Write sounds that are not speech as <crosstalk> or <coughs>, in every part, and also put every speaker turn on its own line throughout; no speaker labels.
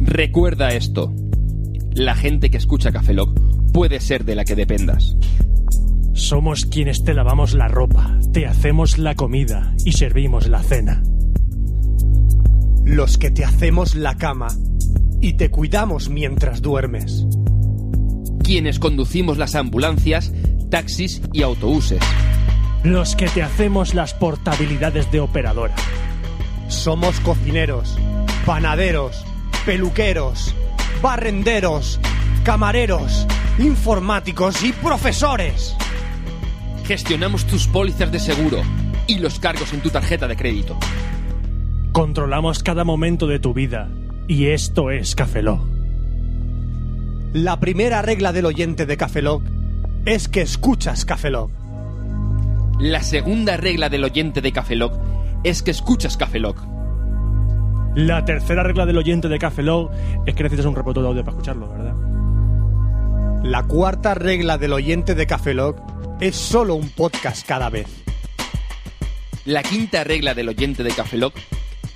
Recuerda esto. La gente que escucha Café Lock puede ser de la que dependas.
Somos quienes te lavamos la ropa, te hacemos la comida y servimos la cena.
Los que te hacemos la cama y te cuidamos mientras duermes.
Quienes conducimos las ambulancias, taxis y autobuses.
Los que te hacemos las portabilidades de operadora.
Somos cocineros, panaderos, peluqueros, barrenderos, camareros, informáticos y profesores.
Gestionamos tus pólizas de seguro y los cargos en tu tarjeta de crédito.
Controlamos cada momento de tu vida y esto es Cafeló.
La primera regla del oyente de Cafeloc es que escuchas Cafeloc.
La segunda regla del oyente de Cafeloc es que escuchas Cafeloc.
La tercera regla del oyente de Cafeloc es que necesitas un repoto de audio para escucharlo, ¿verdad?
La cuarta regla del oyente de Cafeloc es solo un podcast cada vez.
La quinta regla del oyente de Cafeloc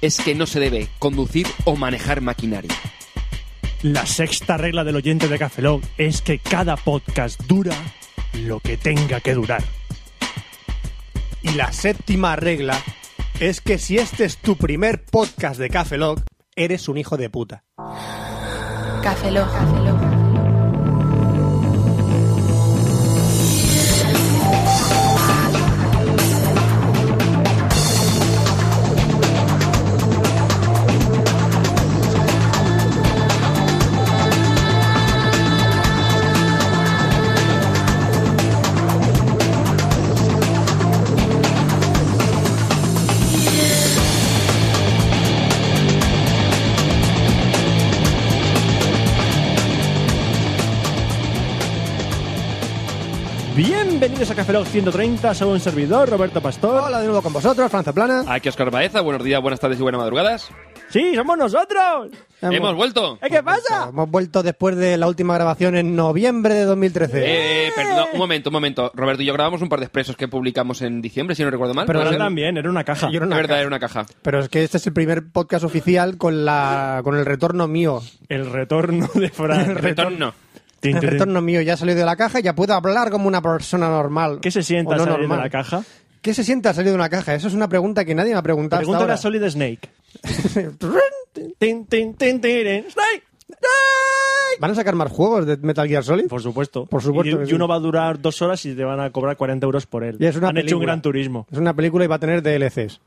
es que no se debe conducir o manejar maquinaria.
La sexta regla del oyente de Cafelog es que cada podcast dura lo que tenga que durar.
Y la séptima regla es que si este es tu primer podcast de Cafelog, eres un hijo de puta.
Cafelog, Cafelog.
Bienvenidos a Cafelog 130, soy un servidor, Roberto Pastor.
Hola de nuevo con vosotros, Franza Plana.
Aquí Oscar Baeza, buenos días, buenas tardes y buenas madrugadas.
Sí, somos nosotros.
Hemos vuelto.
¿Eh, ¿Qué pasa?
Hemos vuelto después de la última grabación en noviembre de 2013.
Eh, perdón, un momento, un momento. Roberto y yo grabamos un par de expresos que publicamos en diciembre, si no recuerdo mal.
Pero
¿Puede
ahora
ser?
también, era una caja.
¿eh? Yo era una
Es verdad,
caja.
era una caja.
Pero es que este es el primer podcast oficial con la con el retorno mío.
El retorno de
<laughs>
Fran.
Retorno.
Tin, tin,
El
tin.
retorno mío ya salió de la caja, ya puedo hablar como una persona normal.
¿Qué se sienta
O no
salir de
normal.
la caja?
¿Qué se sienta salir de una caja? Eso es una pregunta que nadie me ha preguntado hasta
Pregúntale
ahora.
a Solid
<laughs>
Snake. Tin, tin, tin, tirin. ¡Snake!
¿Van a sacar más juegos de Metal Gear Solid?
Por supuesto.
Por supuesto
Y-
que
Y,
sí.
uno va a durar dos horas y te van a cobrar 40 euros por él.
Y es una
Han hecho un
película.
gran turismo. Mm.
Es una película y va a tener DLCs.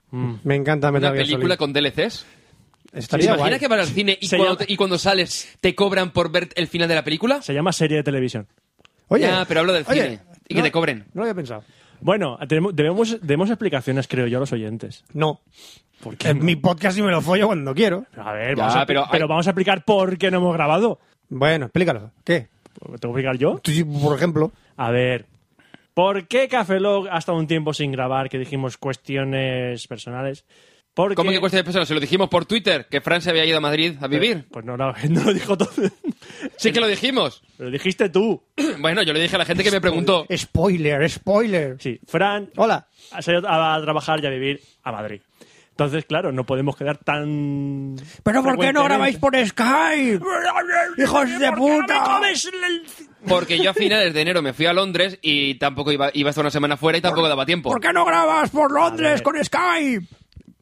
Me encanta Metal
Una
Gear
película
Solid.
con DLCs. ¿Te
Estaría
imaginas
guay.
que vas al cine y
Se
cuando,
llama-
te- y cuando sales te cobran por ver el final de la película?
Se llama serie de televisión.
Oye,
Ya, pero hablo del
oye,
cine. Y que
no-
te cobren.
No lo había pensado.
Bueno, tenemos- debemos, debemos explicaciones, creo yo, a los oyentes.
No.
qué
En
no?
Eh, mi podcast y me lo follo cuando quiero.
A ver,
Ya,
vamos, a,
pero
pero,
hay-
vamos a explicar por qué no hemos grabado.
Bueno, explícalo. ¿Qué?
¿Tengo que explicar yo?
Tú, por ejemplo,
A ver, ¿por qué Café Log ha estado un tiempo sin grabar que dijimos cuestiones personales? Porque...
¿Cómo que cuesta de pesos? Se lo dijimos por Twitter, que Fran se había ido a Madrid a vivir.
Pues no, <laughs> no, no lo dijo todo.
Sí que lo dijimos. <clears throat>
Lo dijiste tú.
Bueno, yo le dije a la gente que me preguntó.
spoiler, spoiler.
Sí, Fran
Hola.
se ha ido a trabajar y a vivir a Madrid. Entonces, claro, no podemos quedar tan... frecuentemente.
por Skype? ¡Hijos de
¿Por qué no
puta!
me comes el-
Porque yo a finales de enero me fui a Londres y tampoco iba, iba a estar una semana fuera y tampoco daba tiempo.
¿Por qué no grabas por Londres
ver.
con Skype?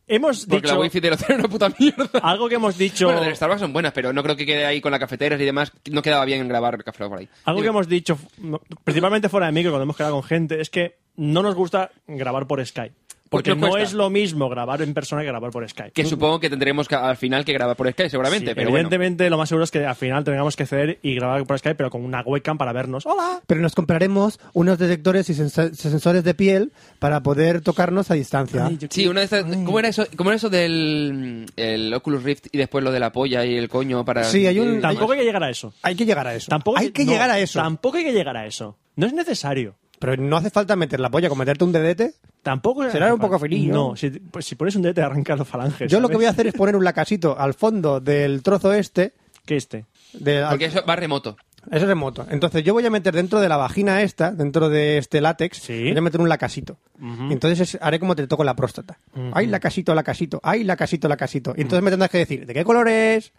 Hemos
Porque la
dicho...
wifi del hotel era una puta mierda.
Algo que hemos dicho...
Bueno, de Starbucks son buenas, pero no creo que quede ahí con las cafeteras y demás. No quedaba bien grabar café Lock por ahí.
Algo que hemos dicho, no, principalmente fuera de micro, cuando hemos quedado con gente, es que no nos gusta grabar por Skype. Porque
qué
no
Pues cuesta?
es lo mismo grabar en persona que grabar por Skype.
Que supongo que tendremos que, al final que grabar por Skype,
Sí,
seguramente. pero bueno.
evidentemente, lo más seguro es que al final tengamos que ceder y grabar por Skype, pero con una webcam para vernos. ¡Hola!
Pero nos compraremos unos detectores y sensa- sensores de piel para poder tocarnos a distancia.
Sí, una de estas. ¿Cómo era eso, cómo era eso del mm, el Oculus Rift y después lo de la polla y el coño para.?
Sí, hay un-
y-
Tampoco hay que llegar a eso.
Hay que llegar a eso.
Tampoco
hay que
no,
llegar a eso.
Tampoco hay que llegar a eso. No es necesario.
Pero no hace falta meter la polla con meterte un dedete.
Tampoco
Será un poco feliz, ¿no?
No, si, pues si pones un dedo te arrancan los falanges.
Yo lo que
¿sabes?
voy a hacer es poner un lacasito al fondo del trozo este.
Que este.
de- al-
Porque eso va remoto.
Eso es remoto. Entonces yo voy a meter dentro de la vagina esta, dentro de este látex,
Sí.
voy a meter un lacasito. Y Entonces es- haré como te toco la próstata. Ay, lacasito, lacasito, ay, lacasito, lacasito. Y entonces me tendrás que decir, ¿de qué color es?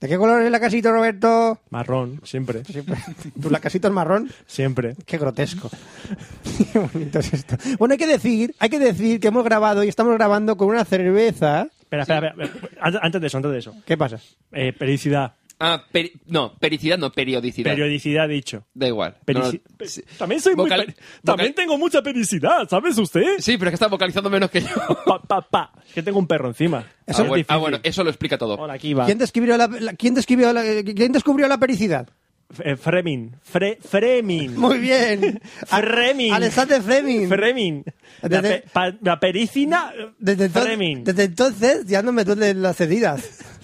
¿De qué color es la casita, Roberto? <laughs>
Marrón, siempre.
Siempre. ¿Tu la casita es marrón?
Siempre.
Qué grotesco. <laughs> Qué bonito es esto. Bueno, hay que decir, hay que decir que hemos grabado y estamos grabando con una cerveza.
Espera, espera, espera. Antes- Antes de eso, antes de eso.
¿Qué pasa?
Eh, periodicidad.
Ah, peri- no, pericidad, no, periodicidad.
Periodicidad dicho.
da igual. No,
Perici-
no,
pe-
sí.
También soy muy...
Vocal-
pe- También
vocal-
tengo mucha periodicidad, ¿sabes usted?
Sí, pero es que está vocalizando menos que yo.
Pa, pa, pa. Es que tengo un perro encima.
Ah, bueno,
difícil.
ah, bueno, eso lo explica todo.
Hola, aquí va.
¿Quién descubrió la, la- quién descubrió la, eh, quién descubrió la pericidad?
F- eh, Fremin. Fre- Fremin.
Muy
<laughs>
bien. A-
Fremin.
Alexander Fleming.
Fremin. La,
Desde-
pe- pa- la pericina. eh,
Desde, enton-
Fremin.
desde entonces ya no me duelen las heridas. <laughs>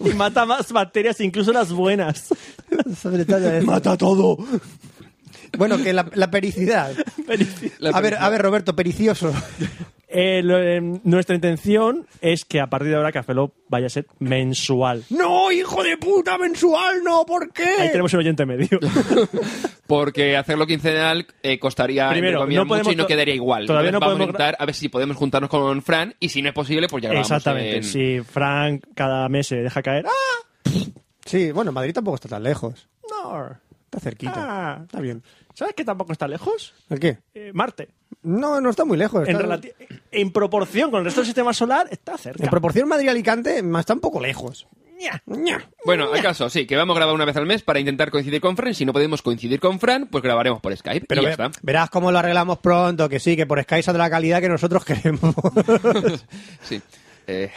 Y mata más bacterias, incluso las
<laughs>
buenas.
Sobre todo esto.
Mata todo.
Bueno, que la, la pericidad.
La
a ver,
pericidad.
a ver, Roberto, pericioso.
Eh, lo- eh, nuestra intención es que a partir de ahora Café Lock vaya a ser mensual.
¡No, hijo de puta, mensual, no! ¿Por qué?
Ahí tenemos un oyente medio.
<laughs>
Porque hacerlo quincenal eh, costaría entre
Primero,
comillas,
no podemos
mucho y no
to-
quedaría igual.
todavía
Entonces
no
vamos a
podemos gra-
intentar a ver si podemos juntarnos con Fran y si no es posible, pues ya grabamos.
Exactamente.
en-
Si Frank cada mes se deja caer. ¡Ah!
Sí, bueno, Madrid tampoco está tan lejos.
No.
Está cerquita.
Ah, está bien. ¿Sabes que tampoco está lejos?
¿El qué?
Eh, Marte.
No, no está muy lejos.
En,
está-
relati- en proporción con el resto del sistema solar, está cerca.
en proporción Madrid-Alicante mm, está un poco lejos.
Ña.
Ña.
Bueno, al caso, sí, que vamos a grabar una vez al mes para intentar coincidir con Fran. Si no podemos coincidir con Fran, pues grabaremos por Skype.
Pero
y ya
ve-
está.
verás cómo lo arreglamos pronto, que sí, que por Sky sale la calidad que nosotros <laughs> queremos.
Sí. Eh,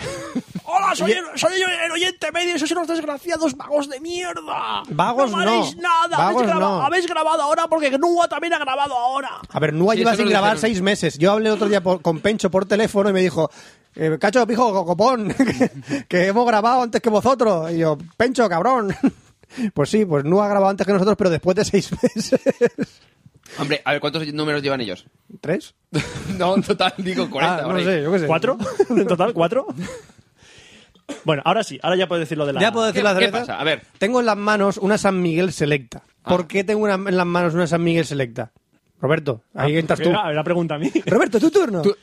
¡Hola! Soy el, soy yo el oyente medio. ¡Sois unos desgraciados vagos de mierda!
Vagos
¡No valéis
no.
nada!
Vagos
habéis, graba-
no.
habéis grabado ahora porque Nuba también ha grabado ahora.
A ver, Nua
Sí,
lleva
eso
sin
nos
grabar
dijeron.
seis meses. Yo hablé otro día por- con Pencho por teléfono y me dijo, eh, cacho, pijo, cocopón, que, <laughs> que hemos grabado antes que vosotros. Y yo, Pencho, cabrón. <laughs> Pues sí, pues Nua ha grabado antes que nosotros, pero después de seis <laughs> meses.
<laughs> hombre, a ver, ¿cuántos números llevan ellos?
¿Tres?
<laughs> no, en total, digo 40.
Ah,
por
no
ahí.
sé, yo qué sé. <laughs>
¿Cuatro? ¿En total cuatro? Bueno, ahora sí. Ahora ya puedes decir lo de la...
Ya puedo
¿Qué-
decir la
qué
cerveza.
pasa? A ver.
Tengo en las manos una San Miguel Selecta. ¿Por
Ah.
qué tengo una- en las manos una San Miguel Selecta? Roberto, ahí entras tú.
Ah, la pregunta a
<laughs>
mí.
Roberto, tu turno.
Tú-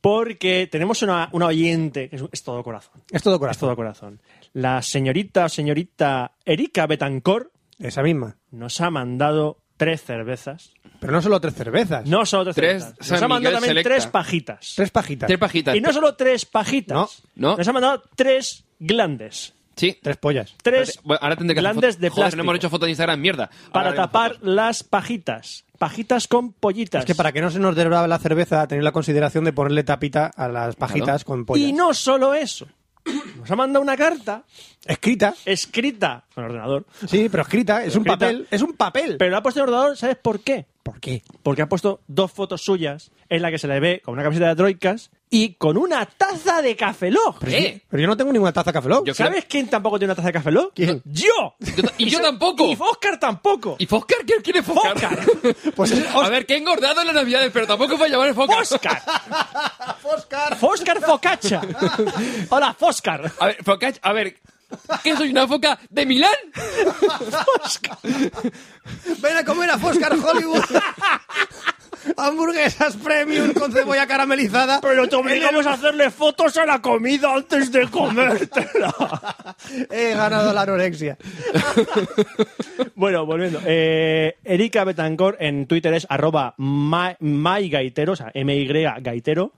Porque tenemos una, una oyente que es, es todo corazón.
Es todo
Es
corazón.
todo corazón. La señorita, señorita Erika Betancor
Esa misma.
nos ha mandado tres cervezas.
Pero no solo tres cervezas.
No solo tres,
Tres
cervezas. Nos
San
ha mandado
Miguel
también
Selecta.
tres pajitas.
Tres pajitas.
Tres pajitas.
Y no solo tres pajitas.
No,
no.
Nos ha mandado tres glandes.
Sí.
Tres pollas.
Tres
Bueno, ahora tendré que hacer
glandes
foto-
de
Joder,
plástico.
no hemos hecho foto de Instagram, mierda.
para
Ahora haremos
tapar
fotos.
las pajitas. Pajitas con pollitas.
Es que para que no se nos derrame la cerveza, tener la consideración de ponerle tapita a las pajitas con pollas.
Y no solo eso. Nos ha mandado una carta
Escrita.
escrita con ordenador.
Sí, pero escrita. Es un
escrita.
papel. Es un papel.
Pero la ha puesto en ordenador, ¿sabes por qué?
¿Por qué?
Porque ha puesto dos fotos suyas en la que se le ve con una camiseta de troicas y con una taza de café Lock.
¿Eh?
Pero yo no tengo ninguna taza café Lock.
Yo-
¿Sabes quién tampoco tiene una taza de café Lock?
¿Quién?
¡Yo!
Yo ta- y yo tampoco.
Y Oscar tampoco.
¿Y Foscar? ¿Quién quiere Foscar?
Pues es
<laughs> a ver, que he engordado en las navidades, pero tampoco va a llamar el Foscar.
Foscar. Foscar Focacha. Hola, Foscar.
A ver, Focach, a ver, ¿qué soy una foca de Milán?
Ven a comer a
<laughs>
Foscar Hollywood. Hamburguesas premium con cebolla caramelizada.
Pero te obligamos a hacerle fotos a la comida antes de comértela.
He ganado la anorexia.
bueno, volviendo. Eh, Erika Betancor en Twitter es arroba ma- mygaitero, o sea, M-Y gaitero.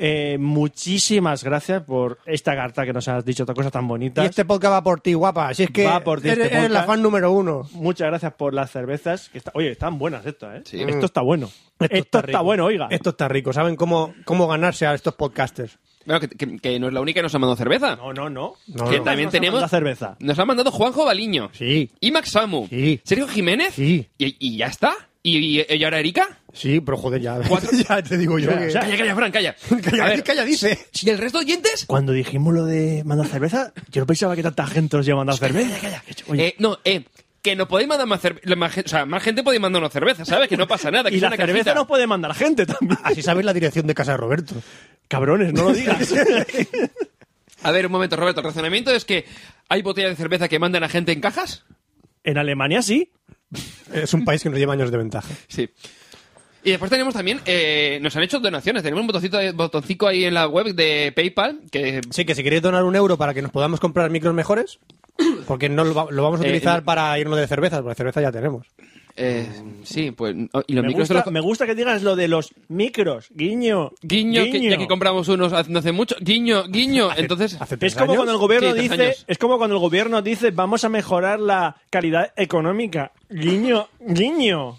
Eh, muchísimas gracias por esta carta que nos has dicho, otra cosa tan bonita.
Y este podcast va por ti, guapa. Así es que
Va por ti este
eres, eres la
podcast.
fan número uno.
Muchas gracias por las cervezas. Que está... Oye, están buenas estas, ¿eh?
Sí.
Esto está bueno. Esto, está,
rico.
bueno, oiga.
Esto está rico. ¿Saben cómo, cómo ganarse a estos podcasters?
Bueno, que, que- que no es la única que nos ha mandado cerveza.
No, no, no.
No,
que
no.
también
Nos ha
tenemos.
mandado cerveza.
Nos ha mandado Juanjo Baliño.
Sí.
Y Max Samu.
Sí.
Sergio Jiménez.
Sí.
Y, y ya está. ¿Y, y, y ahora Erika?
Sí, pero joder, ya.
Cuatro-
<laughs> ya te digo yo.
Ya,
que-
o sea,
Calla, calla, Fran,
<laughs>
calla.
calla,
A ver,
calla, dice.
¿Y el resto de oyentes?
Cuando dijimos lo de mandar cerveza, yo no pensaba que tanta gente nos lleva a mandar cerveza. Oye,
Eh, no, eh. Que nos podéis mandar más cerveza. O sea, más gente podéis mandarnos cerveza, ¿sabes? Que no pasa
<laughs>
nada. Que
y
es
la
una
cerveza
cajita.
nos puede mandar gente también. <laughs>
Así sabes la dirección de casa de Roberto.
Cabrones, no lo digas.
A ver, un momento, Roberto. El razonamiento es que hay botellas de cerveza que mandan a gente en cajas.
en Alemania sí.
Es un país que nos lleva años de ventaja.
Sí. Y después tenemos también, eh, nos han hecho donaciones. Tenemos un botoncito, botoncito ahí en la web de PayPal que
Sí, que si queréis donar un euro para que nos podamos comprar micros mejores, porque no lo, va- lo vamos a
Eh,
utilizar
eh,
para irnos de cervezas, porque cerveza ya tenemos.
eh, sí, pues oh, y los
Me
micros
gusta,
los co-
me gusta que digas lo de los micros. Guiño.
guiño, Que, ya que compramos unos hace- no hace mucho, guiño, guiño. Entonces
hace
Es
tres
como,
años?
cuando el gobierno
Sí, tres
dice,
años.
es como cuando el gobierno dice vamos a mejorar la calidad económica. Guiño, guiño,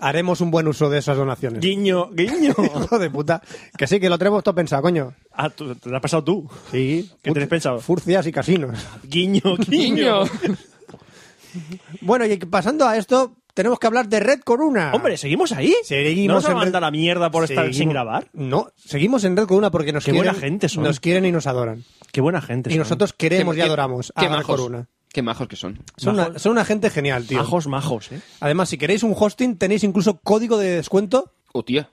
Haremos un buen uso de esas donaciones.
guiño,
<laughs>
guiño.
<laughs> Hijo de puta. Que sí, que lo tenemos todo pensado, coño.
Ah, tú- te lo has pasado tú.
Sí.
¿Qué tenés pensado?
Furcias y casinos.
Guiño,
guiño.
guiño.
<laughs>
Bueno, y pasando a esto, tenemos que hablar de Red Corona.
Hombre, ¿seguimos ahí?
Seguimos
¿No nos
en
han mandado
Red-
la mierda por estar
Seguimos-
sin grabar?
No, seguimos en Red Corona porque nos
Qué
quieren.
buena gente son.
Nos quieren y nos adoran.
Qué buena gente.
Y
son.
nosotros queremos y
Qué-
adoramos
qué
a Red
majos.
Corona.
Qué majos que son.
Son una, son una gente genial, tío.
Majos, majos, ¿eh?
Además, si queréis un hosting, tenéis incluso código de descuento
Oh, tío.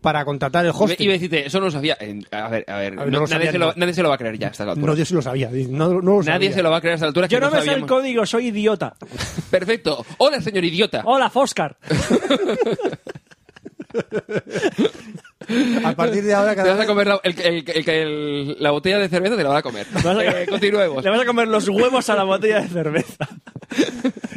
para contratar el
Iba
hosting.
iba a decirte, eso no lo sabía. Eh, A ver, a ver,
A ver,
no-
no lo
nadie,
sabía
se lo,
ni-
nadie se lo va a creer ya a esta altura.
No, yo sí lo sabía. No, no lo
nadie
sabía.
se lo va a creer a esta altura. es
Yo
que
no
no
me sé el
sabíamos.
código, soy idiota.
Perfecto. Hola, señor idiota.
Hola, Foscar.
Pues-
A partir de
<laughs>
ahora,
Te
cada
vas a
vez-
comer la, el- el- el- el- la botella de cerveza, te la vas a comer.
<laughs> Vas a-
Eh, continuemos.
Le vas a comer los huevos a la botella de
<laughs>
cerveza.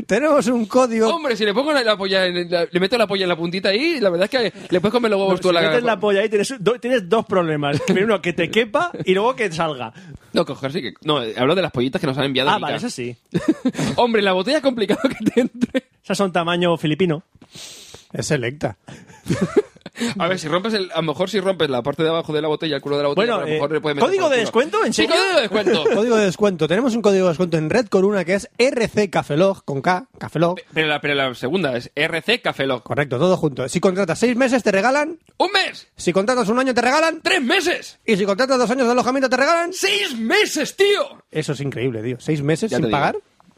tenemos un código.
Hombre, si le pongo la, la polla, en la- le meto la polla en la puntita ahí, la verdad es que le puedes comer los huevos Pues tú
Si
a la,
metes la polla ahí, tienes, do- tienes dos
<laughs>
problemas. Primero, que te quepa y luego que salga.
No, coger sí que. No, eh, hablo de las pollitas que nos han enviado.
Ah,
Mika.
vale, eso sí.
<laughs> Hombre, la botella es complicado que te entre.
Esas son tamaño filipino.
Es selecta.
A ver, si rompes el, a lo mejor si rompes la parte de abajo de la botella, el culo de la botella,
Bueno,
a lo mejor
eh,
le puedes meter
¿código
por el
de
culo.
descuento? ¿En
sí,
serio?
código de
<laughs>
descuento.
Código de descuento. Tenemos un código de descuento en Red Corona que es RC Cafelog con K, Cafelog.
pero, la, pero la segunda es RC Café Lock.
Correcto, todo junto. Si contratas seis meses te regalan.
¡Un mes!
Si contratas un año te regalan.
¡Tres meses!
Y si contratas dos años de alojamiento te regalan.
¡Seis meses, tío!
Eso es increíble, tío. Seis meses
Ya te
sin
digo.
pagar.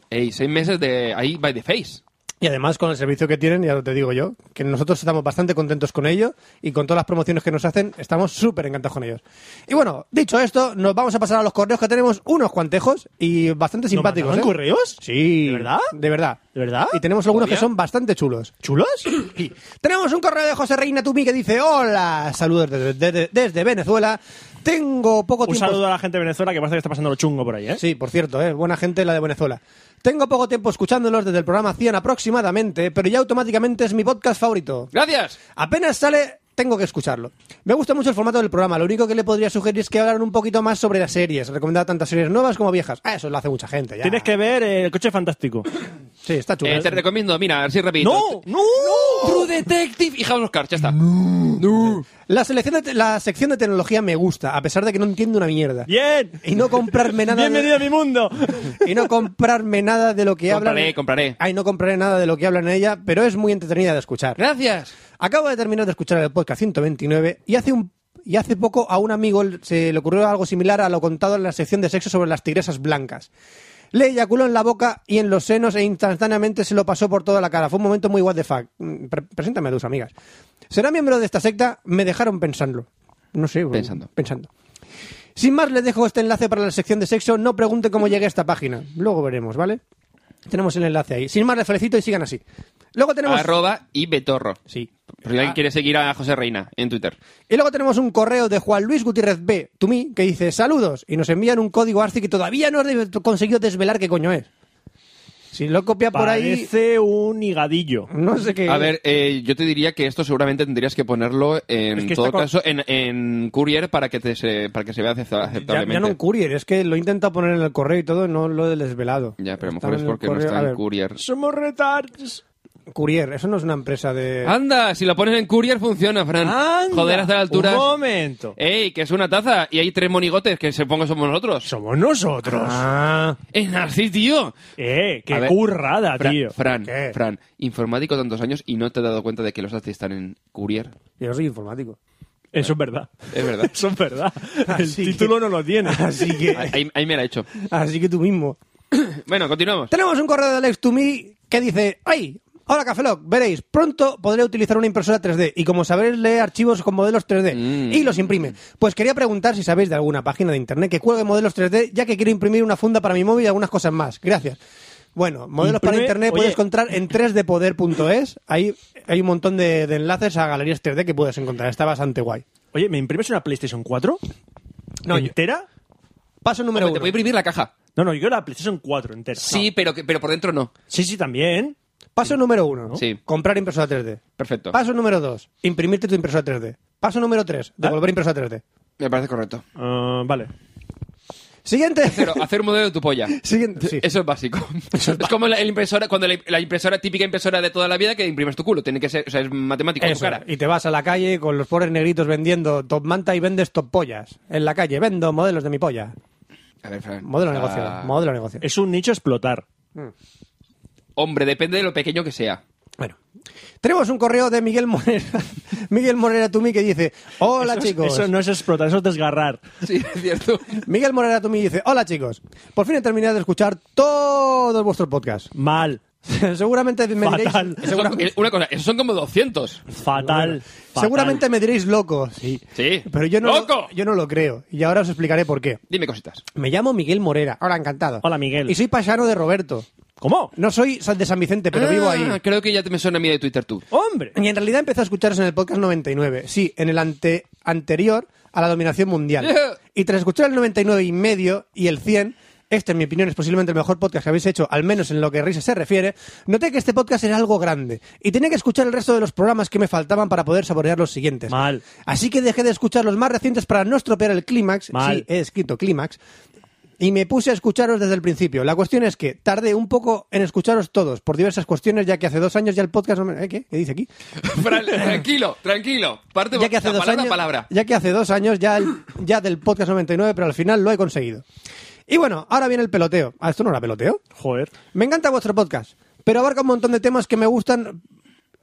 Ey, seis meses de ahí by the face.
Y además con el servicio que tienen, ya te digo yo, que nosotros estamos bastante contentos con ello y con todas las promociones que nos hacen, estamos súper encantados con ellos. Y bueno, dicho esto, nos vamos a pasar a los correos que tenemos unos cuantejos y bastante simpáticos.
mandaban
¿eh?
correos?
Sí.
¿De verdad?
De verdad.
¿De verdad?
Y tenemos algunos que
Podría.
son bastante chulos.
¿Chulos?
Sí. Tenemos un correo de José Reina Tumi que dice, hola, saludos desde, desde- desde Venezuela. Tengo poco
Un
tiempo...
saludo a la gente de Venezuela que parece que está pasando lo chungo por ahí, ¿eh?
Sí, por cierto, ¿eh? buena gente la de Venezuela. Tengo poco tiempo escuchándolos desde el programa 100 aproximadamente, pero ya automáticamente es mi podcast favorito.
¡Gracias!
Apenas sale, tengo que escucharlo. Me gusta mucho el formato del programa. Lo único que le podría sugerir es que hablaran un poquito más sobre las series. Recomendar tantas series nuevas como viejas. Ah, eso lo hace mucha gente. Ya.
Tienes que ver eh, el coche fantástico.
Sí, está chulo.
Eh, te recomiendo, mira, así repito.
¡No! ¡No!
True Detective y House of Cards, ya está.
La, selección de te- la sección de tecnología me gusta, a pesar de que no entiendo una mierda.
¡Bien!
Y no comprarme nada. de-
¡Bienvenido a mi mundo!
y no comprarme nada de lo que hablan.
Compraré, compraré.
Ay, no compraré nada de lo que hablan en ella, pero es muy entretenida de escuchar.
¡Gracias!
Acabo de terminar de escuchar el podcast 129 y hace un y hace poco a un amigo se le ocurrió algo similar a lo contado en la sección de sexo sobre las tigresas blancas. Le eyaculó en la boca y en los senos e instantáneamente se lo pasó por toda la cara. Fue un momento muy what the fuck. Mm, pre- preséntame a tus amigas. ¿Será miembro de esta secta? Me dejaron pensarlo. No sé.
Pensando.
Pensando. Sin más, les dejo este enlace para la sección de sexo. No pregunten cómo llegué a esta página. Luego veremos, ¿vale? Tenemos el enlace ahí. Sin más, les felicito y sigan así. Luego tenemos... Ah.
Arroba y Betorro.
Sí.
Por si alguien quiere seguir a José Reina en Twitter.
Y luego tenemos un correo de Juan Luis Gutiérrez B. To me, que dice saludos y nos envían un código ARCI que todavía no he conseguido desvelar qué coño es. Si lo copia por ahí,
Parece un higadillo.
no sé qué.
A ver, eh, yo te diría que esto seguramente tendrías que ponerlo en
Es que
todo
está co-
caso en, en courier para que te se, para que se vea acepta-
ya,
aceptablemente.
ya no en courier, es que lo he intentado poner en el correo y todo, no lo he desvelado.
Ya, pero a lo
Está
mejor es
en el
porque no
correo. A
está en
ver,
courier.
Somos retards.
Courier, eso no es una empresa de.
Ah,
Anda, si lo pones en courier funciona, Fran.
Anda,
Joder, hasta la altura.
Un momento.
Ey, que es una taza y hay tres monigotes que se ponga somos nosotros.
Somos nosotros.
Ah,
Es Narcis, tío.
Eh,
A
qué
ver,
currada,
Fra-
tío.
Fran,
¿Qué?
Fran, informático tantos años y no te has dado cuenta de que los ACI están en courier.
yo soy informático.
Eso es <laughs> verdad.
Es
<laughs>
verdad.
Eso es verdad. El
Así que-
título no lo tiene.
<laughs> Así que,
Ahí, ahí me la he hecho.
así que tú mismo.
Bueno, continuamos.
Tenemos un correo de Alex to me que dice, ¡ay! Hola Cafeloc, veréis, pronto podré utilizar una impresora 3D y como sabéis lee archivos con modelos 3D
Mm.
y los imprime. Pues quería preguntar si sabéis de alguna página de internet que cuelgue modelos 3D ya que quiero imprimir una funda para mi móvil y algunas cosas más. Gracias. Bueno, modelos para
Imprime-
internet
oye.
puedes encontrar en 3dpoder.es. Ahí hay un montón de, de enlaces a galerías 3D que puedes encontrar. Está bastante guay.
Oye, ¿me imprimes una PlayStation 4?
No, yo-
¿Entera?
Paso número
te
uno.
voy a imprimir la caja.
No, no, yo la PlayStation 4 entera.
Sí, pero, que- pero por dentro no.
No. Sí, sí, también.
Paso número uno. ¿no?
Sí.
Comprar impresora 3D.
Perfecto.
Paso número dos. Imprimirte tu impresora 3D. Paso número tres. Devolver impresora 3D.
Me parece correcto.
Ah, vale.
Siguiente.
Pero hacer un modelo de tu polla.
<laughs> Siguiente. sí.
Eso es básico. es como la, la impresora, cuando la, la impresora, típica impresora de toda la vida, que imprimes tu culo. Tiene que ser, o sea, es matemático. tu
Eso,
cara.
Y te vas a la calle con los pobres negritos vendiendo top manta y vendes top pollas. En la calle, vendo modelos de mi polla.
A ver, Fran.
Modelo
o
Ah.
sea,
negocio, modelo negocio.
Es un nicho a explotar.
Hombre, depende de lo pequeño que sea. <laughs>
Bueno. Tenemos un correo de Miguel Morera, <laughs> Miguel Morera Tumí que dice, hola
Eso es-
chicos.
Eso no es explotar, eso es desgarrar.
Sí, es cierto.
Miguel Morera Tumí dice, hola chicos. Por fin he terminado de escuchar todos vuestros podcasts. <laughs>
Mal.
seguramente me diréis,
Fatal.
Eso son- eh, una cosa, esos son como 200.
Fatal. fatal.
seguramente me diréis loco. Sí.
Sí.
Pero yo no,
¡Loco!
yo no lo creo. Y ahora os explicaré por qué.
Dime cositas.
Me llamo Miguel Morera. Hola, encantado.
Hola, Miguel.
Y soy paisano de Roberto.
¿Cómo?
No soy de San Vicente, pero
Ah,
vivo ahí.
Creo que ya te me suena a mí de Twitter tú.
¡Hombre!
Y en realidad empecé a escucharos en el podcast 99. Sí, en el ante anterior a la dominación mundial.
Yeah.
Y tras escuchar el 99 y medio y el 100, este en mi opinión es posiblemente el mejor podcast que habéis hecho, al menos en lo que Risa se refiere, noté que este podcast era algo grande y tenía que escuchar el resto de los programas que me faltaban para poder saborear los siguientes.
Mal.
Así que dejé de escuchar los más recientes para no estropear el clímax.
Mal.
Sí, he escrito clímax. Y me puse a escucharos desde el principio. La cuestión es que tardé un poco en escucharos todos, por diversas cuestiones, ya que hace dos años ya el podcast... no me- ¿Eh, ¿Qué? ¿Qué dice aquí?
<laughs> Fran, tranquilo, tranquilo. Parte
ya que hace
la
dos
palabra
años,
a palabra.
Ya que hace dos años, ya, el- ya del podcast 99, pero al final lo he conseguido. Y bueno, ahora viene el peloteo. Ah, esto no era peloteo.
Joder.
Me encanta vuestro podcast, pero abarca un montón de temas que me gustan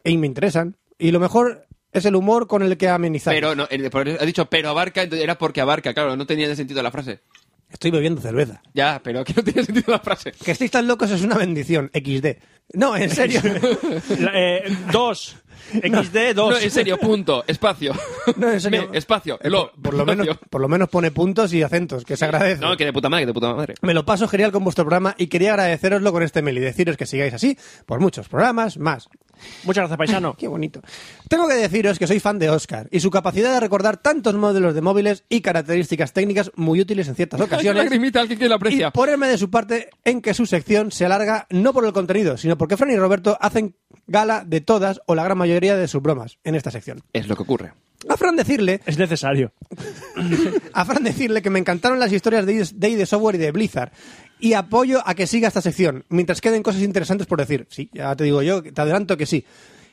y me interesan. Y lo mejor es el humor con el que amenizáis.
Pero no, el- por eso ha dicho pero abarca, entonces era porque abarca, claro, no tenía sentido la frase.
Estoy bebiendo cerveza.
Ya, pero que no tiene <laughs> sentido la frase.
Que estéis tan locos es una bendición, XD. No, en
<laughs>
serio.
La- eh, <laughs> dos. XD, dos.
No, en serio, punto, espacio.
No, en serio.
<laughs> Me, espacio,
Eh,
lo,
por, por lo menos,
<laughs> espacio.
por lo menos pone puntos y acentos, que se agradece.
No, que de puta madre, que de puta madre.
Me lo paso genial con vuestro programa y quería agradeceroslo con este mail y deciros que sigáis así por muchos programas más.
Muchas gracias, paisano.
Qué bonito. Tengo que deciros que soy fan de Oscar y su capacidad de recordar tantos modelos de móviles y características técnicas muy útiles
<laughs>
en ciertas
Hay una
ocasiones.
lagrimita, alguien que lo
Y
aprecia.
ponerme de su parte en que su sección se alarga no por el contenido, sino porque Fran y Roberto hacen gala de todas o la gran mayoría de sus bromas en esta sección.
Es lo que ocurre.
A Fran decirle
Es necesario.
a Fran decirle que me encantaron las historias de ID, de ID Software y de Blizzard. Y apoyo a que siga esta sección, mientras queden cosas interesantes por decir. Sí, ya te digo yo, te adelanto que sí.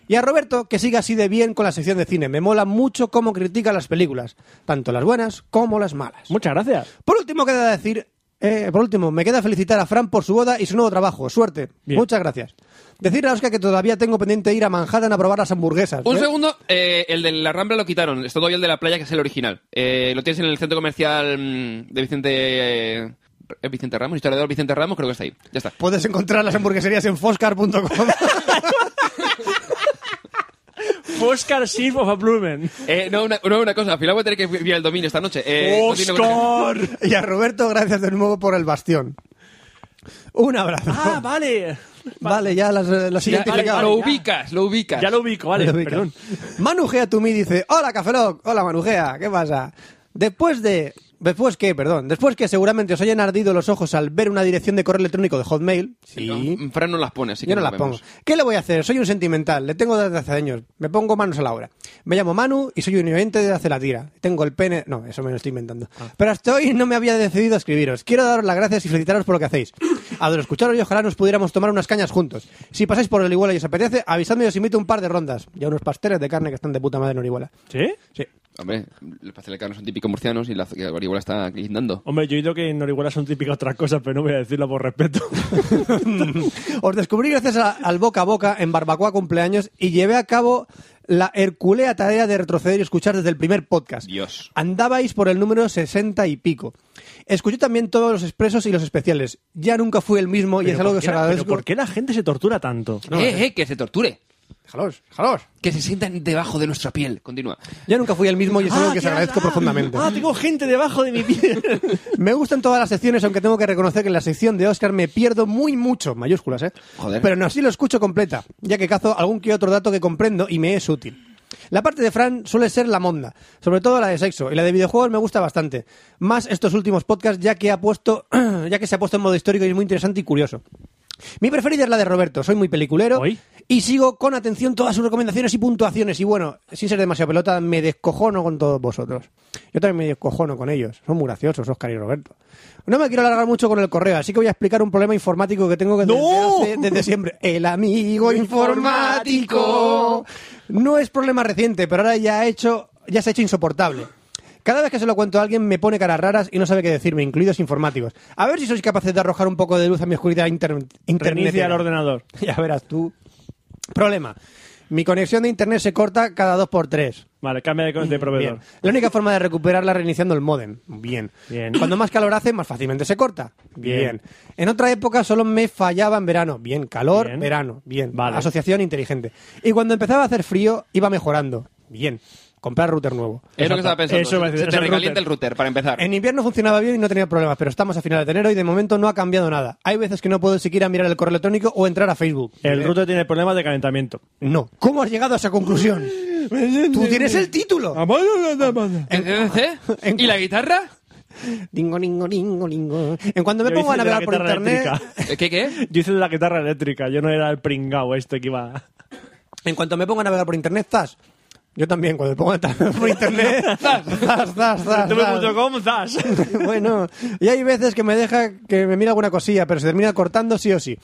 Y a Roberto, que siga así de bien con la sección de cine. Me mola mucho cómo critica las películas, tanto las buenas como las malas.
Muchas gracias.
Por último, queda decir. eh, por último, me queda felicitar a Fran por su boda y su nuevo trabajo. Suerte.
Bien.
Muchas gracias. Decirle a Oscar que todavía tengo pendiente ir a Manhattan a probar las hamburguesas.
Un
¿eh?
segundo, eh, el de la Rambla lo quitaron. Está todavía el de la playa, que es el original. Eh, lo tienes en el centro comercial mm, de Vicente. eh, ¿es Vicente Ramos, historiador Vicente Ramos, creo que está ahí. Ya está.
Puedes encontrar las hamburgueserías en foscar.com.
<laughs>
Oscar Schiff of a Blumen.
Eh, no, una, no, una cosa, al final voy a tener que enviar el dominio esta noche. Eh, continúo con-
¡Oscar!
Y a Roberto, gracias de nuevo por el bastión. Un abrazo.
Ah, vale.
vale, ya las, eh, las
Ya,
identificado.
lo
ya.
ubicas, lo ubicas.
Ya lo ubico, vale.
Lo ubica.
Perdón.
Manugea Tumí dice, hola Cafeloc, hola Manugea, ¿qué pasa? Después de... Después que, perdón, después que seguramente os hayan ardido los ojos al ver una dirección de correo electrónico de Hotmail. Sí.
No, Mm, Fran no las pone, así que
Yo no
no
las
lo
pongo.
vemos.
¿Qué le voy a hacer? Soy un sentimental, le tengo desde hace años. Me pongo manos a la obra. Me llamo Manu y soy un oyente desde hace la tira. Tengo el pene. No, eso me lo estoy inventando.
Ah.
Pero hasta hoy no me había decidido a escribiros. Quiero daros las gracias y felicitaros por lo
<coughs>
que hacéis. Adoro escucharos y ojalá nos pudiéramos tomar unas cañas juntos. Si pasáis por Orihuela y os apetece, avisadme y os invito a un par de rondas. Y a unos pasteles de carne que están de puta madre en Orihuela.
¿Sí?
Sí.
Hombre, los pasteles de carne son típicos murcianos y la la guariguela está guindando.
Hombre, yo he oído que en Orihuela son típicas otras cosas, pero no voy a decirlo por respeto.
<laughs> Os descubrí gracias a- al boca a boca en Barbacoa Cumpleaños y llevé a cabo la herculea tarea de retroceder y escuchar desde el primer podcast.
Dios.
Andabais por el número 60 y pico. Escuché también todos los expresos y los especiales. Ya nunca fui el mismo y es algo que
¿Pero por qué
os
la- pero
agradezco.
¿Por qué la gente se tortura tanto?
eh, eh, que se torture.
Déjalos, déjalos.
Que se sientan debajo de nuestra piel. Continúa.
Yo nunca fui el mismo y es algo
Ah,
que se
qué
agradezco
verdad.
profundamente.
Ah, tengo gente debajo de mi
<laughs>
piel.
Me gustan todas las secciones, aunque tengo que reconocer que en la sección de Oscar me pierdo muy mucho, mayúsculas, ¿eh?
Joder.
Pero no, sí lo escucho completa, ya que cazo algún que otro dato que comprendo y me es útil. La parte de Fran suele ser la monda, sobre todo la de sexo, y la de videojuegos me gusta bastante. Más estos últimos podcasts, ya que, ha puesto, <clears throat> ya que se ha puesto en modo histórico y es muy interesante y curioso. Mi preferida es la de Roberto, soy muy peliculero
Hoy.
y sigo con atención todas sus recomendaciones y puntuaciones. Y bueno, sin ser demasiado pelota, me descojono con todos vosotros. Yo también me descojono con ellos, son muy graciosos, Oscar y Roberto. No me quiero alargar mucho con el correo, así que voy a explicar un problema informático que tengo que
¡No!
desde, hace- desde siempre.
<laughs>
El amigo informático. No es problema reciente, pero ahora ya, ha hecho, ya se ha hecho insoportable. Cada vez que se lo cuento a alguien me pone caras raras y no sabe qué decirme, incluidos informáticos. A ver si sois capaces de arrojar un poco de luz a mi oscuridad inter internet.
Reinicia el ordenador.
<laughs> Ya verás tú. Problema. Mi conexión de internet se corta cada dos por tres.
Vale, cambia de, de proveedor.
Bien. La única forma de recuperarla es reiniciando el modem. Bien.
Bien.
Cuando más calor hace, más fácilmente se corta.
Bien.
En otra época solo me fallaba en verano. Bien. Calor,
Bien.
verano. Bien.
Vale.
Asociación inteligente. Y cuando empezaba a hacer frío, iba mejorando. Bien. Comprar router nuevo.
Es lo
Exacto.
que estaba pensando.
Eso iba a
se
decir,
te
es el
recalienta
router.
el router, para empezar.
En invierno funcionaba bien y no tenía problemas, pero estamos a finales de enero y de momento no ha cambiado nada. Hay veces que no puedo siquiera mirar el correo electrónico o entrar a Facebook.
El
Bien.
router tiene problemas de calentamiento.
No. ¿Cómo has llegado a
<laughs>
esa conclusión? Tú tienes el título.
¿El <laughs> CCC? ¿Y la guitarra?
Dingo, dingo, dingo, dingo. En cuando me
Yo
pongo a
hice de la
navegar por
guitarra
internet,
eléctrica.
¿Eh, ¿Qué, qué?
Yo hice de la guitarra eléctrica, yo no era el pringao este que iba.
en cuanto me pongo a navegar por internet, zas. Yo también, cuando me pongo a navegar por internet,
<laughs>
zas, zas, zas, zas.
Tuve.com, zas.
<laughs> Bueno, y hay veces que me deja que me mira alguna cosilla, pero se termina cortando sí o sí.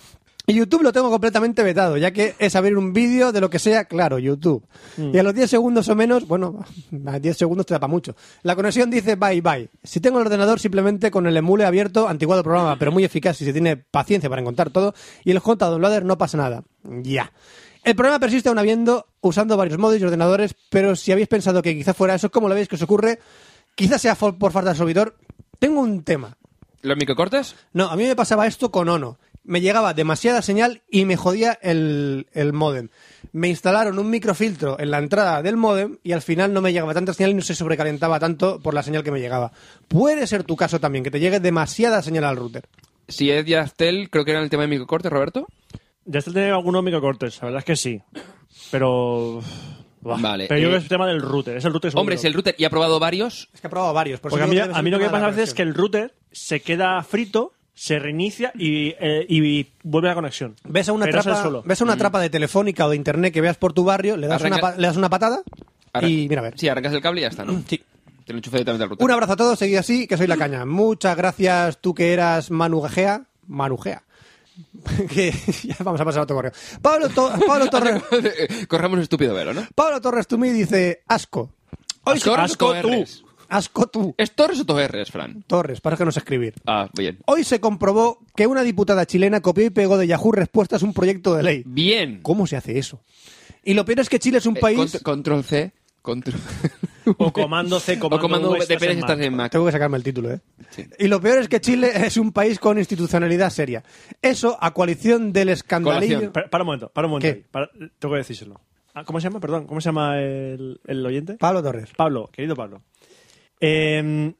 Y YouTube lo tengo completamente vetado, ya que es abrir un vídeo de lo que sea, claro, YouTube. Y a los 10 segundos o menos, bueno, a 10 segundos te da para mucho. La conexión dice bye bye. Si tengo el ordenador simplemente con el emule abierto, antiguado programa, pero muy eficaz si se tiene paciencia para encontrar todo, y el J downloader no pasa nada. Ya. El problema persiste aún habiendo, usando varios modos y ordenadores, pero si habéis pensado que quizá fuera eso, ¿cómo lo veis que os ocurre? Quizás sea fo- por falta de servidor. Tengo un tema.
¿Los microcortes?
No, a mí me pasaba esto con Ono. Me llegaba demasiada señal y me jodía el, el modem. Me instalaron un microfiltro en la entrada del modem y al final no me llegaba tanta señal y no se sobrecalentaba tanto por la señal que me llegaba. Puede ser tu caso también, que te llegue demasiada señal al router.
Si es Yastel, creo que era el tema de microcortes, Roberto.
Ya está teniendo algunos microcortes, la verdad es que sí. Pero. Buah,
Vale,
Pero yo
eh,
creo que es el tema del router. Es el router seguro.
Hombre, si el router y ha probado varios.
Es que he probado varios. Por
Porque a
eso
mí,
digo debe
a
ser
mí
un
lo que me
tema de
pasa a
la
veces es que el router se queda frito, se reinicia y, eh, y vuelve a la conexión.
Ves a una,
Pero eso es
trapa,
solo. Mm.
ves a una trapa de telefónica o de internet que veas por tu barrio, le das,
Arranca-
una, pa- le das una patada
Arran-
y mira a ver.
Sí, arrancas el cable y ya está, ¿no?
Sí.
Te lo enchufas directamente al router.
Un abrazo a todos, seguid así, que soy la caña. Muchas gracias tú que eras Manugea. Manugea. <laughs> que <laughs> ya vamos a pasar a otro correo. Pablo, To- Pablo
<laughs>
Torres.
Corramos un estúpido velo, ¿no?
Pablo Torres Tumí dice asco. Hoy sí-
Asco, asco,
asco tú.
R's.
Asco tú.
¿Es Torres o Torres, Fran?
Torres, para que no sé escribir.
Ah, bien.
Hoy se comprobó que una diputada chilena copió y pegó de Yahoo respuestas un proyecto de ley.
Bien.
¿Cómo se hace eso? Y lo peor es que Chile es un
Eh,
país.
cont- control C. <laughs> Control...
O comando
<laughs>
C, comando,
o comando
V,
V,
estás
depende si
en
estás
Mac.
en Mac.
Tengo que sacarme el título, ¿eh?
Sí.
Y lo peor es que Chile es un país con institucionalidad seria. Eso, a coalición del escandalillo.
Colación.
Pa- Para, un momento, para un momento.
¿Qué?
ahí. Para- tengo que decírselo. Ah, ¿Cómo se llama? Perdón, ¿cómo se llama el, el oyente?
Pablo Torres.
Pablo, querido Pablo. Eh,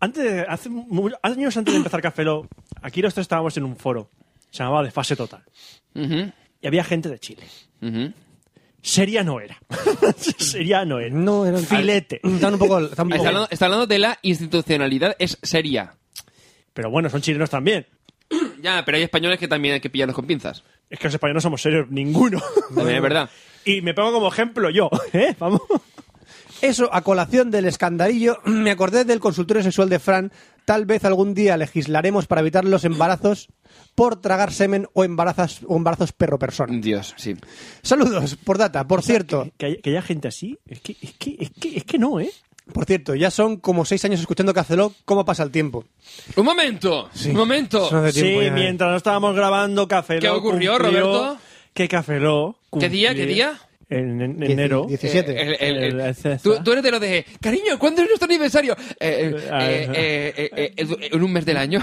antes, hace mu- años antes de empezar Cafelo, aquí los tres estábamos en un foro. Se llamaba De Fase Total.
Ujú,
Y había gente de Chile.
ujú.
Seria no era. <laughs> Seria no era.
No, era un
Filete.
Está un poco. está un poco-
Está hablando, está hablando de la institucionalidad, es seria.
Pero bueno, son chilenos también.
Ya, pero hay españoles que también hay que pillarlos con pinzas.
Es que los españoles no somos serios ninguno.
<laughs> También es verdad.
Y me pongo como ejemplo yo. <laughs> ¿eh? Vamos.
Eso, a colación del escandalillo, <clears throat> me acordé del consultorio sexual de Fran. Tal vez algún día legislaremos para evitar los embarazos por tragar semen o embarazos, o embarazos perro-persona.
Dios, sí.
Saludos, por data. Por cierto,
Que, hay- que haya gente así. Es que, es que, es que, es que no, ¿eh?
por cierto, ya son como seis años escuchando Caceló, ¿cómo pasa el tiempo?
¡Un momento! ¡Un momento!
Eso no hace
Sí,
tiempo ya, ¿eh?
mientras no estábamos grabando Café Lock
¿Qué ocurrió,
cumplió-
Roberto?
Que Café Lock
¿Qué día,
cumplió
qué día?
En, en
Dieci-
enero.
dieci- 17.
Eh, el- el- el-
El- ese-
tú, tú eres de lo de, cariño, ¿cuándo es nuestro aniversario? Eh, eh,
Ah,
eh,
ajá.
eh, eh, eh, en un mes del año.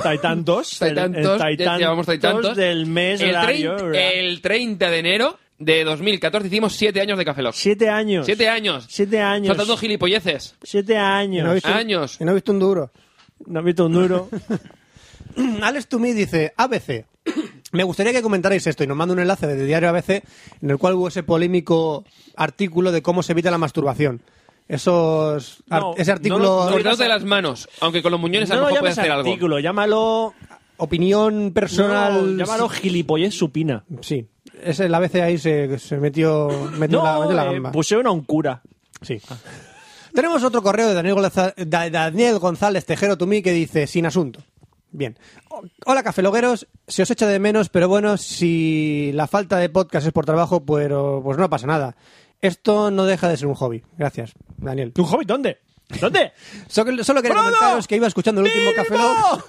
<laughs>
Taitantos.
Taitantos,
el- el
ya llevamos Taitantos.
del mes
el
horario,
30,
¿verdad?
el 30 de enero de 2014 hicimos 7 años de Café Lock.
Siete años.
7 años.
Siete años.
Soltando gilipolleces.
Siete años.
No he visto-
Años.
Y no he visto un duro.
No he visto un
<laughs>
duro.
Alex To Me dice, ABC, me gustaría que comentarais esto y nos manda un enlace de Diario ABC en el cual hubo ese polémico artículo de cómo se evita la masturbación. Esos, ar-
No,
ese
no
artículo,
lo- no
Cortaos de las manos, aunque con los muñones
no
a lo
lo
mejor
llames
puedes hacer algo.
artículo, llámalo.
opinión personal...
no, llámalo gilipollez supina.
Sí, ese, el ABC ahí se, se metió, metió, la, metió la
eh,
gamba.
pusieron a un cura.
Sí. Tenemos otro correo de Daniel Gonza- da- Daniel González Tejero Tumí que dice, sin asunto. Bien. O- Hola, cafelogueros. Se os echa de menos, pero bueno, si la falta de podcast es por trabajo, pero, pues no pasa nada. Esto no deja de ser un hobby. Gracias, Daniel.
¿Un hobbit dónde?
<laughs>
¿Dónde?
So- Solo quería
¡Frodo!
comentaros que iba escuchando el último
¡Bilbo!
Café Lock.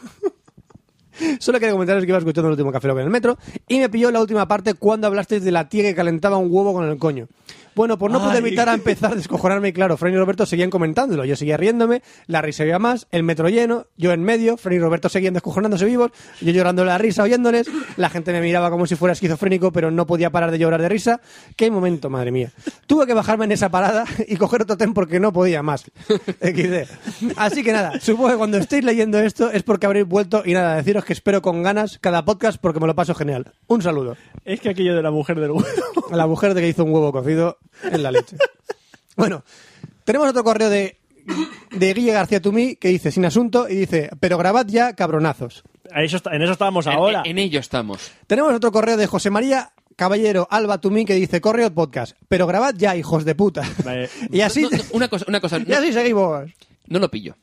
Solo quería comentaros que iba escuchando el último Café Lock en el metro y me pilló la última parte cuando hablasteis de la tía que calentaba un huevo con el coño. Bueno, pues no pude
Ay.
evitar a empezar a descojonarme y claro, Fran y Roberto seguían comentándolo. Yo seguía riéndome, la risa iba más, el metro lleno, yo en medio, Fran y Roberto seguían descojonándose vivos, yo llorando la risa oyéndoles, la gente me miraba como si fuera esquizofrénico, pero no podía parar de llorar de risa. Qué momento, madre mía. Tuve que bajarme en esa parada y coger otro tren porque no podía más. XD. Así que nada, supongo que cuando estéis leyendo esto es porque habréis vuelto y nada, deciros que espero con ganas cada podcast porque me lo paso genial. Un saludo.
<laughs> Es que aquello de la mujer del huevo. <laughs>
A la mujer de que hizo un huevo cocido en la leche. Bueno, tenemos otro correo de, de Guille García Tumí que dice, sin asunto, y dice, pero grabad ya, cabronazos.
A eso está- en eso estábamos
En-
ahora.
En, ello estamos.
Tenemos otro correo de José María Caballero Alba Tumí que dice, correo podcast, pero grabad ya, hijos de puta.
Vale.
<laughs> Y así,
No, no, una cosa, una cosa.
<laughs> y
No,
así seguimos.
no lo pillo.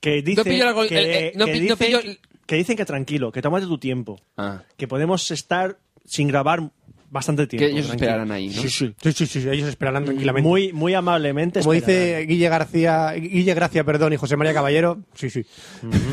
que dice
pillo algo-
que,
el- el- eh, no
que
pi- no
dicen,
pillo-
que dicen que tranquilo, que tómate tu tiempo.
Ah.
Que podemos estar sin grabar bastante tiempo.
ellos
tranquilo.
esperarán ahí, ¿no?
Sí, sí.
Sí, sí, sí, ellos esperarán tranquilamente.
Muy, muy amablemente.
Como
esperarán.
dice Guille García, Guille Gracia, perdón, y José María Caballero, sí, sí. <laughs>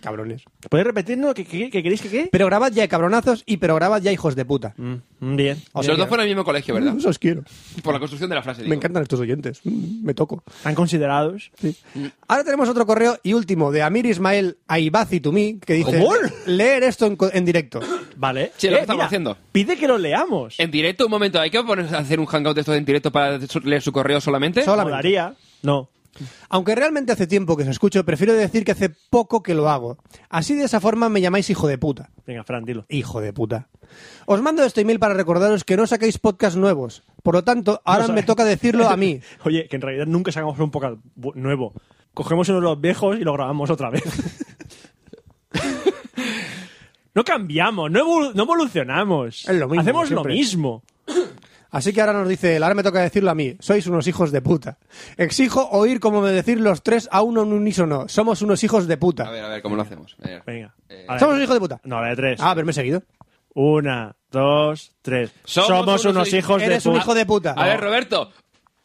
Cabrones.
¿Podéis repetirnos? ¿Que, que, que queréis que qué?
Pero grabad ya, cabronazos, y pero grabad ya, hijos de puta.
Mm, bien.
O
Los
sea que-
dos fueron al mismo colegio,
<laughs>
¿verdad?
Os quiero.
Por la construcción de la frase.
Me
digo.
encantan estos oyentes. Mm, Me toco.
¿Están considerados?
Sí.
Mm.
Ahora tenemos otro correo y último de Amir Ismael Aibazi Tumí que dice
¿Cómo?
leer esto en, co- en directo.
Vale. Eh,
Sí, lo que estamos haciendo. Eh,
Pide que lo leamos.
En directo, un momento, ¿hay que ponerse a hacer un hangout de esto en directo para su- leer su correo solamente?
Solo- solamente.
Molaría. No.
Aunque realmente hace tiempo que os escucho, prefiero decir que hace poco que lo hago. Así de esa forma me llamáis hijo de puta.
Venga, Fran, dilo.
Hijo de puta. Os mando este email para recordaros que no sacáis podcast nuevos. Por lo tanto, ahora
No
me
sabe-
toca decirlo
<laughs>
a mí.
<laughs> Oye, que en realidad nunca sacamos un podcast bu- nuevo. Cogemos uno de los viejos y lo grabamos otra
<laughs>
vez. no cambiamos, no, evol- no evolucionamos.
Es lo mismo,
Hacemos
siempre.
lo mismo.
Así que ahora nos dice él, ahora me toca decirlo a mí. Sois unos hijos de puta. Exijo oír como me decir los tres a uno en unísono. Somos unos hijos de
A
puta.
ver, a ver, ¿cómo lo hacemos? A ver.
Venga.
Eh,
A la
Somos
de-
unos hijos de puta.
No, a la de tres.
Ah, haberme seguido.
Una, dos, tres.
Somos
Somos,
unos
unos,
hij-
hijos
Eres
de
un
puta.
hijo de puta.
A ver, Roberto.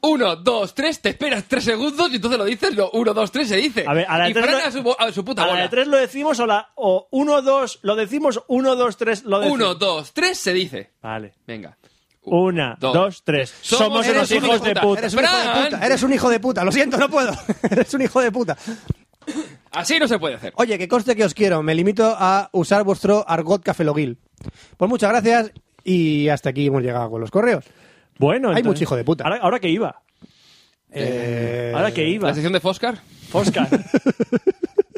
Uno, dos, tres, te esperas tres segundos y entonces lo dices. No, uno, dos, tres se dice.
A ver, a la de
y
tres
Fran
lo-
a su, bo- a su puta
a la
bola.
de tres lo decimos o la o uno, dos, lo decimos, uno, dos, tres, lo decimos.
Uno, dos, tres se dice.
Vale.
Venga.
Una, dos, tres. Somos,
eres
unos
un
hijos de puta.
Eres un hijo de
Fran.
puta. Eres un hijo de puta. Lo siento, no puedo. <laughs> Eres un hijo de puta.
Así no se puede hacer.
Oye, que conste que os quiero. Me limito a usar vuestro argot cafeloguil. Pues muchas gracias y hasta aquí hemos llegado con los correos.
Bueno,
Hay
entonces-
mucho hijo de puta.
Ahora, ahora que iba.
Eh,
<laughs> Ahora que iba.
La sección de Foscar.
<laughs>
Oscar.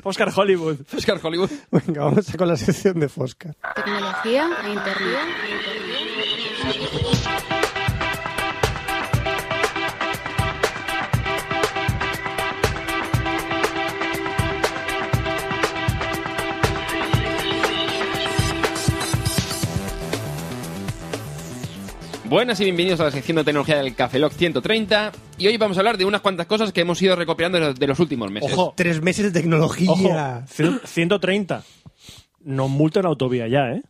Oscar Hollywood.
Foscar Hollywood.
Venga, vamos con la sección de Fosca.
Tecnología e internet.
Buenas y bienvenidos a la sección de tecnología del Café Lock 130. Y hoy vamos a hablar de unas cuantas cosas que hemos ido recopilando de los- de los últimos meses.
Ojo.
Tres meses de tecnología.
Ojo, cien- 130. Nos multan autovía ya, ¿eh?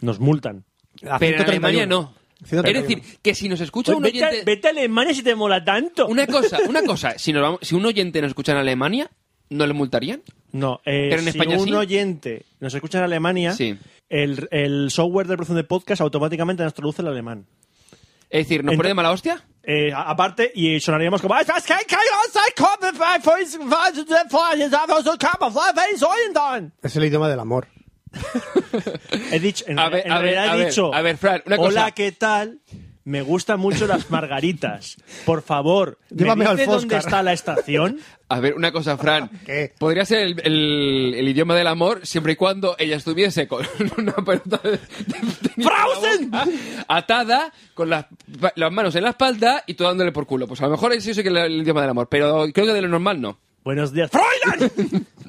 Nos multan.
A
Pero en
131.
Alemania no.
131.
Es decir, que si nos escucha un
Oye, Pues vete, a-
oyente...
vete a Alemania si te mola tanto.
Una cosa, una cosa. Si, nos vamos- si un oyente nos escucha en Alemania, ¿no le multarían?
No, eh,
Pero en
si
España
un
sí.
oyente nos escucha en Alemania,
Sí.
el, el software de producción de podcast automáticamente nos traduce el alemán.
Es decir, ¿nos
Ento-
pone de mala hostia?
Eh, a- aparte, y sonaríamos como... eh, pues, He
Es el idioma del amor.
dicho, en,
A ver,
en
a ver,
realidad
a
he
ver,
dicho...
a ver, Fran, una
Hola,
cosa".
¿qué tal? Me gustan mucho las margaritas. Por favor, ¿me
Llévame
dice
al Foscar.
dónde está
<laughs>
la estación?
A ver, una cosa, Fran.
¿Qué?
Podría ser el, el- el idioma del amor siempre y cuando ella estuviese con <laughs> una pelota de, de- de-
¡Frausen!
la boca atada, con las, las manos en la espalda y tú dándole por culo. Pues a lo mejor eso sí que es el, el idioma del amor, pero creo que de lo normal no.
Buenos días. ¡Froilan!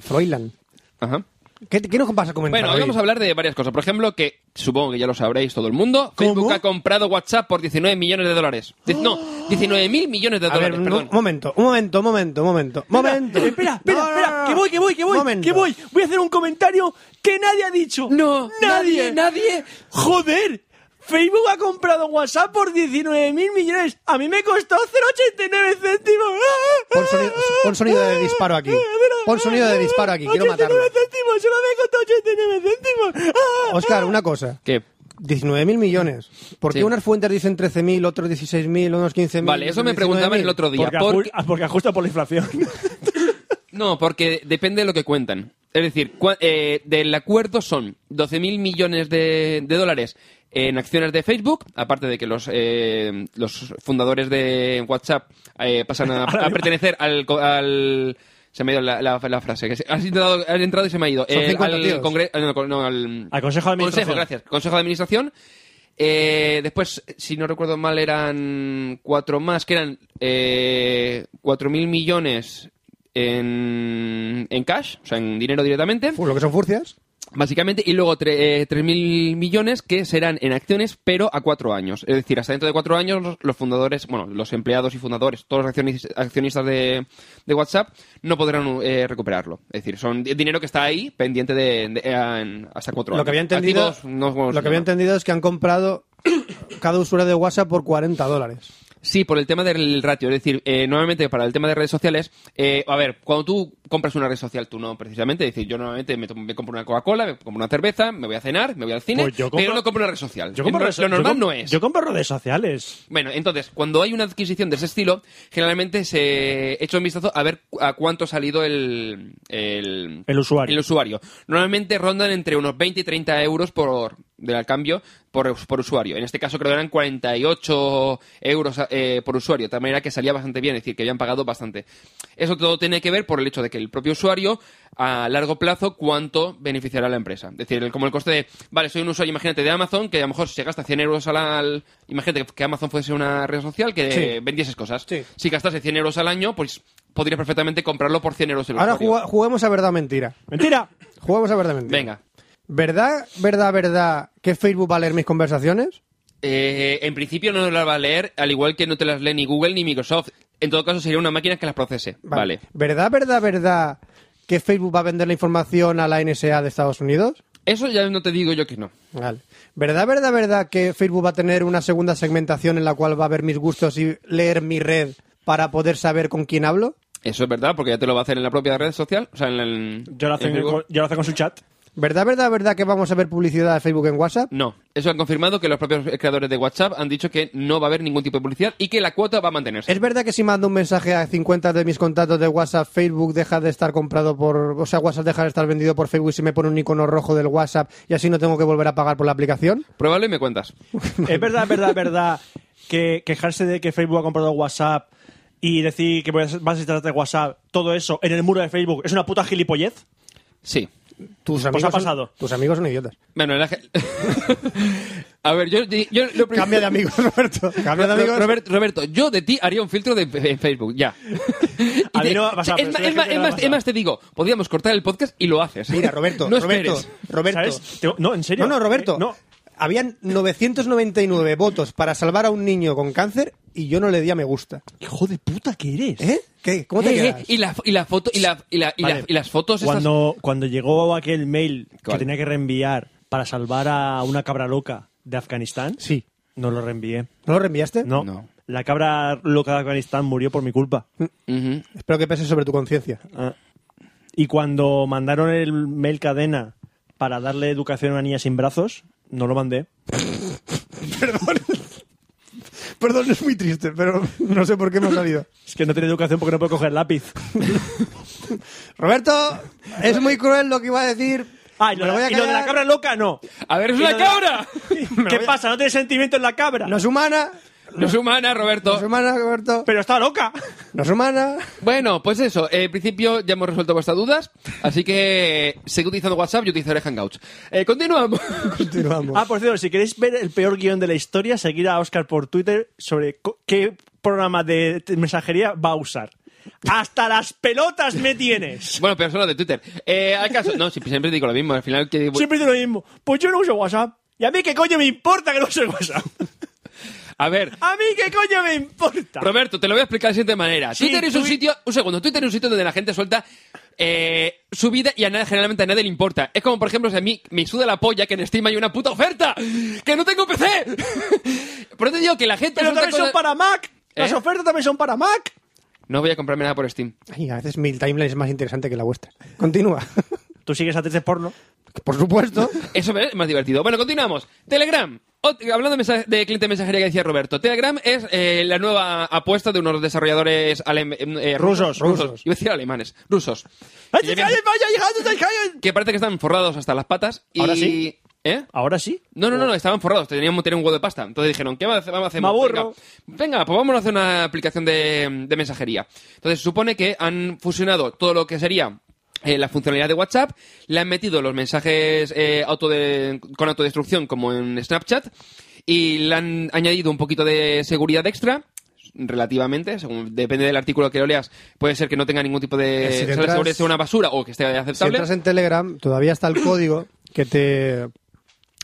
Froilán.
Ajá.
¿Qué, qué nos vas a comentar?
Bueno, hoy
hoy?
vamos a hablar de varias cosas. Por ejemplo, que supongo que ya lo sabréis todo el mundo.
¿Cómo?
Facebook ha comprado WhatsApp por 19 millones de dólares. Dic- No, 19 mil millones de
¡Oh! A ver,
dólares,
un
perdón.
un momento, un momento, un momento, un momento. momento.
Eh, Espera, espera,
No, no,
espera.
no, no.
Que voy, que voy, que voy.
Momento.
Que voy. Voy a hacer un comentario que nadie ha dicho.
No, nadie, nadie.
Joder. Facebook ha comprado WhatsApp por 19.000 millones. A mí me costó 0,89 céntimos.
Pon sonido- pon sonido de disparo aquí. Pon sonido de disparo aquí, quiero matarlo.
89 céntimos, solo me costó 89 céntimos. Ah.
Oscar, una cosa.
¿Qué?
19.000 millones. ¿Por qué
Sí.
unas fuentes dicen 13.000, otros 16.000, unos 15.000?
Vale, eso me preguntaban el otro día.
Porque,
¿Por qué-
aju- porque ajusta por
<laughs>
la inflación.
No, porque depende de lo que cuentan. Es decir, cua- eh, del acuerdo son 12.000 millones de, de dólares en acciones de Facebook, aparte de que los, eh, los fundadores de WhatsApp eh, pasan
<laughs>
a, a pertenecer al... co- al- se me ha ido la, la- la frase. Que se- has, intentado- has entrado y se me ha ido.
Son
Eh,
50
al
tíos.
congre- eh, no, con- no, al,
Al Consejo de Administración.
Consejo, gracias. Consejo de Administración. Eh, después, si no recuerdo mal, eran cuatro más, que eran eh, cuatro mil millones en, en cash, o sea, en dinero directamente,
Pues lo que son furcias.
básicamente, y luego tre- eh, tres mil millones que serán en acciones, pero a cuatro años. Es decir, hasta dentro de cuatro años, los, los fundadores, bueno, los empleados y fundadores, todos los accionis- accionistas de, de WhatsApp, no podrán eh, recuperarlo. Es decir, son di- dinero que está ahí pendiente de, de- eh, en- hasta cuatro
Lo
años.
que había entendido,
Activos, no, bueno, se
lo que había
llama.
entendido es que han comprado cada usuario de WhatsApp por 40 dólares.
Sí, por el tema del ratio. Es decir, eh, nuevamente para el tema de redes sociales, eh, a ver, cuando tú compras una red social, tú no precisamente, es decir, yo normalmente me, tomo- me compro una Coca-Cola, me compro una cerveza, me voy a cenar, me voy al cine,
Pues yo compro-
pero no compro una red social.
Yo compro
Eh, no-
redes-
lo normal
yo comp-
no es.
Yo compro redes sociales.
Bueno, entonces, cuando hay una adquisición de ese estilo, generalmente se echa un vistazo a ver cu- a cuánto ha salido el, el,
El usuario.
el usuario. Normalmente rondan entre unos 20 y 30 euros por del cambio por, us- por usuario. En este caso creo que eran 48 euros eh, por usuario, de tal manera que salía bastante bien, es decir, que habían pagado bastante. Eso todo tiene que ver por el hecho de que el propio usuario, a largo plazo, cuánto beneficiará a la empresa. Es decir, el- como el coste de, vale, soy un usuario, imagínate, de Amazon, que a lo mejor se gasta 100 euros al... al- imagínate que- que Amazon fuese una red social que
Sí.
vendieses cosas.
Sí.
Si gastase 100 euros al año, pues podrías perfectamente comprarlo por 100 euros el
Ahora
usuario.
juga- juguemos a verdad o mentira.
Mentira.
Juguemos a verdad o mentira.
Venga.
¿Verdad, verdad, verdad que Facebook va a leer mis conversaciones?
Eh, en principio no las va a leer, al igual que no te las lee ni Google ni Microsoft. En todo caso, sería una máquina que las procese. Vale.
¿Verdad, verdad, verdad que Facebook va a vender la información a la NSA de Estados Unidos?
Eso ya no te digo yo que no.
Vale. ¿Verdad, verdad, verdad que Facebook va a tener una segunda segmentación en la cual va a ver mis gustos y leer mi red para poder saber con quién hablo?
Eso es verdad, porque ya te lo va a hacer en la propia red social. O sea, en el.
Yo lo, hacen
en Facebook.
con, yo lo hacen con su <laughs> chat.
¿Verdad, verdad, verdad que vamos a ver publicidad de Facebook en WhatsApp?
No. Eso han confirmado que los propios creadores de WhatsApp han dicho que no va a haber ningún tipo de publicidad y que la cuota va a mantenerse.
¿Es verdad que si mando un mensaje a 50 de mis contactos de WhatsApp, Facebook deja de estar comprado por... O sea, WhatsApp deja de estar vendido por Facebook si me pone un icono rojo del WhatsApp y así no tengo que volver a pagar por la aplicación?
Pruébalo y me cuentas.
Es verdad, es verdad, es verdad que quejarse de que Facebook ha comprado WhatsApp y decir que vas vas a instalar de WhatsApp, todo eso en el muro de Facebook es una puta gilipollez.
Sí.
Tus amigos,
ha pasado.
Son, tus amigos son idiotas.
Bueno, la... ge- <laughs> A ver, yo. yo lo primero-
Cambia de amigos, Roberto. Cambia de amigos.
Ro- Robert- Roberto, yo de ti haría un filtro de en Facebook, ya.
<laughs> A
Y
mí
te-
no me va a pasar,
es
pero
más-
estoy
es más-
aquí,
es
no me
más-
va a
es más,
pasar.
te digo, podríamos cortar el podcast y lo haces.
Mira,
<laughs>
Roberto,
no
Roberto,
esperes.
Roberto.
¿Sabes? Te- no, en serio.
No, no, Roberto.
Eh, no.
Habían 999 votos para salvar a un niño con cáncer y yo no le di a me gusta.
Hijo de puta que eres.
¿Eh? ¿Qué? ¿Cómo te
Eh, eh,
quedas?
y, la, y la foto y, la- y la- y la-
Vale.
y las fotos esas-
Cuando, cuando llegó aquel mail que
¿Cuál?
tenía que reenviar para salvar a una cabra loca de Afganistán,
Sí.
no lo reenvié.
¿No lo reenviaste?
No.
No.
La cabra loca de Afganistán murió por mi culpa.
Ujú.
Espero que pese sobre tu
<laughs>
conciencia.
Ah. Y cuando mandaron el mail cadena para darle educación a una niña sin brazos, no lo mandé.
Perdón, es muy triste, pero no sé por qué me ha salido.
Es que no tiene educación porque no puedo coger <laughs> lápiz.
Roberto, es muy cruel lo que iba a decir.
Ah, y
Me
lo,
lo voy a
y lo de la <laughs>
callar.
cabra loca no.
A ver, es
Y
una
lo de- <laughs>
cabra.
¿Qué pasa? ¿No tiene sentimiento en la cabra?
No es humana.
No es humana, Roberto.
No es humana, Roberto.
Pero está loca.
No es humana.
Bueno, pues eso. eh, En principio ya hemos resuelto vuestras dudas. Así que seguid utilizando WhatsApp, yo utilizaré Hangouts. Eh, continuamos. <laughs>
Continuamos.
Ah, por cierto, si queréis ver el peor guión de la historia, seguid a Oscar por Twitter sobre co- qué programa de t- mensajería va a usar. ¡Hasta las pelotas me tienes!
bueno, pero solo de Twitter. Eh, al caso. No, si- siempre digo lo mismo. Al final que.
Siempre digo lo mismo. Pues yo no uso WhatsApp. ¿Y a mí qué coño me importa que no use WhatsApp?
A ver.
¿A mí qué coño me importa?
Roberto, te lo voy a explicar de siguiente manera.
Sí,
Twitter es un
twi-
sitio, un segundo, Twitter es un sitio donde la gente suelta eh, su vida y a nadie, generalmente a nadie le importa. Es como, por ejemplo, si a mí me suda la polla que en Steam hay una puta oferta, que no tengo PC. <laughs> por eso digo que la gente
Pero
suelta
también son
cosas-
para Mac. Las
¿Eh?
ofertas también son para Mac.
No voy a comprarme nada por Steam.
Ay, a veces mi timeline es más interesante que la vuestra. Continúa. <laughs>
Tú sigues actrices porno.
Por supuesto.
Eso es más divertido. Bueno, continuamos. Telegram. Ot- hablando de, mensaje- de cliente de mensajería que decía Roberto, Telegram es eh, la nueva apuesta de unos desarrolladores alem- eh,
Rusos,
rusos.
Iba a decir alemanes, rusos.
¡Ay,
Que
se
llevan-
callen, vaya, hija, se callen!
que parece que están forrados hasta las patas y...
Ahora sí.
¿Eh?
Ahora sí.
No, no,
Oh.
no, no, estaban forrados, teníamos tener un huevo de pasta. Entonces dijeron, ¿qué vamos a hacer? Vamos a hacer-
Me aburro.
Venga, venga, pues vamos a hacer una aplicación de, de mensajería. Entonces se supone que han fusionado todo lo que sería eh, la funcionalidad de WhatsApp, le han metido los mensajes eh, auto de- con autodestrucción como en Snapchat y le han añadido un poquito de seguridad extra relativamente, según depende del artículo que lo leas, puede ser que no tenga ningún tipo de
Eh, Si te
o sea, la
entras-
seguridad sea una basura o que esté
Si
aceptable.
entras en Telegram, todavía está el código que te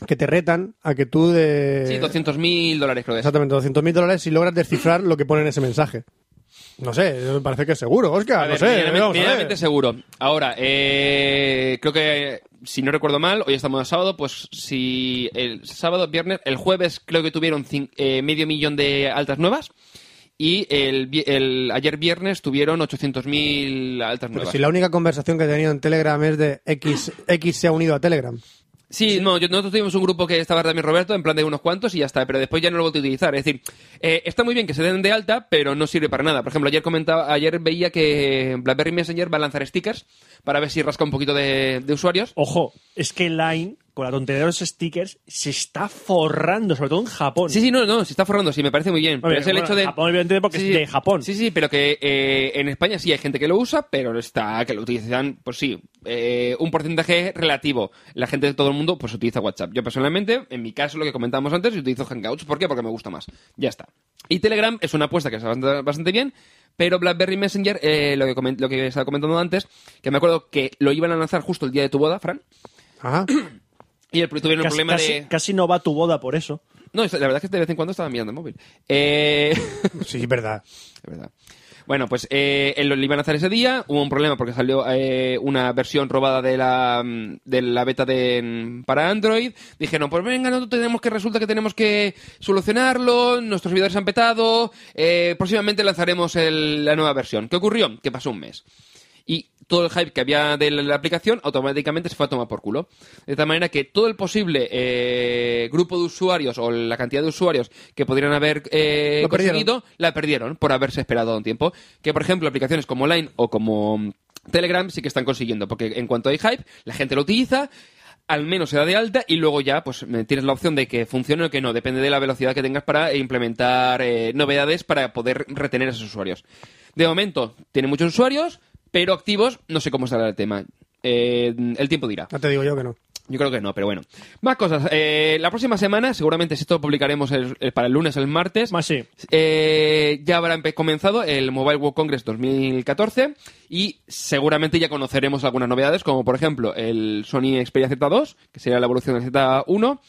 que te retan a que tú de
Sí, 200.000 dólares creo que es.
exactamente 200.000 dólares si logras descifrar lo que pone en ese mensaje. No sé, me parece que es seguro,
A
Oscar,
ver,
no sé,
medianamente-
vamos a ver.
medianamente seguro. Ahora, eh, creo que, si no recuerdo mal, hoy estamos a sábado, pues si el sábado, viernes, el jueves creo que tuvieron cin- eh, medio millón de altas nuevas y el, vi- el- ayer viernes tuvieron 800.000 altas
Pero
nuevas.
si la única conversación que he tenido en Telegram es de X X se ha unido a Telegram.
Sí, no, yo- nosotros tuvimos un grupo que estaba también Roberto, en plan de unos cuantos y ya está, pero después ya no lo volví a utilizar. Es decir, eh, está muy bien que se den de alta, pero no sirve para nada. Por ejemplo, ayer comentaba, ayer veía que BlackBerry Messenger va a lanzar stickers para ver si rasca un poquito de, de usuarios.
Ojo, es que Line, con la tontería de los stickers, se está forrando, sobre todo en Japón.
Sí, sí, no, no, se está forrando, sí, me parece muy bien.
Hombre,
pero es el
bueno,
hecho de.
Japón, evidentemente, porque es de Japón.
Sí, sí, pero que eh, en España sí hay gente que lo usa, pero está, que lo utilizan, pues sí, eh, un porcentaje relativo. La gente de todo el mundo, pues utiliza WhatsApp. Yo personalmente, en mi caso, lo que comentábamos antes, yo utilizo Hangouts. ¿Por qué? Porque me gusta más. Ya está. Y Telegram es una apuesta que está bastante, bastante bien, pero BlackBerry Messenger, eh, lo, que comen- lo que estaba comentando antes, que me acuerdo que lo iban a lanzar justo el día de tu boda, Fran, <coughs>
Ajá.
y el, tuvieron el
Casi,
problema
casi-
de.
casi no va tu boda por eso.
No, la verdad es que de vez en cuando estaba mirando el móvil. Eh. <laughs>
Sí, es verdad.
Es verdad. Bueno, pues eh, él lo iban a hacer ese día. Hubo un problema porque salió eh, una versión robada de la, mm, de la beta de, mm, para Android. Dijeron, pues venga, no tenemos que resulta que tenemos que solucionarlo. Nuestros servidores han petado. eh, próximamente lanzaremos el- la nueva versión. ¿Qué ocurrió? Que pasó un mes. Y todo el hype que había de la- la aplicación automáticamente se fue a tomar por culo. De tal manera que todo el posible eh, grupo de usuarios o la cantidad de usuarios que podrían haber eh,
Lo perdieron.
conseguido la perdieron por haberse esperado un tiempo. Que, por ejemplo, aplicaciones como Line o como mm, Telegram sí que están consiguiendo, porque en cuanto hay hype, la gente lo utiliza, al menos se da de alta y luego ya pues eh, tienes la opción de que funcione o que no, depende de la velocidad que tengas para implementar eh, novedades para poder retener a esos usuarios. De momento, tiene muchos usuarios, pero activos, no sé cómo estará el tema. Eh, el tiempo dirá.
No te digo yo que no.
Yo creo que no, pero bueno. Más cosas. Eh, la próxima semana, seguramente si esto lo publicaremos el- el- para el lunes o el martes,
Más sí.
eh, ya habrá empe- comenzado el Mobile World Congress 2014 y seguramente ya conoceremos algunas novedades, como por ejemplo el Sony Xperia Z2, que sería la evolución del Z1,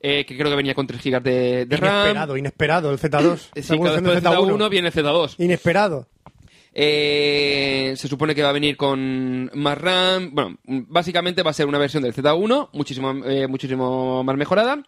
eh, que creo que venía con 3 GB de, de RAM. Eh,
Inesperado, inesperado el Z2.
Sí, claro,
Está evolucionando
después del
el
Z1 viene el Z2.
Inesperado.
Eh, se supone que va a venir con más RAM. Bueno, mm, básicamente va a ser una versión del Z1, muchísimo, eh, muchísimo más mejorada.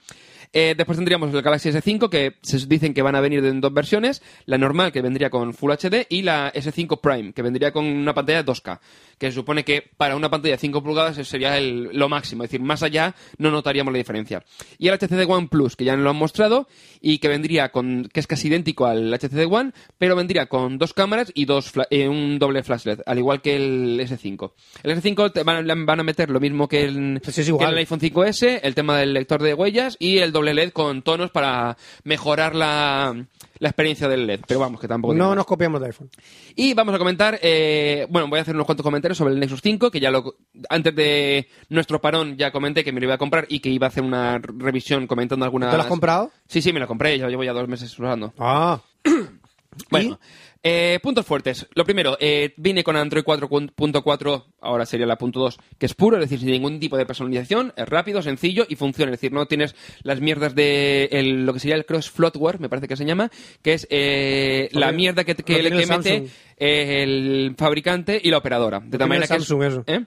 Eh, después tendríamos el Galaxy S5, que se dicen que van a venir en dos versiones. La normal, que vendría con Full HD, y la S5 Prime, que vendría con una pantalla 2K. Que se supone que para una pantalla de 5 pulgadas eso sería el- lo máximo. Es decir, más allá no notaríamos la diferencia. Y el HTC One Plus, que ya lo han mostrado, y que vendría con... que es casi idéntico al HTC One, pero vendría con dos cámaras y dos fla- eh, un doble flash LED, al igual que el S5. El S5 te van, a- van a meter lo mismo que el,
Pues es igual.
que el iPhone 5S, el tema del lector de huellas y el doble doble LED con tonos para mejorar la, la experiencia del LED. Pero vamos, que tampoco. tiene
No
más.
nos copiamos de iPhone.
Y vamos a comentar, eh, bueno, voy a hacer unos cuantos comentarios sobre el Nexus 5, que ya lo, antes de nuestro parón ya comenté que me lo iba a comprar y que iba a hacer una revisión comentando algunas...
¿Te lo has comprado?
Sí, sí, me lo compré, ya llevo ya dos meses usando.
Ah.
Bueno, eh, puntos fuertes. Lo primero, eh, vine con Android 4.4, ahora sería la punto .2, que es puro, es decir, sin ningún tipo de personalización, es rápido, sencillo y funciona. Es decir, no tienes las mierdas de el- lo que sería el cross floatware, me parece que se llama, que es eh, la
tiene-
mierda que, que
lo
le
tiene
que mete
Samsung.
eh, el fabricante y la operadora. De tal
tiene
manera que es-
Samsung eso.
¿eh?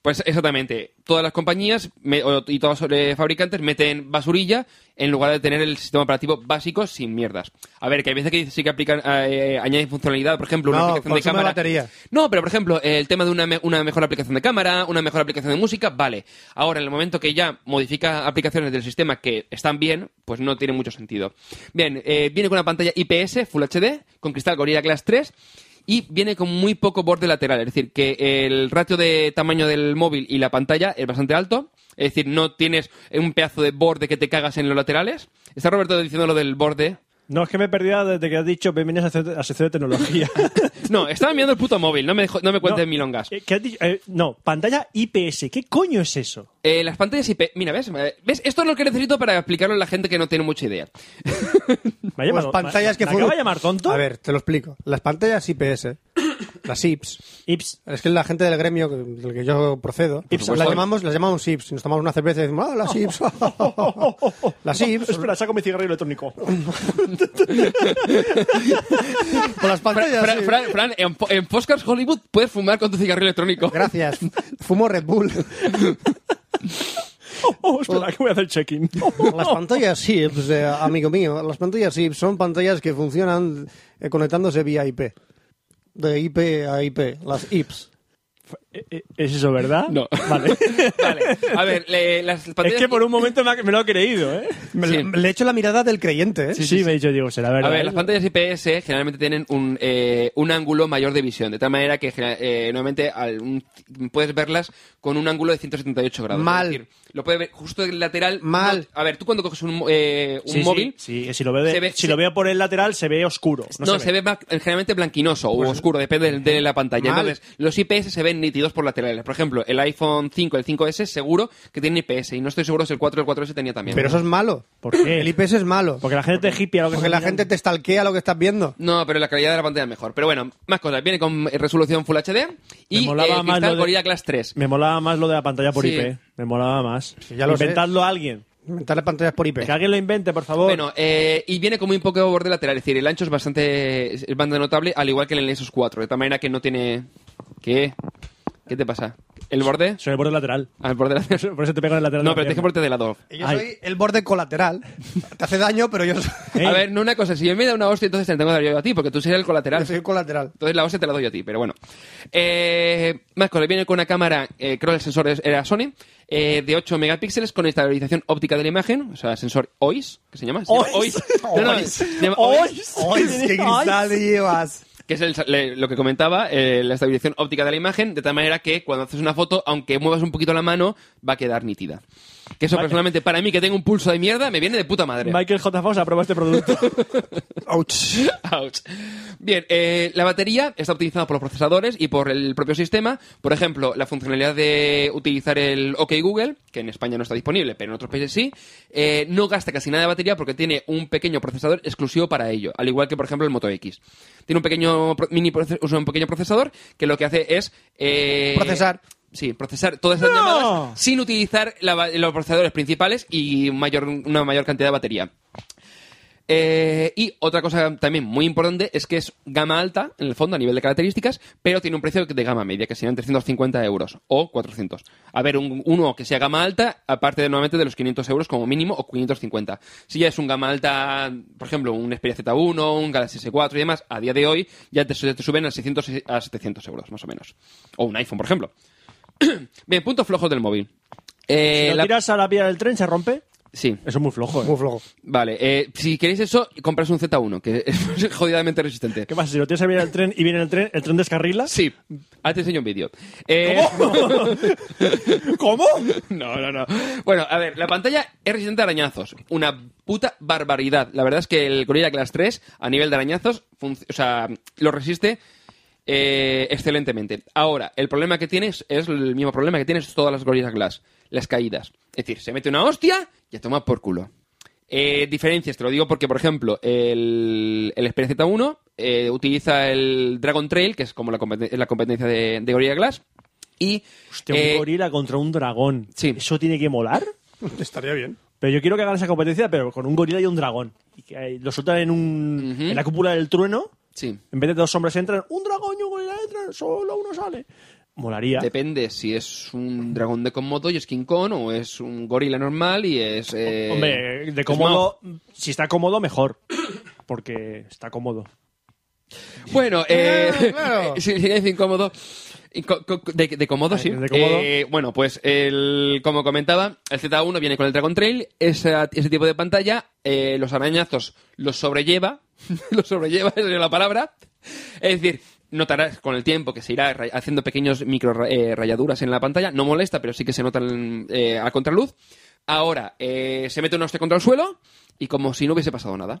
Pues exactamente, todas las compañías me- o- y todos los eh, fabricantes meten basurilla en lugar de tener el sistema operativo básico sin mierdas. A ver, que hay veces que sí que aplican, eh, añaden funcionalidad, por ejemplo, una
No,
aplicación de
consume
cámara.
batería.
No, pero por ejemplo, el tema de una, me- una mejor aplicación de cámara, una mejor aplicación de música, vale. Ahora, en el momento que ya modifica aplicaciones del sistema que están bien, pues no tiene mucho sentido. Bien, eh, viene con una pantalla IPS Full HD, con cristal Gorilla Glass 3, y viene con muy poco borde lateral. Es decir, que el ratio de tamaño del móvil y la pantalla es bastante alto. Es decir, no tienes un pedazo de borde que te cagas en los laterales. Está Roberto diciendo lo del borde.
No, es que me he perdido desde que has dicho bienvenidos a la sección de tecnología.
No, estaba mirando el puto móvil, no me, dejo- no me cuentes
No,
milongas.
eh, ¿qué has dicho? Eh, no, pantalla IPS. ¿Qué coño es eso?
Eh, las pantallas IP. Mira, ¿ves? Eh, ¿ves? Esto es lo que necesito para explicarlo a la gente que no tiene mucha
<laughs>
idea.
¿Me ha
Pues
llamado-
pantallas
me-
que
me
fueron-
acaba de llamar tonto?
A ver, te lo explico. Las pantallas IPS, las IPS,
Ips.
es que la gente del gremio que- del que yo procedo,
Ips,
las
supuesto.
llamamos, las llamamos IPS. Y nos tomamos una cerveza y decimos, ah, las IPS. las IPS.
Espera, saco mi cigarrillo electrónico.
Oh, Con las
Fra-
pantallas.
Fra-
sí.
Fran, Fran, en, po- en Postcards Hollywood puedes fumar con tu cigarrillo electrónico.
Gracias. Fumo Red Bull.
Oh, espera, que voy a hacer check-in. Oh.
Las pantallas IPS, eh, amigo mío, las pantallas IPS son pantallas que funcionan eh, conectándose vía IP. De IP a IP, las IPS.
Eh, eh, ¿Es eso verdad?
No. <laughs>
Vale.
<laughs> Vale. A ver, le- las
es
pantallas.
que por un momento me, ha- me lo he creído, ¿eh?
Me-
Sí.
Le he hecho la mirada del creyente, ¿eh?
Sí, me he dicho, digo, será verdad.
A ver,
¿eh?
las pantallas IPS generalmente tienen un, eh, un ángulo mayor de visión, de tal manera que genera- eh, normalmente al- un- puedes verlas con un ángulo de 178 grados.
Mal.
Es decir, lo puedes ver justo del lateral.
Mal.
No- a ver, tú cuando coges un, mo- eh, un
Sí, sí,
móvil,
Sí, que si, lo veo, de-
se ve-
si
se-
lo veo por el lateral se ve oscuro. No,
No, se, ve ba- generalmente blanquinoso o oscuro, depende de, de la pantalla.
Mal.
Entonces, los IPS se ven nítidos por laterales. Por ejemplo, el iPhone 5, el 5S, seguro que tiene IPS. Y no estoy seguro si el 4 el 4S tenía también.
Pero eso es malo.
¿Por qué?
El IPS es malo.
Porque la gente te hippie a lo que
Porque
está
la gente te stalkea lo que estás viendo.
No, pero la calidad de la pantalla es mejor. Pero bueno, más cosas. Viene con eh, resolución Full HD
Me
y eh,
molaba más lo
cristal
de-
Gorilla Glass 3.
Me molaba más lo de la pantalla por
Sí.
IP. Me molaba más.
ya lo sé.
Inventadlo a alguien.
Inventarle pantallas por IP.
Que alguien lo invente, por favor.
Bueno, eh, y viene con muy poco borde lateral. Es decir, el ancho es bastante es banda notable, al igual que en el Nexus 4. De tal manera que no tiene... ¿Qué? ¿Qué te pasa? ¿El borde?
Soy el borde lateral. <laughs>
Ah, el borde
Por
lateral.
eso por eso te pego en el lateral.
No,
de
pero
la
tienes que
pierna.
ponerte de lado.
Y Yo
Ay.
soy el borde colateral. Te hace daño, pero yo soy, <laughs>
Eh.
A ver, no una cosa. Si yo me da una hostia, entonces te la tengo que dar yo a ti, porque tú serías el
yo
colateral.
soy el colateral.
Entonces la hostia te la doy yo a ti, pero bueno. Eh, más cosas. Viene con una cámara, eh, creo que el sensor es- era Sony, eh, de 8 megapíxeles con estabilización óptica de la imagen, o sea, sensor OIS, que se llama. ¿Se llama
OIS.
No, no,
OIS.
se llama
<laughs> ¡Ay!
¡Ay, qué cristal llevas!
que es el- le- lo que comentaba, eh, la estabilización óptica de la imagen, de tal manera que cuando haces una foto, aunque muevas un poquito la mano, va a quedar nítida. Que eso personalmente para mí, que tengo un pulso de mierda, me viene de puta madre.
Michael J. Fox aprueba este producto.
Ouch.
Ouch. Bien, eh, la batería está optimizada por los procesadores y por el propio sistema. Por ejemplo, la funcionalidad de utilizar el OK Google, que en España no está disponible, pero en otros países sí, eh, no gasta casi nada de batería porque tiene un pequeño procesador exclusivo para ello, al igual que, por ejemplo, el Moto X. Tiene un pequeño pro- mini proce- usa un pequeño procesador que lo que hace es... eh,
Procesar.
Sí, procesar todas esas
¡No!
llamadas sin utilizar la ba- los procesadores principales y mayor, una mayor cantidad de batería. Eh, y otra cosa también muy importante es que es gama alta, en el fondo, a nivel de características, pero tiene un precio de gama media, que serían 350 euros o 400. A ver, un- uno que sea gama alta, aparte de nuevamente de los 500 euros como mínimo o 550. Si ya es un gama alta, por ejemplo, un Xperia Z1, un Galaxy S4 y demás, a día de hoy ya te, te suben a 600 y- a 700 euros, más o menos. O un iPhone, por ejemplo. Bien, puntos flojos del móvil. <laughs> Eh,
Si lo
la-
tiras a la vía del tren, se rompe.
Sí.
Eso es muy flojo, ¿eh?
Muy flojo.
Vale, eh, si queréis eso, compras un Z1, que <laughs> es jodidamente resistente.
¿Qué pasa? Si lo tienes a venir al tren y viene el tren, ¿el tren descarrila?
Sí, ahora te enseño un vídeo. Eh, <laughs>
¿Cómo?
No, no, no. Bueno, a ver, la pantalla es resistente a arañazos. Una puta barbaridad. La verdad es que el Gorilla Glass 3, a nivel de arañazos, func- o sea, lo resiste eh, excelentemente. Ahora, el problema que tienes es el mismo problema que tienes todas las Gorilla Glass, las caídas. Es decir, se mete una hostia y a tomar por culo. Eh, diferencias, te lo digo porque, por ejemplo, el, el Xperia Z1 eh, utiliza el Dragon Trail, que es como la, competen- es la competencia de, de Gorilla Glass. Y
Hostia, un
eh,
gorila contra un dragón.
sí.
¿Eso tiene que molar?
Estaría bien.
Pero yo quiero que hagan esa competencia, pero con un gorila y un dragón. Y que eh, lo sueltan en, un,
Ujú.
en la cúpula del trueno.
sí.
En vez de dos hombres entran, un dragón y un gorila entran, solo uno sale. Molaría.
Depende si es un dragón de Komodo y es King Kong o es un gorila normal y es... eh,
Hombre, de
es
cómodo. Si está cómodo, mejor. Porque está cómodo.
Mao. Bueno, eh,
<laughs> Claro, claro.
<laughs> si si es incómodo... inco- co- co- De, de cómodo, sí.
Ah, de Komodo.
Eh, bueno, pues el, como comentaba, el Z1 viene con el Dragon Trail, esa- ese tipo de pantalla, eh, los arañazos los sobrelleva, <laughs> los sobrelleva, <laughs> esa es la palabra. Es decir, notarás con el tiempo que se irá ra- haciendo pequeños micro ra- eh, rayaduras en la pantalla, no molesta, pero sí que se notan eh, a contraluz. Ahora, eh, se mete una hostia contra el suelo y como si no hubiese pasado nada.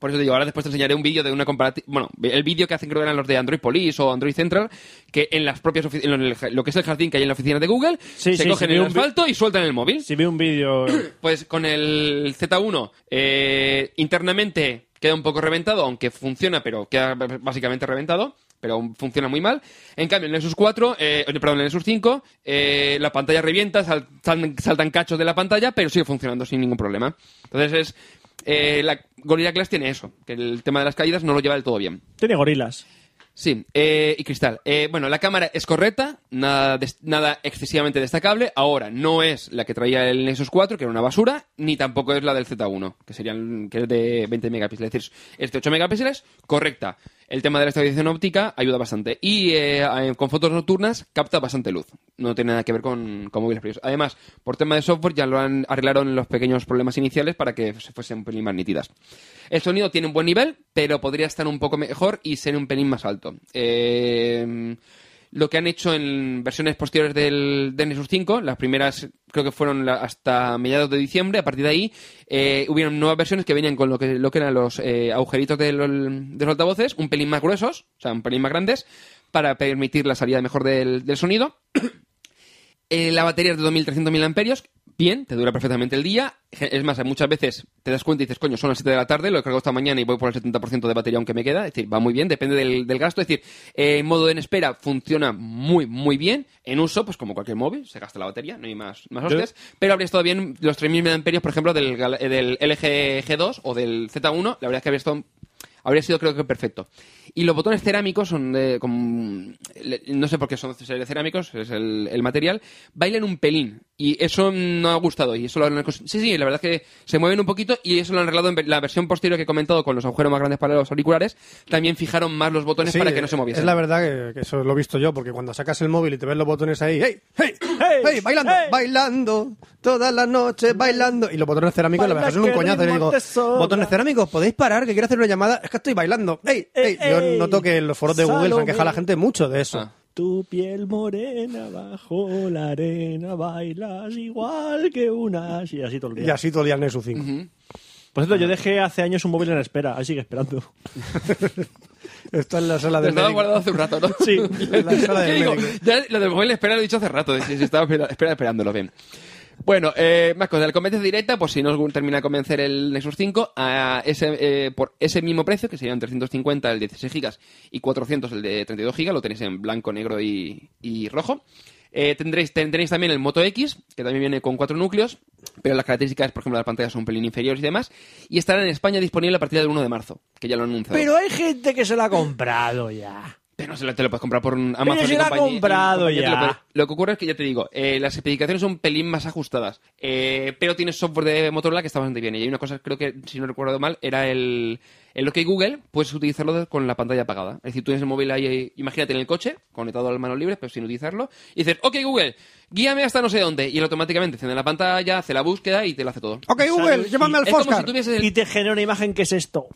Por eso te digo, ahora después te enseñaré un vídeo de una comparativa. Bueno, el vídeo que hacen creo que eran los de Android Police o Android Central, que en las propias ofici- en lo- en el ja- lo que es el jardín que hay en la oficina de Google,
Sí,
se
sí,
cogen
sí, vi
el
un vi-
asfalto y sueltan el móvil.
Si veo un vídeo.
Pues con el Z1 eh, internamente queda un poco reventado, aunque funciona, pero queda b- básicamente reventado, pero aún funciona muy mal. En cambio, en el Nexus 4, eh, perdón, en el Nexus 5, eh, la pantalla revienta, sal- sal- saltan cachos de la pantalla, pero sigue funcionando sin ningún problema. Entonces es... eh, la Gorilla Glass tiene eso, que el tema de las caídas no lo lleva del todo bien.
Tiene gorilas.
Sí, eh, y cristal. Eh, bueno, la cámara es correcta, nada, des- nada excesivamente destacable. Ahora, no es la que traía el Nexus 4, que era una basura, ni tampoco es la del Z1, que, serían, que es de 20 megapíxeles. Es decir, es de 8 megapíxeles, correcta. El tema de la estabilización óptica ayuda bastante. Y eh, eh, con fotos nocturnas capta bastante luz. No tiene nada que ver con, con móviles previos. Además, por tema de software ya lo han, arreglaron los pequeños problemas iniciales para que se fuesen un pelín más nítidas. El sonido tiene un buen nivel, pero podría estar un poco mejor y ser un pelín más alto. Eh, lo que han hecho en versiones posteriores del, del Nexus 5, las primeras creo que fueron la- hasta mediados de diciembre, a partir de ahí eh, hubieron nuevas versiones que venían con lo que, lo que eran los eh, agujeritos de los, de los altavoces, un pelín más gruesos, o sea, un pelín más grandes, para permitir la salida mejor del- del sonido. Eh, la batería es de 2.300 mil amperios. Bien, te dura perfectamente el día. Es más, muchas veces te das cuenta y dices, coño, son las 7 de la tarde, lo he cargado esta mañana y voy por el 70% de batería aunque me queda. Es decir, va muy bien, depende del, del gasto. Es decir, eh, en modo en espera funciona muy, muy bien. En uso, pues como cualquier móvil, se gasta la batería, no hay más, más
Yo-
hostias. Pero habría estado bien los 3.000 mil amperios, por ejemplo, del, gal- eh, del LG G2 o del Z1. La verdad es que habría estado Habría sido, creo que, perfecto. Y los botones cerámicos son de. con- le- no sé por qué son de cerámicos, es el, el material. Bailan un pelín. Y eso no ha gustado. Y eso lo han, cos- sí, sí, la verdad es que se mueven un poquito. Y eso lo han arreglado en ve- la versión posterior que he comentado con los agujeros más grandes para los auriculares. También fijaron más los botones
Sí,
para que no se moviesen.
Pues Es la verdad que, que eso lo he visto yo, porque cuando sacas el móvil y te ves los botones ahí, ¡hey! ¡hey!
¡Hey!
¡hey! ¡bailando!
¡Hey!
¡bailando! Todas las noches bailando. Y los botones cerámicos, la
Baila
verdad, son un
que
coñazo. Y
ritmo
digo,
te sobra.
botones cerámicos, ¿podéis parar? Que quiero hacer una llamada. Es que estoy bailando. ¡hey! ¡hey!
¡Ey,
Yo
ey!
noto que en los foros eh, de Google se han
Salomé.
quejado a la gente mucho de eso.
Ah.
Tu piel morena bajo la arena bailas igual que una. Y así todo el día.
Y así todo el día en el Nexus 5.
Por cierto, yo dejé hace años un móvil en espera. Ahí sigue esperando.
Está en la sala
Lo
de
estaba guardado hace un rato,
<laughs>
¿no?
Sí.
<laughs>
En la sala
¿Qué
del
digo?
médico.
Ya lo del móvil espera lo he dicho hace rato, de si- si estaba espera- espera- esperándolo bien. Bueno, eh, más cosas. La competencia directa, pues si no os gu- termina de convencer el Nexus 5, a ese, eh, por ese mismo precio, que serían 350 el 16 GB y 400 el de 32 GB, lo tenéis en blanco, negro y, y rojo. Eh, tendréis, tendréis también el Moto X, que también viene con cuatro núcleos, pero las características, por ejemplo, de las pantallas son un pelín inferiores y demás, y estará en España disponible a partir del 1 de marzo, que ya lo han anunciado.
hay gente que se lo ha comprado ya.
Pero se lo, te lo puedes comprar por un Amazon.
Pero
y
si lo ha
compañía- y
comprado
compañía te lo
ya.
puede- Lo, que ocurre es que ya te digo, eh, las especificaciones son un pelín más ajustadas. eh, pero tienes software de Motorola que está bastante bien. Y hay una cosa, creo que, si no recuerdo mal, era el, El OK Google puedes utilizarlo de- con la pantalla apagada. Es decir, tú tienes el móvil ahí, ahí, imagínate en el coche, conectado al mano libre, pero sin utilizarlo, y dices, OK Google, guíame hasta no sé dónde, y él automáticamente enciende la pantalla, hace la búsqueda y te lo hace todo.
Ok, Google, llévame al
es como si
Foscar.
tuvieses el
Y te genera una imagen que es esto.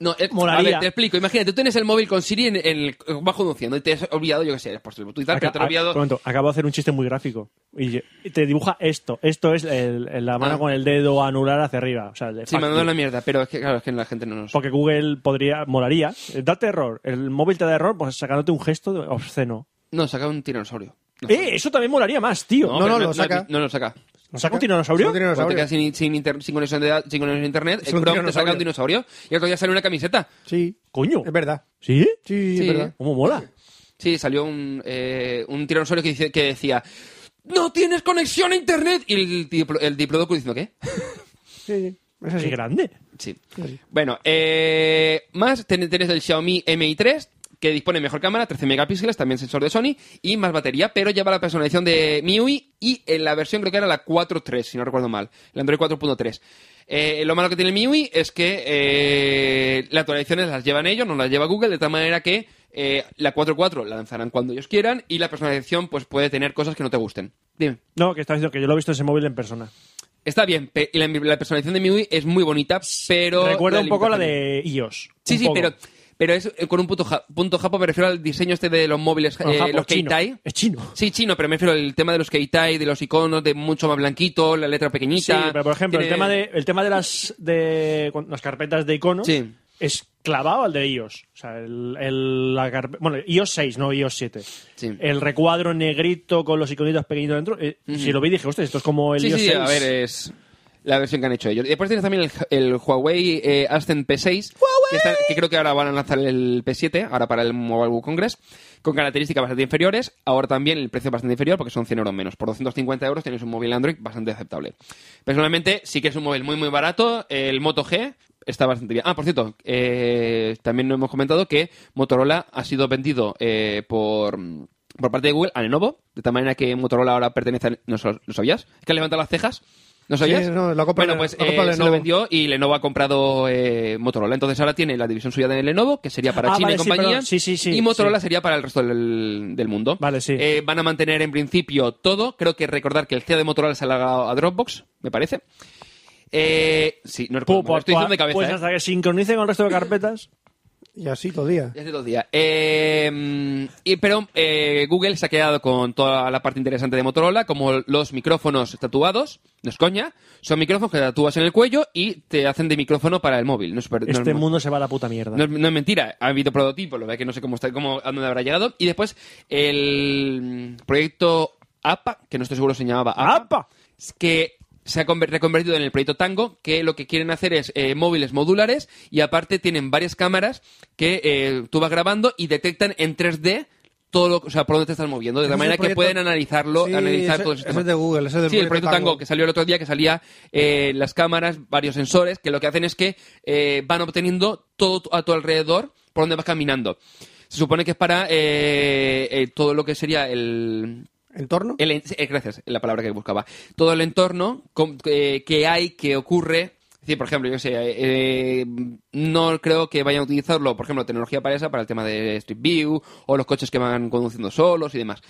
no, eh,
Molaría.
a ver, te explico. Imagínate, tú tienes el móvil con Siri en, en el, bajo de un cielo y te has olvidado, yo qué sé, por utilizar,
Aca-
"Ah, pero te has
a-
olvidado.
pronto, acabo de hacer un chiste muy gráfico. Y yo- y te dibuja esto. Esto es el- el- la mano
Ah.
con el dedo anular hacia arriba. O sea, el de
Sí,
fuck
mandando
you.
la mierda, pero es que, claro, es que la gente no nos.
Porque Google podría, molaría. eh, Date error. El móvil te da error, pues sacándote un gesto de- obsceno.
No, saca un tiranosaurio. No,
¡Eh! Eso también molaría más, tío.
no,
¿No,
no,
pero
lo saca.
No, lo saca.
saca un tiranosaurio?
Un
Cuando te
dinosaurio.
quedas sin, sin inter- sin conexión de, da- sin conexión de internet,
Es
el
un
Chrome te saca un
dinosaurio.
dinosaurio y otro día sale una camiseta.
Sí,
Coño.
es verdad.
¿Sí?
Sí,
Sí.
es verdad.
¿Cómo mola?
Sí, salió un, eh, un tiranosaurio que, dice- que decía: ¡No tienes conexión a internet! Y el, diplo- el diplodoco diciendo: ¿Qué?
Sí, sí. Es
Qué
así.
grande.
Sí. Bueno, eh, más ten- tenés el Xiaomi Mi 3 que dispone mejor cámara, 13 megapíxeles, también sensor de Sony y más batería, pero lleva la personalización de MIUI y en la versión creo que era la 4.3, si no recuerdo mal, el Android 4.3. Eh, lo malo que tiene el MIUI es que eh, las actualizaciones las llevan ellos, no las lleva Google, de tal manera que eh, la 4.4 la lanzarán cuando ellos quieran y la personalización pues puede tener cosas que no te gusten. Dime.
No, que estás diciendo que yo lo he visto ese móvil en persona.
Está bien, pe- la, la personalización de MIUI es muy bonita, pero...
Recuerda
la
un poco la
limitación-
de iOS.
Sí,
un
sí,
poco.
pero, pero es eh, con un punto, ja- punto japo, me refiero al diseño este de los móviles,
Bueno,
eh,
japo,
los
chino.
Keitai.
Es chino.
Sí, chino, pero me refiero al tema de los Keitai, de los iconos, de mucho más blanquito, la letra
Sí,
pequeñita.
pero por ejemplo, el
Tiene-
tema de, el tema de las de con- las carpetas de iconos
Sí.
es clavado al de iOS. O sea, el, el- la carpe- bueno, iOS 6, no iOS 7.
Sí.
El recuadro negrito con los iconitos pequeñitos dentro. eh, Si lo vi, dije, hostia, esto es como el
Sí,
iOS
sí,
6.
a ver, eh, es la versión que han hecho ellos. Y Después tienes también el, el Huawei eh, Ascend P6, que, está- que creo que ahora van a lanzar el P7, ahora para el Mobile World Congress, con características bastante inferiores. Ahora también el precio bastante inferior porque son 100 euros menos. Por 250 euros tienes un móvil Android bastante aceptable. Personalmente, sí que es un móvil muy, muy barato. El Moto G está bastante bien. Ah, por cierto, eh, también nos hemos comentado que Motorola ha sido vendido eh, por por parte de Google a Lenovo, de tal manera que Motorola ahora pertenece a... ¿No so- lo sabías? ¿Es que han levantado las cejas? ¿No sabías?
Sí, no, lo ha comprado-
bueno, pues
lo ha comprado
eh, se lo
Lenovo.
vendió y Lenovo ha comprado eh, Motorola. Entonces ahora tiene la división suya de Lenovo, que sería para
Ah,
China
vale,
y
sí,
compañía,
perdón. Sí, sí, sí,
y Motorola
sí.
sería para el resto del, del mundo.
Vale, sí.
Eh, van a mantener en principio todo. Creo que recordar que el CEO de Motorola se ha alargado a Dropbox, me parece. Eh, sí, no recuerdo.
Pu-
mal, lo
pu-
Estoy diciendo de cabeza.
pues
¿eh?
hasta que sincronice con el resto de carpetas.
Y así todo el día.
Desde dos días. Eh, y- pero eh, Google se ha quedado con toda la parte interesante de Motorola, como los micrófonos tatuados. No es coña. Son micrófonos que tatúas en el cuello y te hacen de micrófono para el móvil. No es per- no es
este
mo-
mundo se va a la puta mierda.
no, es- no es mentira, ha habido prototipos, lo verdad que no sé cómo está, cómo, a dónde habrá llegado. Y después el mm, proyecto APA, que no estoy seguro si se llamaba
Ah, ¡Apa!
es que se ha conver- reconvertido en el proyecto Tango, que lo que quieren hacer es eh, móviles modulares y aparte tienen varias cámaras que eh, tú vas grabando y detectan en 3D todo lo, o sea, por dónde te estás moviendo, de
Ese
tal
es
manera
el
que
proyecto-
pueden analizarlo,
Sí,
analizar
ese-
todo el
ese
sistema.
es de Google, ese es del
sí, el proyecto Tango,
Tango.
que salió el otro día, que salía eh, las cámaras, varios sensores, que lo que hacen es que eh, van obteniendo todo tu- a tu alrededor por donde vas caminando. Se supone que es para eh, eh, todo lo que sería el,
¿Entorno?
el en- eh, gracias, la palabra que buscaba. Todo el entorno com- eh, que hay, que ocurre. Es decir, por ejemplo, yo sé, eh, eh, no creo que vayan a utilizarlo, por ejemplo, tecnología para esa, para el tema de Street View o los coches que van conduciendo solos y demás.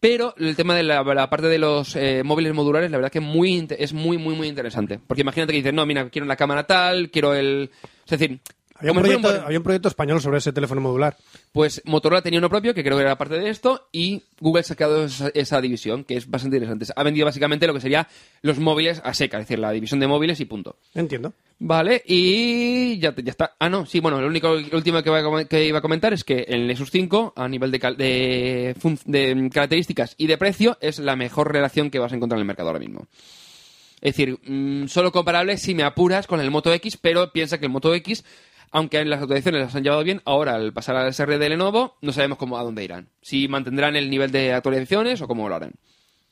Pero el tema de la, la parte de los eh, móviles modulares, la verdad que muy, inte- es muy, muy, muy interesante. Porque imagínate que dices, no, mira, quiero la cámara tal, quiero el... Es decir,
Había un,
como si fuera
proyecto,
un bor-
había un proyecto español sobre ese teléfono modular.
pues Motorola tenía uno propio, que creo que era parte de esto, y Google ha sacado esa, esa división, que es bastante interesante. Ha vendido básicamente lo que sería los móviles a seca, es decir, la división de móviles y punto.
Entiendo.
Vale, y ya, te- ya está. Ah, no, sí, bueno, lo único lo último que, va a com- que iba a comentar es que el Nexus 5, a nivel de, cal- de fun- de características y de precio, es la mejor relación que vas a encontrar en el mercado ahora mismo. Es decir, mm, solo comparable si me apuras con el Moto X, pero piensa que el Moto X, aunque las actualizaciones las han llevado bien, ahora al pasar al SR de Lenovo, no sabemos cómo a dónde irán. Si mantendrán el nivel de actualizaciones o cómo lo harán.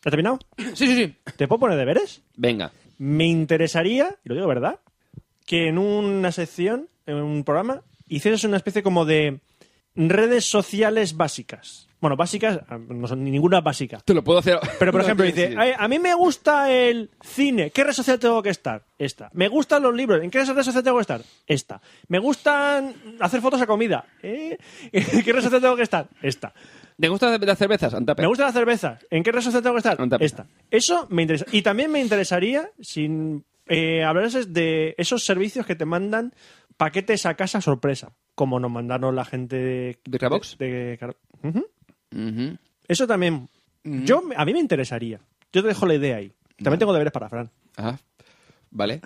¿Te has terminado?
Sí, sí, sí.
¿Te puedo poner deberes?
Venga.
Me interesaría, y lo digo verdad, que en una sección, en un programa, hicieras una especie como de redes sociales básicas. bueno, básicas, ah, no son ninguna básica.
Te lo puedo hacer.
Pero,
<laughs>
por
No,
ejemplo,
tío,
dice,
sí.
"Ay, a mí me gusta el cine. ¿Qué red social tengo que estar? Esta. Me gustan los libros. ¿En qué red social tengo que estar? Esta. Me gustan hacer fotos a comida. ¿Eh? <laughs> ¿En qué red social tengo que estar? Esta.
¿Te gustan las cervezas? Antapper.
Me gustan las cervezas. ¿En qué red social tengo que estar?
No te apetece.
Esta. Eso me interesa. Y también me interesaría, sin eh, hablarles de esos servicios que te mandan paquetes a casa sorpresa, como nos mandaron la gente de...
¿De Carbox?
de- de Car- Ujú.
Ujú.
Eso también.
Mm.
Yo, a mí me interesaría. Yo te dejo la idea ahí. También tengo deberes
<laughs>
para Fran.
Ah, vale.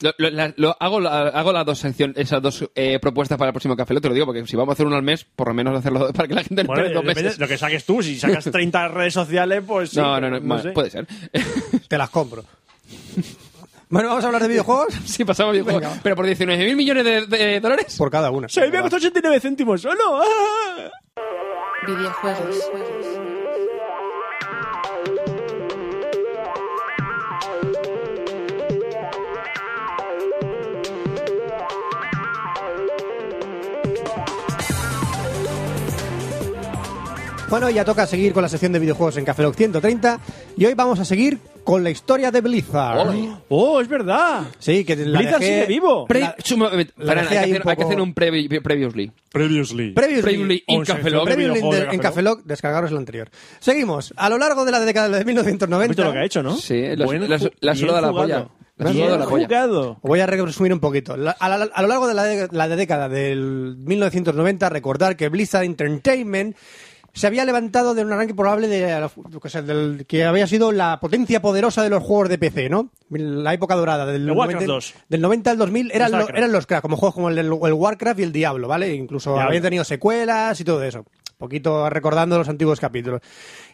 Lo, lo- la- lo- hago, la- hago las dos sección- esas dos eh, propuestas para el próximo café. Lo te lo digo porque si vamos a hacer uno al mes, por lo menos hacerlo <laughs> para que la gente no
Bueno,
espere dos
depende
meses.
de lo que saques tú.
<laughs>
Si sacas 30 redes sociales, pues sí,
no, no,
pero
no, vale,
sé.
puede ser. <laughs>
Te las compro. Bueno, vamos a hablar de videojuegos
sí, pasamos videojuegos.
Venga.
Pero por 19 mil millones de, de dólares.
por cada una.
Sí, me costó 89 céntimos solo.
<laughs>
¡Ah!
videojuegos,
Bueno, ya toca seguir con la sección de videojuegos en Café Lock 130 y hoy vamos a seguir con la historia de Blizzard.
Ole.
Oh, es verdad.
Sí, que la
Blizzard
dejé-
sigue vivo.
Pre-
La-
Suma- Fran, eh, hay,
dejé
que
ahí un
hacer, hay que
poco-
hacer un previ- previously.
Previously.
Previously,
Previously in
on
Café
sección
Lock.
de
Previously
videojuegos de
en
Café
Café Lock, descargaros el anterior. Seguimos. A lo largo de la década de 1990...
¿Has visto lo que ha hecho, no?
Sí, la-
Buen
la-
ju-
la ha
bien
sudado la
jugado.
polla. La ha
Bien
sudado la polla.
jugado.
Voy a resumir un poquito. La- A, la- a lo largo de la, de- la de década del 1990, recordar que Blizzard Entertainment se había levantado de un arranque probable de, la- yo qué sé, del- que había sido la potencia poderosa de los juegos de PC, ¿no? La época dorada del,
El Warcraft 2.
del 90 al 2000 eran,
El
lo-
Starcraft.
eran los cracks, como juegos como el, el Warcraft y el Diablo, ¿vale? Incluso
Diablo.
habían tenido secuelas y todo eso. Un poquito recordando los antiguos capítulos.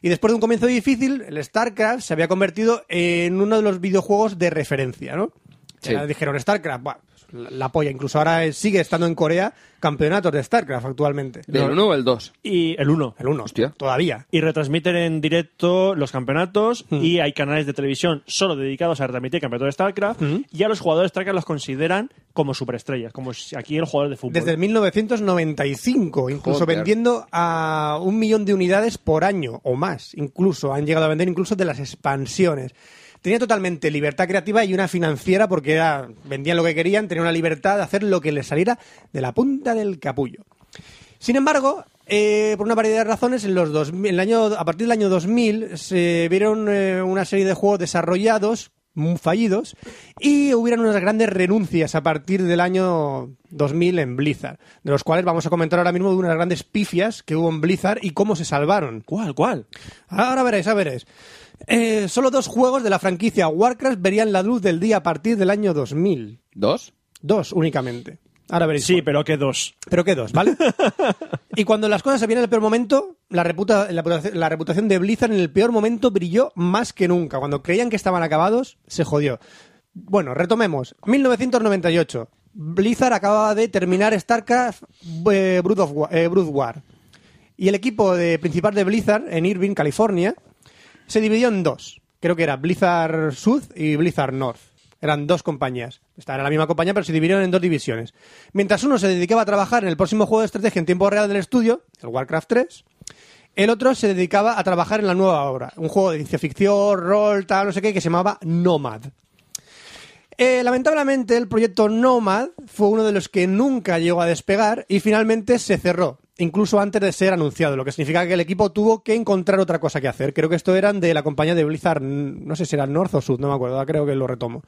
Y después de un comienzo difícil, el StarCraft se había convertido en uno de los videojuegos de referencia, ¿no?
Sí.
Ya dijeron StarCraft, buah, pues, la, la polla. Incluso ahora eh, sigue estando en Corea campeonatos de StarCraft actualmente.
¿Del 1 o el 2?
Y el 1.
El 1,
Hostia.
todavía.
Y retransmiten en directo los campeonatos
Mm.
y hay canales de televisión solo dedicados a retransmitir campeonatos de StarCraft
Mm.
y a los jugadores de StarCraft los consideran como superestrellas, como si aquí el jugador de fútbol.
Desde 1995, incluso
Joder.
vendiendo a un millón de unidades por año o más. Incluso han llegado a vender incluso de las expansiones. Tenía totalmente libertad creativa y una financiera porque era, vendían lo que querían, tenían una libertad de hacer lo que les saliera de la punta del capullo. Sin embargo, eh, por una variedad de razones, en los 2000 en el año, a partir del año 2000 se vieron eh, una serie de juegos desarrollados mm, fallidos y hubieron unas grandes renuncias a partir del año 2000 en Blizzard, de los cuales vamos a comentar ahora mismo de unas grandes pifias que hubo en Blizzard y cómo se salvaron.
¿Cuál? ¿Cuál?
Ahora veréis, ahora veréis. Eh, solo dos juegos de la franquicia Warcraft verían la luz del día a partir del año 2000.
¿Dos?
Dos únicamente. Ahora veréis.
Sí,
cuál.
pero que dos.
Pero qué dos, ¿vale? y cuando las cosas se vienen al peor momento, la, reputa- la reputación- la reputación de Blizzard en el peor momento brilló más que nunca. Cuando creían que estaban acabados, se jodió. Bueno, retomemos. 1998. Blizzard acababa de terminar StarCraft eh, Brood, of Wa- eh, Brood War. Y el equipo de- principal de Blizzard en Irvine, California, se dividió en dos. Creo que era Blizzard South y Blizzard North. Eran dos compañías. Estaban en la misma compañía, pero se dividieron en dos divisiones. Mientras uno se dedicaba a trabajar en el próximo juego de estrategia en tiempo real del estudio, el Warcraft 3, el otro se dedicaba a trabajar en la nueva obra, un juego de ciencia ficción, rol, tal, no sé qué, que se llamaba Nomad. Eh, lamentablemente, el proyecto Nomad fue uno de los que nunca llegó a despegar y finalmente se cerró, incluso antes de ser anunciado, lo que significa que el equipo tuvo que encontrar otra cosa que hacer. Creo que esto eran de la compañía de Blizzard, no sé si era North o Sud, no me acuerdo, ahora creo que lo retomo.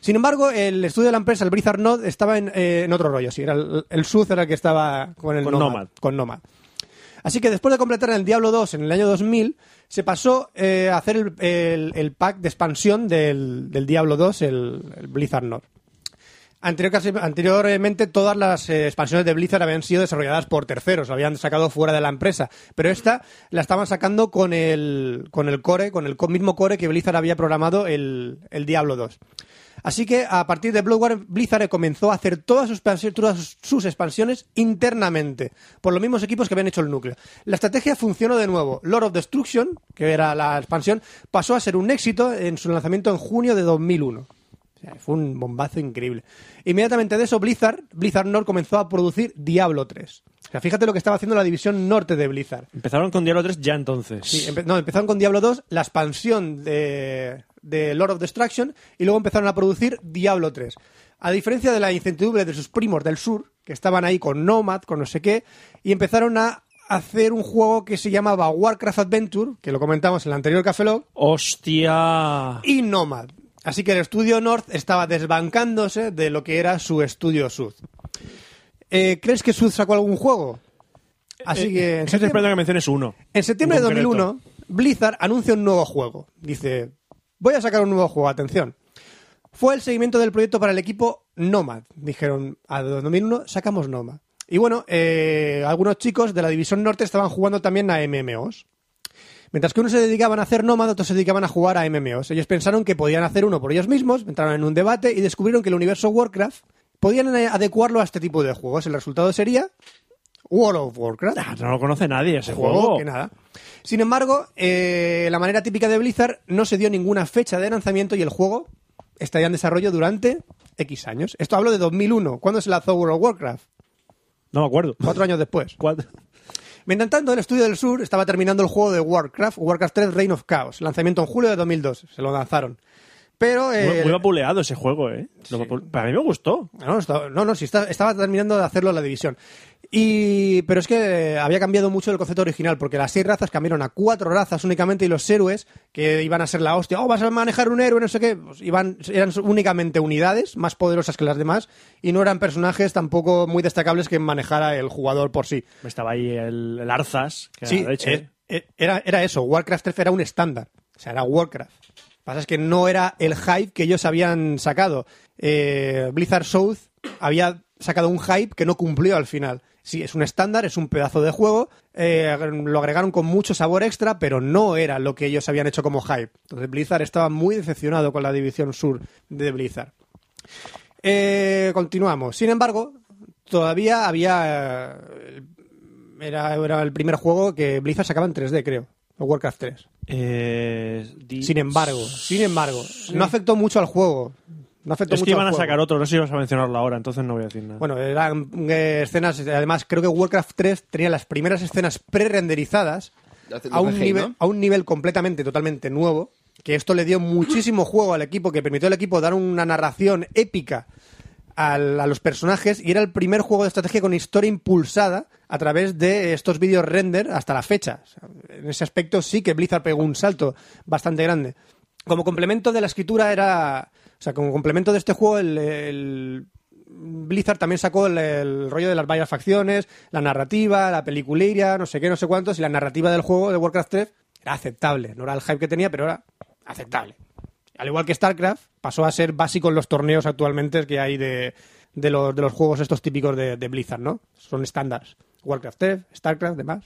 Sin embargo, el estudio de la empresa, el Blizzard North, estaba en, eh, en otro rollo, sí, era el, el Sud era el que estaba con el
Con
Nomad,
Nomad.
Con Nomad. Así que después de completar el Diablo 2 en el año 2000, se pasó eh, a hacer el, el- el pack de expansión del, del Diablo 2, el, el Blizzard North. Anterior- casi- anteriormente todas las eh, expansiones de Blizzard habían sido desarrolladas por terceros, la habían sacado fuera de la empresa, pero esta la estaban sacando con el, con el core, con el co- mismo core que Blizzard había programado el, el Diablo 2. Así que a partir de Bloodborne, Blizzard comenzó a hacer todas sus, expansiones, todas sus- sus expansiones internamente, por los mismos equipos que habían hecho el núcleo. La estrategia funcionó de nuevo. Lord of Destruction, que era la expansión, pasó a ser un éxito en su lanzamiento en junio de 2001. O sea, fue un bombazo increíble. Inmediatamente de eso, Blizzard, Blizzard North comenzó a producir Diablo 3. O sea, fíjate lo que estaba haciendo la división norte de Blizzard.
Empezaron con Diablo 3 ya entonces.
Sí, em- empe- no, empezaron con Diablo 2, la expansión de, de Lord of Destruction, y luego empezaron a producir Diablo 3. A diferencia de la incertidumbre de sus primos del sur, que estaban ahí con Nomad, con no sé qué, y empezaron a hacer un juego que se llamaba Warcraft Adventure, que lo comentamos en el anterior Café Lock,
Hostia.
y Nomad. Así que el estudio North estaba desbancándose de lo que era su estudio Sud. Eh, ¿Crees que Sud sacó algún juego?
Eh,
Así que en
Estoy esperando
septiembre,
que menciones uno.
en septiembre
en
de
concreto.
2001, Blizzard anuncia un nuevo juego. Dice, voy a sacar un nuevo juego, atención. Fue el seguimiento del proyecto para el equipo Nomad. Dijeron, a 2001 sacamos Nomad. Y bueno, eh, algunos chicos de la División Norte estaban jugando también a MMOs. Mientras que unos se dedicaban a hacer nómadas, otros se dedicaban a jugar a MMOs. Ellos pensaron que podían hacer uno por ellos mismos, entraron en un debate y descubrieron que el universo Warcraft podían eh, adecuarlo a este tipo de juegos. El resultado sería World of Warcraft
Ah, No lo conoce nadie ese
este juego,
juego.
que nada. Sin embargo, eh, la manera típica de Blizzard no se dio ninguna fecha de lanzamiento y el juego estaría en desarrollo durante X años. Esto hablo de 2001, cuando se lanzó World of Warcraft,
No me acuerdo.
<laughs> cuatro años después.
Cuatro.
Mientras tanto, el estudio del sur estaba terminando el juego de Warcraft, Warcraft 3 Reign of Chaos, lanzamiento en julio de 2002, se lo lanzaron. Pero... eh,
Muy, muy vapuleado ese juego, ¿eh? Lo vapu- Para mí me gustó.
No, está- no, no, sí, está- estaba terminando de hacerlo la división. Y, pero es que eh, había cambiado mucho el concepto original, porque las seis razas cambiaron a cuatro razas únicamente y los héroes, que iban a ser la hostia, oh, vas a manejar un héroe, no sé qué, pues, iban, eran únicamente unidades más poderosas que las demás y no eran personajes tampoco muy destacables que manejara el jugador por sí.
Estaba ahí el, el Arzas. Que
Sí,
era la leche.
eh, eh, era, era eso. Warcraft 3 era un estándar. O sea, era Warcraft. Lo que pasa es que no era el hype que ellos habían sacado. Eh, Blizzard South había sacado un hype que no cumplió al final. Sí, es un estándar, es un pedazo de juego. eh, lo agregaron con mucho sabor extra, pero no era lo que ellos habían hecho como hype. Entonces Blizzard estaba muy decepcionado con la división sur de Blizzard. Eh, continuamos. Sin embargo, todavía había eh, era, era el primer juego que Blizzard sacaba en 3D, creo. o Warcraft 3.
Eh, di-
Sin embargo, sin embargo, no afectó mucho al juego. No afectó
Es
mucho
que iban
al
a
juego.
sacar otro, no sé si ibas a mencionarlo ahora, entonces no voy a decir nada.
Bueno, eran eh, escenas. Además, creo que Warcraft 3 tenía las primeras escenas pre-renderizadas
Lo hace- lo
a, un
hace Halo,
nivel-
¿no?
a un nivel completamente, totalmente nuevo. Que esto le dio muchísimo juego al equipo, que permitió al equipo dar una narración épica al- a los personajes. Y era el primer juego de estrategia con historia impulsada a través de estos vídeos render hasta la fecha. O sea, en ese aspecto sí que Blizzard pegó un salto bastante grande. Como complemento de la escritura era. O sea, como complemento de este juego, el- el Blizzard también sacó el, el rollo de las varias facciones, la narrativa, la peliculera, no sé qué, no sé cuántos, y la narrativa del juego de Warcraft 3 era aceptable. No era el hype que tenía, pero era aceptable. Al igual que StarCraft, pasó a ser básico en los torneos actualmente que hay de, de los, de los juegos estos típicos de, de Blizzard, ¿no? Son estándares. Warcraft 3, StarCraft, demás.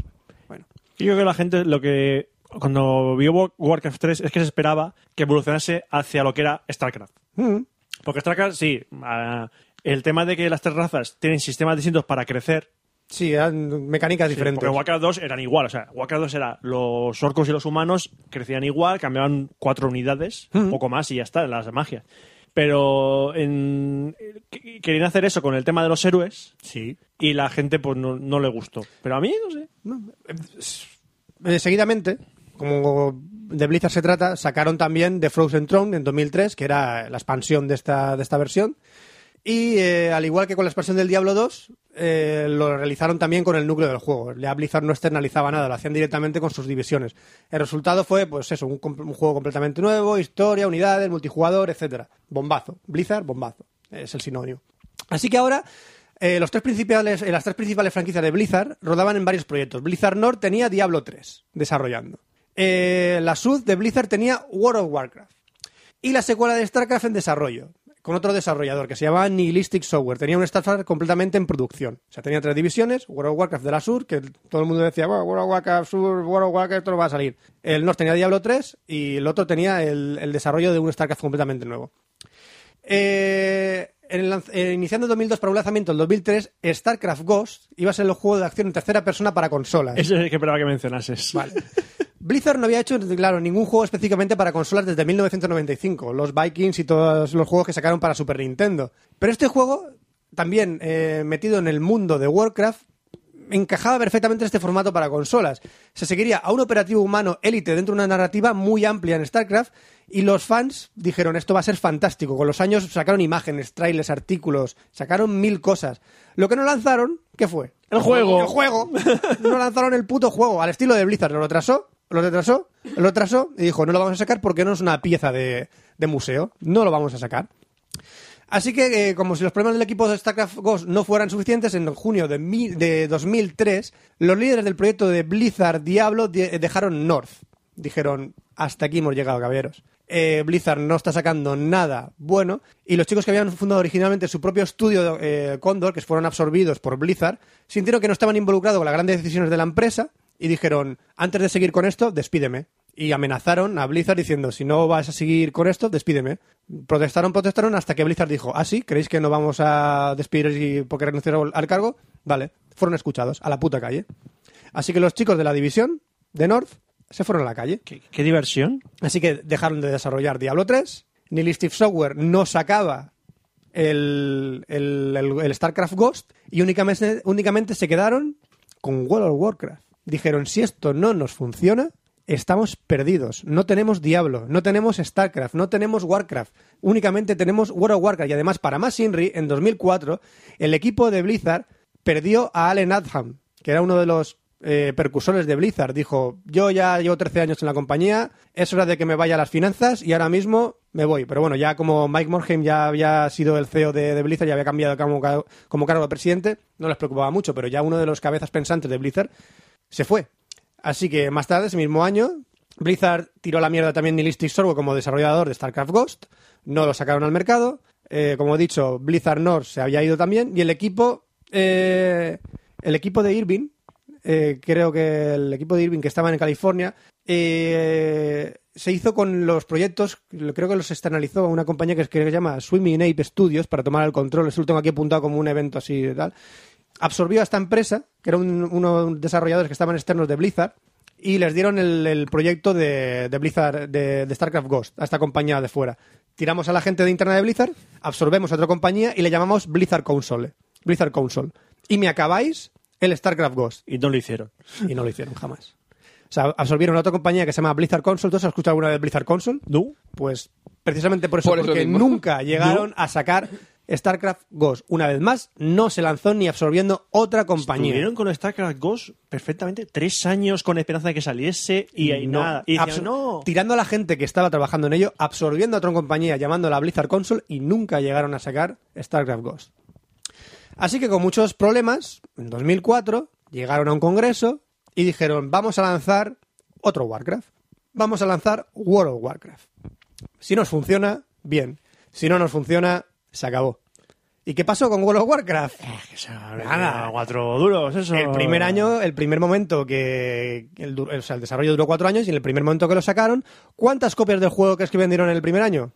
Bueno.
Yo creo que la gente lo que cuando vio War- Warcraft 3 es que se esperaba que evolucionase hacia lo que era StarCraft.
Mm.
Porque StarCraft, sí, ah, el tema de que las tres razas tienen sistemas distintos para crecer.
Sí, eran mecánicas
sí,
diferentes.
Porque Warcraft 2 eran igual, o sea, Warcraft 2 era los orcos y los humanos crecían igual, cambiaban cuatro unidades,
Ujú.
poco más y ya está, las magias. Pero en- qu- querían hacer eso con el tema de los héroes
Sí.
y la gente pues no, no le gustó. Pero a mí, no sé.
Eh, seguidamente, como de Blizzard se trata, sacaron también The Frozen Throne en 2003, que era la expansión de esta, de esta versión. Y eh, al igual que con la expansión del Diablo 2, eh, lo realizaron también con el núcleo del juego. Ya Blizzard no externalizaba nada, lo hacían directamente con sus divisiones. El resultado fue, pues eso, un, com- un juego completamente nuevo, historia, unidades, multijugador, etcétera. Bombazo. Blizzard, bombazo. Es el sinónimo. Así que ahora, eh, los tres principales, eh, las tres principales franquicias de Blizzard rodaban en varios proyectos. Blizzard North tenía Diablo 3 desarrollando. Eh, la Sud de Blizzard tenía World of Warcraft. Y la secuela de StarCraft en desarrollo, con otro desarrollador que se llamaba Nihilistic Software. Tenía un StarCraft completamente en producción. O sea, tenía tres divisiones, World of Warcraft de la Sur, que todo el mundo decía, "Bueno, World of Warcraft Sur, World of Warcraft, esto no va a salir. El North tenía Diablo 3 y el otro tenía el- el desarrollo de un StarCraft completamente nuevo. Eh, en el lanz- eh, iniciando el 2002 para un lanzamiento en 2003, StarCraft Ghost iba a ser el juego de acción en tercera persona para consolas.
Ese es el que esperaba que mencionases.
Vale. Blizzard no había hecho, claro, ningún juego específicamente para consolas desde 1995, los Vikings y todos los juegos que sacaron para Super Nintendo. Pero este juego, también eh, metido en el mundo de Warcraft, encajaba perfectamente en este formato para consolas. Se seguiría a un operativo humano élite dentro de una narrativa muy amplia en StarCraft y los fans dijeron esto va a ser fantástico. Con los años sacaron imágenes, trailers, artículos, sacaron mil cosas. Lo que no lanzaron, ¿qué fue?
El juego.
El juego.
<laughs>
No lanzaron el puto juego al estilo de Blizzard. Lo retrasó, lo retrasó, lo retrasó y dijo no lo vamos a sacar porque no es una pieza de, de museo. No lo vamos a sacar. Así que, eh, como si los problemas del equipo de StarCraft Ghost no fueran suficientes, en junio de, mil- de 2003, los líderes del proyecto de Blizzard Diablo de- dejaron North. Dijeron, hasta aquí hemos llegado, caballeros. Eh, Blizzard no está sacando nada bueno y los chicos que habían fundado originalmente su propio estudio eh, Condor, que fueron absorbidos por Blizzard, sintieron que no estaban involucrados con las grandes decisiones de la empresa y dijeron, antes de seguir con esto, despídeme. Y amenazaron a Blizzard diciendo, si no vas a seguir con esto, despídeme. Protestaron, protestaron hasta que Blizzard dijo, ah, sí, ¿creéis que no vamos a despedir y- porque renunciaron al cargo? Vale, fueron escuchados, a la puta calle. Así que los chicos de la división de North se fueron a la calle.
¿Qué, qué diversión.
Así que dejaron de desarrollar Diablo 3. Nihilistic Software no sacaba el, el- el- el StarCraft Ghost y únicamente, únicamente se quedaron con World of Warcraft. Dijeron, si esto no nos funciona, estamos perdidos. No tenemos Diablo, no tenemos StarCraft, no tenemos Warcraft. Únicamente tenemos World of Warcraft. Y además, para más Inri, en 2004, el equipo de Blizzard perdió a Allen Adham, que era uno de los eh, percursores de Blizzard. Dijo, yo ya llevo 13 años en la compañía, es hora de que me vaya a las finanzas y ahora mismo me voy. Pero bueno, ya como Mike Morhaime ya había sido el CEO de, de Blizzard, ya había cambiado como, ca- como cargo de presidente, no les preocupaba mucho, pero ya uno de los cabezas pensantes de Blizzard se fue. Así que más tarde, ese mismo año, Blizzard tiró a la mierda también Nihilistic Software como desarrollador de StarCraft Ghost, no lo sacaron al mercado. Eh, como he dicho, Blizzard North se había ido también y el equipo, eh, el equipo de Irving, eh, creo que el equipo de Irving que estaban en California, eh, se hizo con los proyectos, lo- creo que los externalizó a una compañía que, es- que se llama Swimming Ape Studios para tomar el control. Eso lo tengo aquí apuntado como un evento así y tal absorbió a esta empresa, que era un- unos desarrolladores que estaban externos de Blizzard, y les dieron el, el proyecto de, de Blizzard, de, de StarCraft Ghost, a esta compañía de fuera. Tiramos a la gente de interna de Blizzard, absorbemos a otra compañía y le llamamos Blizzard Console. Blizzard Console. Y me acabáis el StarCraft Ghost.
Y no lo hicieron.
Y no lo hicieron jamás. O sea, absorbieron a otra compañía que se llama Blizzard Console. ¿Tú has escuchado alguna vez Blizzard Console?
¿No?
Pues precisamente por eso,
Por eso
porque
mismo.
nunca llegaron a sacar StarCraft Ghost. Una vez más, no se lanzó ni absorbiendo otra compañía.
Estuvieron con StarCraft Ghost perfectamente tres años con esperanza de que saliese y ahí
No.
nada. Y decían,
Absor-
no.
Tirando a la gente que estaba trabajando en ello, absorbiendo a otra compañía, llamándola Blizzard Console, y nunca llegaron a sacar StarCraft Ghost. Así que con muchos problemas, en 2004, llegaron a un congreso y dijeron, vamos a lanzar otro Warcraft. Vamos a lanzar World of Warcraft. Si nos funciona, bien. Si no nos funciona, se acabó. ¿Y qué pasó con World of Warcraft?
Nada, cuatro duros, eso.
El primer año, el primer momento que. El, du- o sea, el desarrollo duró cuatro años y en el primer momento que lo sacaron, ¿cuántas copias del juego crees que vendieron en el primer año?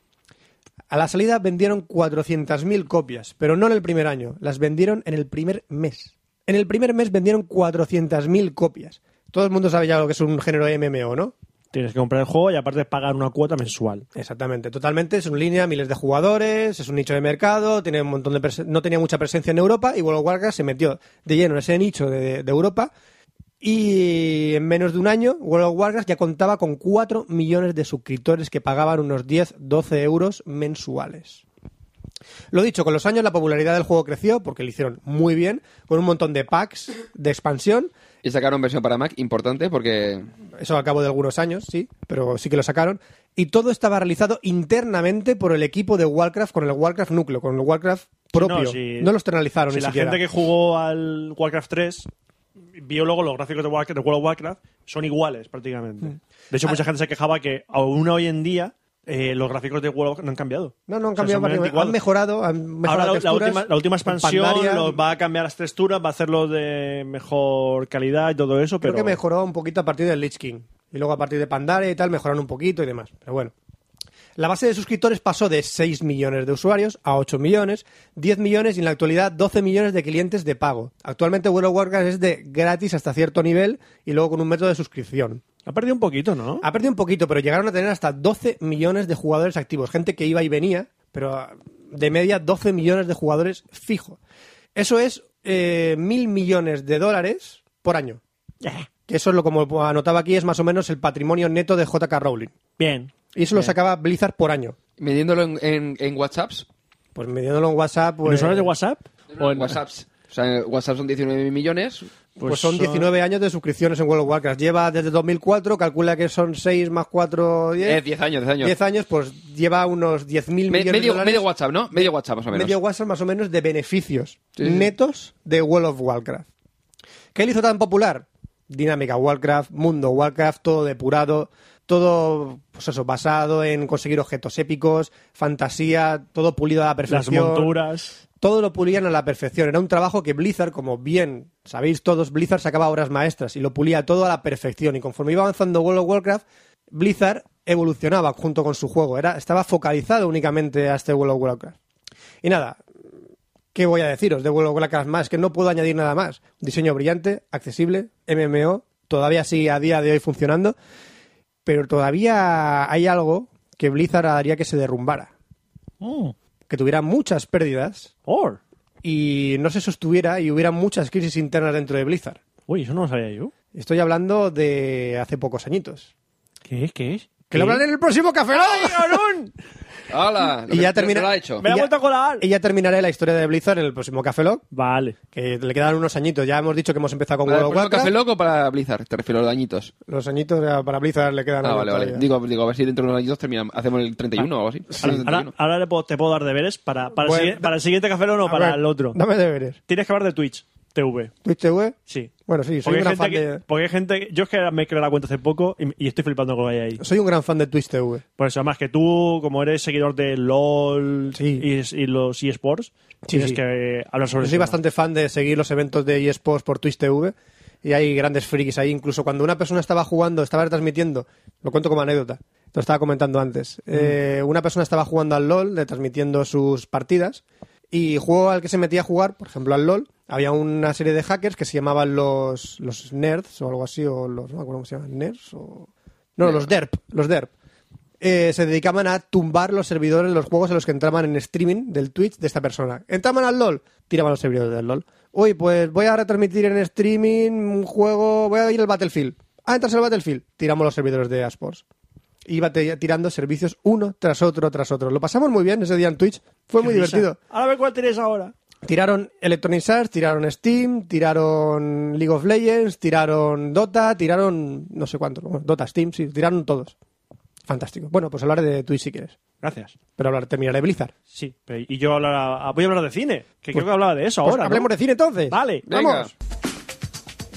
A la salida vendieron 400.000 copias, pero no en el primer año, las vendieron en el primer mes. En el primer mes vendieron 400.000 copias. Todo el mundo sabe ya lo que es un género MMO, ¿no?
Tienes que comprar el juego y aparte pagar una cuota mensual.
Exactamente, totalmente. Es un línea, miles de jugadores, es un nicho de mercado, tiene un montón de presen- no tenía mucha presencia en Europa y World of Warcraft se metió de lleno en ese nicho de, de Europa. Y en menos de un año, World of Warcraft ya contaba con 4 millones de suscriptores que pagaban unos 10-12 euros mensuales. Lo dicho, con los años la popularidad del juego creció porque lo hicieron muy bien, con un montón de packs de expansión
Y sacaron versión para Mac, importante, porque
eso al cabo de algunos años, sí, pero sí que lo sacaron. Y todo estaba realizado internamente por el equipo de Warcraft, con el Warcraft núcleo, con el Warcraft propio. No,
No, si-
lo externalizaron
Si
ni
la
siquiera.
gente que jugó al Warcraft 3 vio luego los gráficos de, Warcraft, de World of Warcraft, son iguales prácticamente. De
Ah.
hecho, mucha gente se quejaba que aún hoy en día eh, los gráficos de World of Warcraft no han cambiado.
No, no han
O sea,
cambiado,
son
para-
muy
han
anticuados.
mejorado, han mejorado
Ahora la, la
texturas,
última, la última expansión
Pandaria,
los va a cambiar las texturas, va a hacerlo de mejor calidad y todo eso,
Creo
pero
que mejoró un poquito a partir del Lich King. Y luego a partir de Pandaria y tal, mejoraron un poquito y demás. Pero bueno. La base de suscriptores pasó de 6 millones de usuarios a 8 millones, 10 millones y en la actualidad 12 millones de clientes de pago. Actualmente World of Warcraft es de gratis hasta cierto nivel y luego con un método de suscripción.
Ha perdido un poquito, ¿no?
Ha perdido un poquito, pero llegaron a tener hasta 12 millones de jugadores activos. Gente que iba y venía, pero ah, de media 12 millones de jugadores fijo. Eso es eh, mil millones de dólares por año. Que eso es lo como anotaba aquí, es más o menos el patrimonio neto de JK Rowling.
Bien.
Y eso lo sacaba Blizzard por año.
Mediéndolo en, en, en WhatsApps.
Pues mediándolo en WhatsApp.
¿En
Pues,
usuarios de WhatsApp? ¿O en-
WhatsApps. O sea, en WhatsApp son 19 millones.
Pues, son 19 años de suscripciones en World of Warcraft. Lleva desde 2004, calcula que son 6 más 4, 10.
Es 10 años, 10 Eh, años.
10 años, pues lleva unos 10.000
Me-
millones de
medio,
dólares.
medio WhatsApp, ¿no? Medio WhatsApp, más o menos.
medio WhatsApp más o menos de beneficios
Sí, sí.
netos de World of Warcraft. ¿Qué le hizo tan popular? Dinámica Warcraft, mundo Warcraft, todo depurado, todo pues eso, basado en conseguir objetos épicos, fantasía, todo pulido a la
Las
perfección.
monturas.
Todo lo pulían a la perfección. Era un trabajo que Blizzard, como bien sabéis todos, Blizzard sacaba obras maestras y lo pulía todo a la perfección. Y conforme iba avanzando World of Warcraft, Blizzard evolucionaba junto con su juego. Era, estaba focalizado únicamente a este World of Warcraft. Y nada, ¿qué voy a deciros de World of Warcraft más? Que no puedo añadir nada más. Un diseño brillante, accesible, MMO, todavía sigue a día de hoy funcionando, pero todavía hay algo que Blizzard haría que se derrumbara,
Mm.
que tuviera muchas pérdidas
Or.
y no se sostuviera y hubiera muchas crisis internas dentro de Blizzard.
Uy, eso no lo sabía yo.
Estoy hablando de hace pocos añitos.
¿Qué es? ¿Qué es?
Que lo hablaré en el próximo Café <laughs> Lock.
<laughs>
¡Hala! Lo
Y
que-
ya
lo que
termina-
lo ha hecho.
¡Me la
Ya-
he vuelto a colar!
Y ya terminaré la historia de Blizzard en el próximo Café Lock,
Vale.
que le quedan unos añitos. Ya hemos dicho que hemos empezado con
¿Para
World
el
of
próximo
Warcraft.
Café Loco para Blizzard? Te refiero a los dañitos.
Los añitos ya para Blizzard le quedan
Ah,
años
vale, vale.
todavía.
Digo, digo, a ver si dentro de unos añitos terminamos. Hacemos el 31 o algo así.
Ahora,
El 31.
ahora- ahora le puedo- te puedo dar deberes para, para,
Bueno,
el, siguiente- para el siguiente café o no,
A
para
ver,
el otro.
Dame deberes.
Tienes que hablar de Twitch TV.
Twitch TV.
Sí.
Bueno, sí, soy
Porque
un
hay,
gran
gente
fan
que,
de...
porque hay gente. Yo es que me he creado la cuenta hace poco y, y estoy flipando con lo que hay ahí.
Soy un gran fan de Twitch TV.
Por eso, además que tú, como eres seguidor de LOL
Sí.
y, y los eSports,
Sí,
tienes
sí.
que eh, hablar sobre
Yo
eso.
soy bastante fan de seguir los eventos de eSports por Twitch TV y hay grandes frikis ahí. Incluso cuando una persona estaba jugando, estaba retransmitiendo, lo cuento como anécdota, lo estaba comentando antes. Eh, una persona estaba jugando al LOL, retransmitiendo sus partidas y juego al que se metía a jugar, por ejemplo al LOL, había una serie de hackers que se llamaban los, los nerds o algo así, o los, no me acuerdo cómo se llaman, nerds o... No, los derp, los derp. Eh, se dedicaban a tumbar los servidores de los juegos en los que entraban en streaming del Twitch de esta persona. Entraban al LOL, tiraban los servidores del LOL. Uy, pues voy a retransmitir en streaming un juego, voy a ir al Battlefield. Ah, entras al Battlefield, tiramos los servidores de Asports. Iba te- tirando servicios uno tras otro, tras otro. Lo pasamos muy bien ese día en Twitch, fue muy divertido.
Ahora ve cuál tienes ahora.
Tiraron Electronic Arts, tiraron Steam, tiraron League of Legends, tiraron Dota, tiraron no sé cuánto, bueno, Dota, Steam, sí, tiraron todos. Fantástico. Bueno, pues hablaré de Twitch si quieres.
Gracias.
Pero hablar, terminaré de Blizzard. Pues
Sí. pero- Y yo hablar, voy a hablar de cine, que creo que hablaba de eso
Pues
ahora. ¿no?
hablemos de cine entonces.
Vale.
Venga.
Vamos.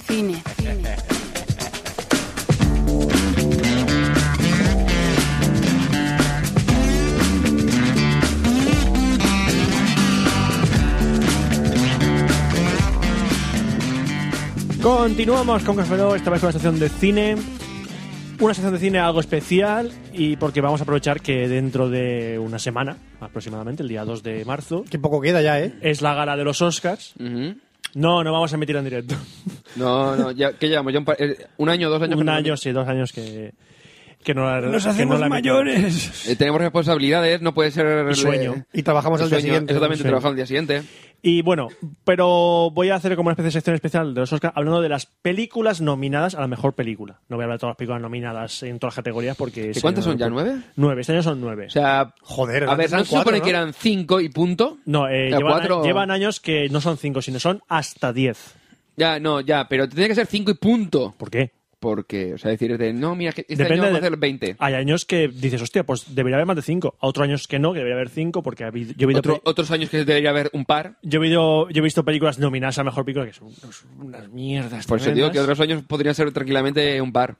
Cine.
Continuamos con Café Lock, esta vez con la sección de cine. Una sección de cine algo especial y porque vamos a aprovechar que dentro de una semana, aproximadamente, el día 2 de marzo,
Qué poco queda ya, ¿eh?
es la gala de los Oscars.
Ujú.
No, no vamos a emitir en directo.
No, no, ya, ¿qué llevamos? Ya un, pa- eh, un año, dos años. que
Un
no-
año, sí, dos años que, que no la que no la emitimos.
Eh, tenemos responsabilidades, no puede ser.
Y sueño.
eh,
Y trabajamos
y
al día
sueño.
siguiente.
Exactamente,
Sueño.
trabajamos al día siguiente.
Y bueno, pero voy a hacer como una especie de sección especial de los Oscars hablando de las películas nominadas a la mejor película. No voy a hablar de todas las películas nominadas en todas las categorías porque...
¿Que cuántas son ya? ¿Nueve?
Nueve, este año son nueve.
O sea, a
Joder,
ver,
antes eran
se supone
cuatro,
que
¿no?
eran cinco y punto.
No, eh,
O sea,
llevan,
cuatro-
llevan años que no son cinco, sino son hasta diez.
Ya, no, ya, pero tiene que ser cinco y punto.
¿Por qué?
Porque, o sea, decir, es de, no, mira, que este año
Depende
vamos a
de-
hacer 20.
Hay años que dices, hostia, pues debería haber más de cinco. A otros años que no, que debería haber cinco porque ha habido- yo, he habido
Otro-
pe-
otros años que debería haber un par.
yo he habido- yo he visto películas nominadas a mejor película que son unos- unas mierdas.
Por eso digo
tremendas.
que otros años podrían ser tranquilamente un par.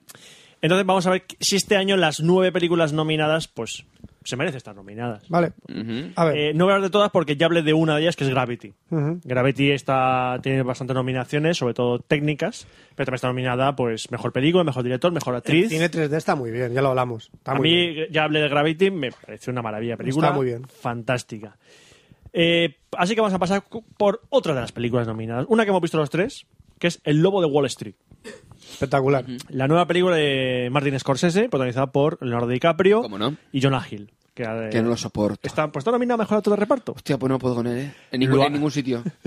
Entonces vamos a ver si este año las nueve películas nominadas, pues se merecen estar nominadas.
Vale.
Ujú.
A ver.
Eh, no voy a hablar de todas porque ya hablé de una de ellas que es Gravity.
Ujú.
Gravity está, tiene bastantes nominaciones, sobre todo técnicas, pero también está nominada pues mejor película, mejor director, mejor actriz.
Cine 3D está muy bien, ya lo hablamos. Eh, Está
a
muy
mí
bien.
ya hablé de Gravity, me pareció una maravilla de película.
Está muy bien.
Fantástica. Eh, así que vamos a pasar cu- por otra de las películas nominadas. Una que hemos visto los tres, que es El Lobo de Wall Street.
Espectacular.
La nueva película de Martin Scorsese, protagonizada por Leonardo DiCaprio
¿Cómo no?
y Jonah Hill. Que, eh,
Que no lo soporto.
está, pues está nominada a mejor actor de reparto.
Hostia, pues no puedo con él, ¿eh? En ningún,
Lo ha-
en ningún sitio. <laughs>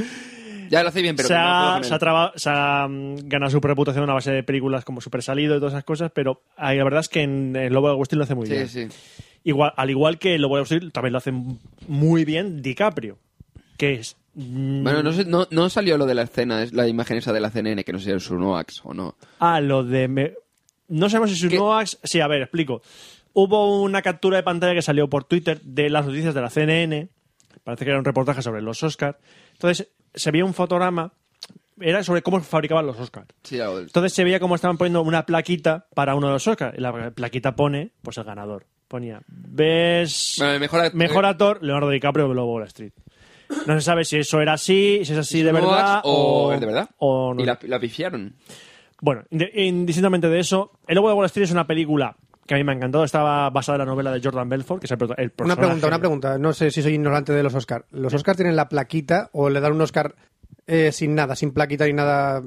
Ya lo hace bien, pero
se,
que no puedo
ha,
con
se
él.
ha traba- se ha, mm, ganado su reputación a base de películas como Super Salido y todas esas cosas, pero ay, la verdad es que en El Lobo de Agustín lo hace muy bien.
Sí, sí.
Igual, al igual que El Lobo de Agustín también lo hace muy bien DiCaprio, que es... mm,
Bueno, no, sé- no, no salió lo de la escena, es la imagen esa de la CNN, que no sé si es un OAX o no.
Ah, lo de... me- No sabemos si es
¿Qué?
un OAX... Sí, a ver, explico. Hubo una captura de pantalla que salió por Twitter de las noticias de la CNN. Parece que era un reportaje sobre los Oscars. Entonces, se veía un fotograma... Era sobre cómo fabricaban los Oscars.
Sí, algo del-
Entonces se veía como estaban poniendo una plaquita para uno de los Oscars. Y la plaquita pone, pues, el ganador. Ponía, ves...
Bueno, eh, el mejor act-
mejor actor, Leonardo DiCaprio, de Lobo Wall Street. No se sabe si eso era así, si es así
¿Es
de
un Noax
verdad
o, es de verdad.
o no.
Y la, la pifiaron.
Bueno, inde- indistintamente de eso, El Lobo de Wall Street es una película que a mí me ha encantado. Estaba basada en la novela de Jordan Belfort, que es el, prota- el
Una
personaje-
pregunta, una pregunta. No sé si soy ignorante de los Oscar. ¿Los Oscar tienen la plaquita o le dan un Oscar eh, sin nada, sin plaquita ni nada?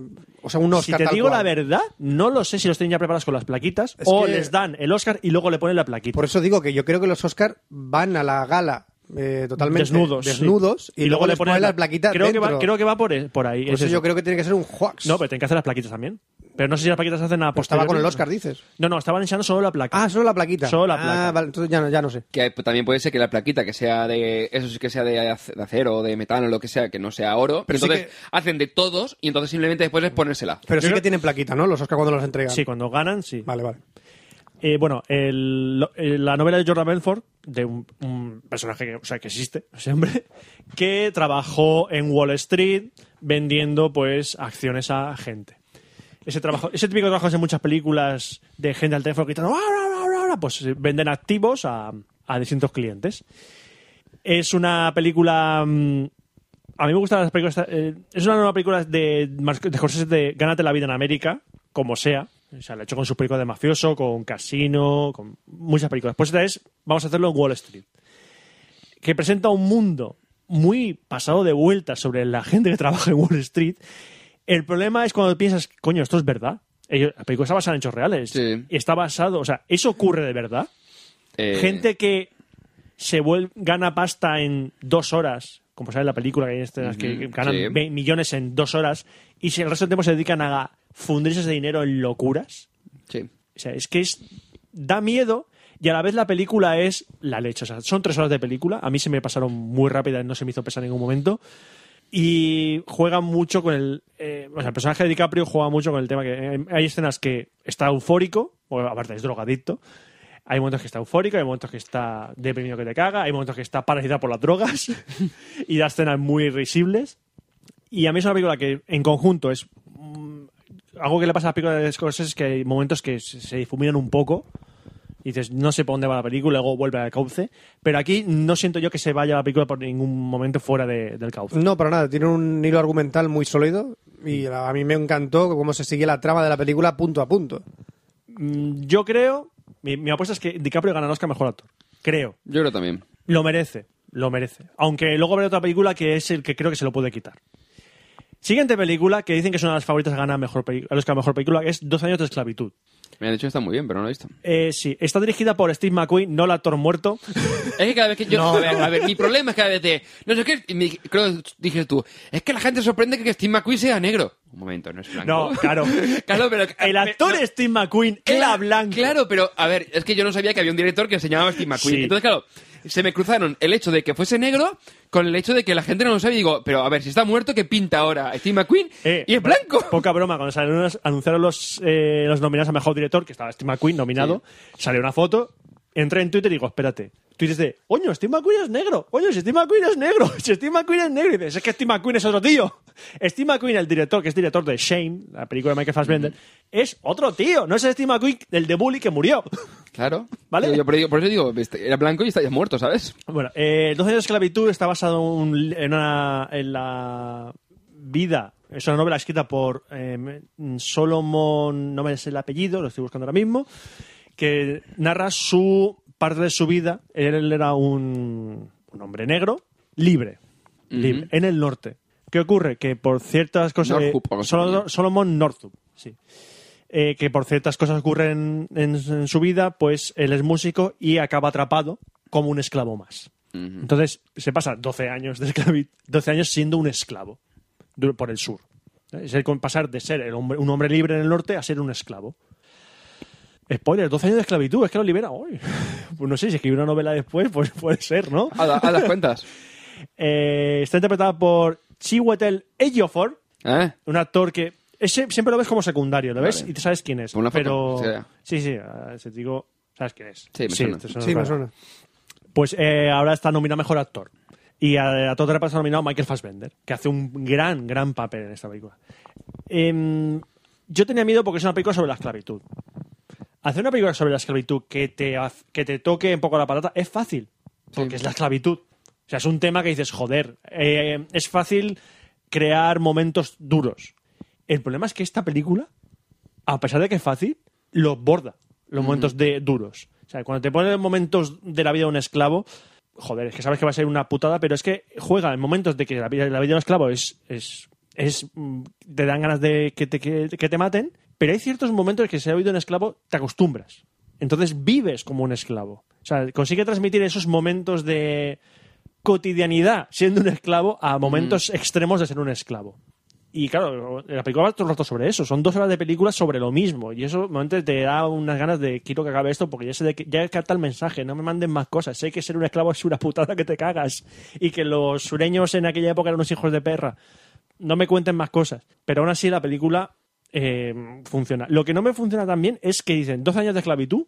O sea, un Oscar
Si te
tal
digo
cual.
la verdad, no lo sé si los tienen ya preparados con las plaquitas
Es
o
que-
les dan el Oscar y luego le ponen la plaquita.
Por eso digo que yo creo que los Oscar van a la gala eh, totalmente
desnudos. sí.
desnudos, y, luego, les ponen la plaquita
creo
dentro.
Que va, creo que va por, e, por ahí.
Por
es
eso,
eso.
yo creo que tiene que ser un hoax.
No, pero tienen que hacer las plaquitas también. Pero no sé si las plaquitas se hacen a
Pues estaba con
posteriori.
el Oscar, dices.
No, no, estaban echando solo la placa.
Ah, solo la plaquita.
Solo la
Ah,
placa.
vale, entonces ya no, ya no sé.
Que pues, también puede ser que la plaquita que sea de eso sí que sea de ac- de acero, de metano, lo que sea, que no sea oro, pero
Pero sí
entonces hacen de todos y entonces simplemente después es ponérsela.
Pero sí
creo-
que tienen plaquita, ¿no? Los Oscar cuando los entregan.
Sí, cuando ganan, sí.
Vale, vale.
Eh, bueno, el- lo- eh, la novela de Jordan Belfort, de un, un personaje que, o sea, que existe, <laughs> ese hombre, que trabajó en Wall Street vendiendo pues acciones a gente. Ese trabajo, ese típico trabajo es en muchas películas de gente al teléfono gritando, "Ra, ra, ra, ra", pues eh, venden activos a, a distintos clientes. Es una película. mm, a mí me gustan las películas. eh, es una nueva película de, Mar- de Scorsese de Gánate la vida en América, como sea. O sea, la ha hecho con sus películas de mafioso, con Casino, con muchas películas. Pues esta es, vamos a hacerlo en Wall Street. Que presenta un mundo muy pasado de vuelta sobre la gente que trabaja en Wall Street. El problema es cuando piensas, coño, esto es verdad. Ellos- la película está basada en hechos reales.
Sí.
Y está basado, o sea, eso ocurre de verdad.
Eh,
Gente que se vuel- gana pasta en dos horas, como sale en la película, que hay escenas que- que
Ujú,
ganan
sí.
ve- millones en dos horas, y si el resto del tiempo se dedican a fundirse ese dinero en locuras.
Sí.
O sea, es que es, da miedo y a la vez la película es la leche. O sea, son tres horas de película. A mí se me pasaron muy rápidas, no se me hizo pesar en ningún momento. Y juega mucho con el. eh, o sea, el personaje de DiCaprio juega mucho con el tema que. eh, hay escenas que está eufórico, o aparte es drogadicto. Hay momentos que está eufórico, hay momentos que está deprimido que te caga, hay momentos que está paralizado por las drogas <laughs> y da escenas muy risibles. Y a mí es una película que en conjunto es mm, algo que le pasa a la película de Scorsese es que hay momentos que se se difuminan un poco y dices, no sé por dónde va la película, luego vuelve al cauce. Pero aquí no siento yo que se vaya la película por ningún momento fuera de- del cauce.
No, para nada. Tiene un hilo argumental muy sólido
Mm.
y a mí me encantó cómo se sigue la trama de la película punto a punto.
Mm, Yo creo, mi, mi apuesta es que DiCaprio gana el Oscar mejor actor. Creo.
Yo creo también.
Lo merece, lo merece. Aunque luego veré otra película que es el que creo que se lo puede quitar. Siguiente película que dicen que es una de las favoritas a ganar mejor peli- al Oscar mejor película es 12 años de esclavitud.
Me han dicho que está muy bien, pero no lo he visto.
Eh, sí, está dirigida por Steve McQueen, no el
<laughs>
actor muerto.
Es que cada vez que yo. <laughs> a, ver, a ver, mi problema es cada vez de. No sé qué. y me- creo que dije tú. Es que la gente se sorprende que Steve McQueen sea negro. Un momento, no es blanco.
No, claro.
<laughs> claro, pero.
El actor
no,
Steve McQueen era blanco.
Claro, pero a ver, es que yo no sabía que había un director que se llamaba Steve McQueen.
Sí.
Entonces, claro, se me cruzaron el hecho de que fuese negro con el hecho de que la gente no lo sabe. Y digo, pero a ver, si está muerto, ¿qué pinta ahora? Steve McQueen
Eh,
y es blanco.
Poca broma, cuando salieron los- anunciaron los, eh, los nominados a Mejor Director, que estaba Steve McQueen nominado, salió una foto, entré en Twitter y digo, espérate. Twitter de, oño, Steve McQueen es negro, oño, si Steve McQueen es negro, <laughs> si Steve McQueen es negro. Y dices, es que Steve McQueen es otro tío. <laughs> Steve McQueen, el director, que es director de Shame, la película de Michael Fassbender, es otro tío, no es el Steve McQueen, el de Bully que murió.
Claro.
Vale.
Yo, yo por, por eso digo, este, era blanco y está ya muerto, ¿sabes?
Bueno, eh, 12 años de esclavitud está basado un- en, una, en la vida. Es una novela escrita por eh, Solomon, no me sé el apellido, lo estoy buscando ahora mismo, que narra su parte de su vida. Él era un, un hombre negro, libre, libre, en el norte. ¿Qué ocurre? Que por ciertas cosas...
Northup, o algo así.
Solo- Solomon Northup, sí. eh, que por ciertas cosas ocurren en, en su vida, pues él es músico y acaba atrapado como un esclavo más. Entonces se pasa 12 años de esclavi- 12 años siendo un esclavo du- por el sur. Es el con- pasar de ser el hombre- un hombre libre en el norte a ser un esclavo. Spoiler, 12 años de esclavitud, es que lo libera hoy. <laughs> Pues no sé, si escribe una novela después, pues puede ser, ¿no?
A, la- a las <laughs> cuentas.
Eh, está interpretada por Chiwetel Ejiofor,
¿Eh?
un actor que ese siempre lo ves como secundario, lo ves
Vale.
y te sabes quién es.
Por una foto,
pero
o sea.
sí, sí, ah, se te digo, sabes quién es.
Sí, me suena.
te
Sí, me
Ah, claro.
suena.
Pues eh, ahora está nominado a mejor actor. Y a, a todo repaso está nominado Michael Fassbender, que hace un gran, gran papel en esta película. Em, yo tenía miedo porque es una película sobre la esclavitud. Hacer una película sobre la esclavitud que te, haz- que te toque un poco la patata es fácil, porque es la esclavitud. O sea, es un tema que dices, joder, eh, es fácil crear momentos duros. El problema es que esta película a pesar de que es fácil, los borda los momentos de duros. O sea, cuando te ponen los momentos de la vida de un esclavo, joder, es que sabes que va a ser una putada, pero es que juega en momentos de que la vida, la vida de un esclavo es, es, es mm, te dan ganas de que te, que, que te maten, pero hay ciertos momentos en que si ha habido un esclavo, te acostumbras. Entonces vives como un esclavo. O sea, consigue transmitir esos momentos de cotidianidad siendo un esclavo a momentos extremos de ser un esclavo. Y claro, la película va todo el rato sobre eso. Son dos horas de película sobre lo mismo. Y eso realmente te da unas ganas de quiero que acabe esto porque ya sé de que ya capta el mensaje. No me manden más cosas. Sé que ser un esclavo es una putada que te cagas. Y que los sureños en aquella época eran unos hijos de perra. No me cuenten más cosas. Pero aún así la película eh, funciona. Lo que no me funciona tan bien es que dicen 12 años de esclavitud,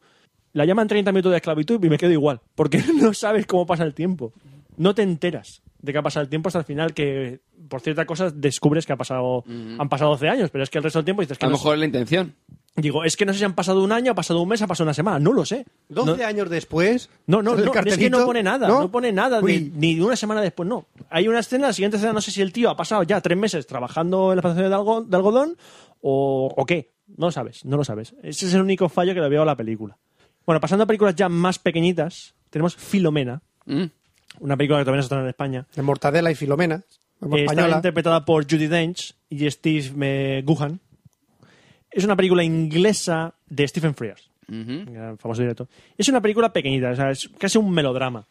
la llaman 30 minutos de esclavitud y me quedo igual. Porque <laughs> no sabes cómo pasa el tiempo. No te enteras de que ha pasado el tiempo hasta el final que por ciertas cosas descubres que ha pasado han pasado 12 años pero es que el resto del tiempo dices que
A lo
no sé.
mejor es la intención.
digo es que no sé si han pasado un año ha pasado un mes ha pasado una semana no lo sé
12
No-
años después.
no, no,
sale el
no, es que
cartelito,
no pone nada, no, pone nada, de,
Uy.
ni de una semana después, no. Hay una escena, la siguiente escena, no sé si el tío ha pasado ya tres meses trabajando en la plantación de, algo- de algodón o, o qué. No lo sabes, no lo sabes. Ese es el único fallo que le veo a la película. Bueno, pasando a películas ya más pequeñitas, tenemos Filomena,
Mm.
una película que también se estrenó en España.
De Mortadela y Filomena. como
Eh, Está
española.
interpretada por Judy Dench y Steve eh, Guhan. Es una película inglesa de Stephen Frears,
Ujú.
gran famoso director. Es una película pequeñita, o sea, es casi un melodrama.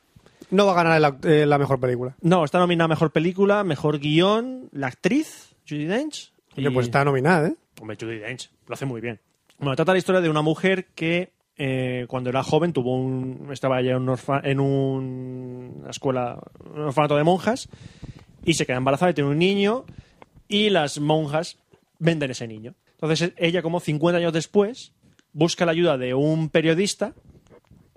No va a ganar el act- eh, la mejor película.
No, está nominada a Mejor Película, Mejor Guión, la actriz, Judy Dench.
Oye, pues está nominada, ¿eh?
Hombre, Judy Dench, lo hace muy bien. Bueno, trata la historia de una mujer que eh, cuando era joven tuvo un... estaba ya en, un orfa- en un- una escuela, un orfanato de monjas, y se queda embarazada y tiene un niño, y las monjas venden ese niño. Entonces e-, ella, como 50 años después, busca la ayuda de un periodista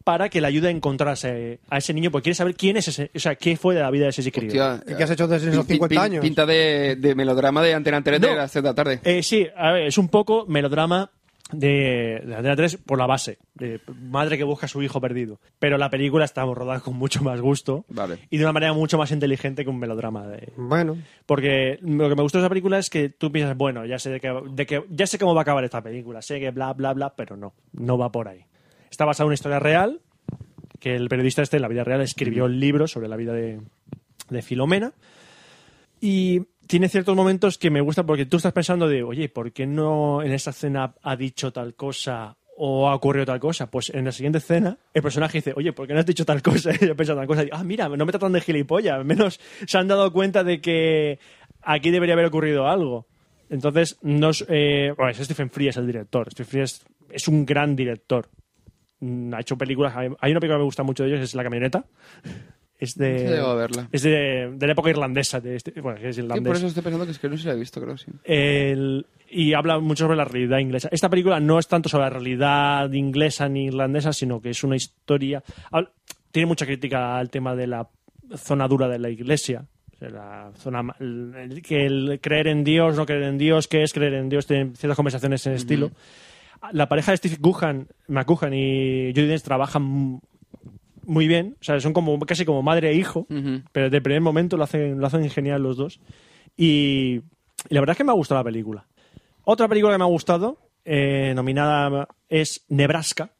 para que le ayude a encontrarse a ese niño, porque quiere saber quién es ese, o sea, qué fue de la vida de ese crío.
Hostia,
¿Y qué has hecho desde esos
pin- pin-
50
pin-
años?
Pinta de, de melodrama de Antena 3 de
No.
las 6 de la tarde.
Eh, sí, a ver, es un poco melodrama de, de Antena 3 por la base, de madre que busca a su hijo perdido. Pero la película está rodada con mucho más gusto
Vale.
y de una manera mucho más inteligente que un melodrama. de-
Bueno,
porque lo que me gustó de esa película es que tú piensas, bueno, ya sé, de que, de que- ya sé cómo va a acabar esta película, sé que bla, bla, bla, pero no, no va por ahí. Está basada en una historia real, que el periodista este en la vida real escribió el libro sobre la vida de, de Filomena. Y tiene ciertos momentos que me gustan porque tú estás pensando de, oye, ¿por qué no en esta escena ha dicho tal cosa o ha ocurrido tal cosa? Pues en la siguiente escena el personaje dice, oye, ¿por qué no has dicho tal cosa? <laughs> Y ha pensado tal cosa. Y, ah, mira, no me tratan de gilipollas. Al menos se han dado cuenta de que aquí debería haber ocurrido algo. Entonces, nos, eh, bueno, es Stephen Fry es el director. Stephen Fry es- es un gran director. Mm, ha hecho películas. Hay hay una película que me gusta mucho de ellos, es La Camioneta. Es de,
Sí, debo verla.
es de, de la época irlandesa. de este- bueno, es
Sí,
irlandés.
por eso estoy pensando que es que no se la he visto, creo, sí.
El- y habla mucho sobre la realidad inglesa. Esta película no es tanto sobre la realidad inglesa ni irlandesa, sino que es una historia. hab- Tiene mucha crítica al tema de la zona dura de la iglesia. o sea, La zona, ma- el- el- que el creer en Dios, no creer en Dios, qué es creer en Dios, tienen ciertas conversaciones en ese estilo. La pareja de Steve Guhan, McGuhan y Judy Dench trabajan m- muy bien, o sea, son como casi como madre e hijo,
Ujú.
pero desde el primer momento lo hacen, lo hacen genial los dos. Y, y la verdad es que me ha gustado la película. Otra película que me ha gustado, eh, nominada es Nebraska,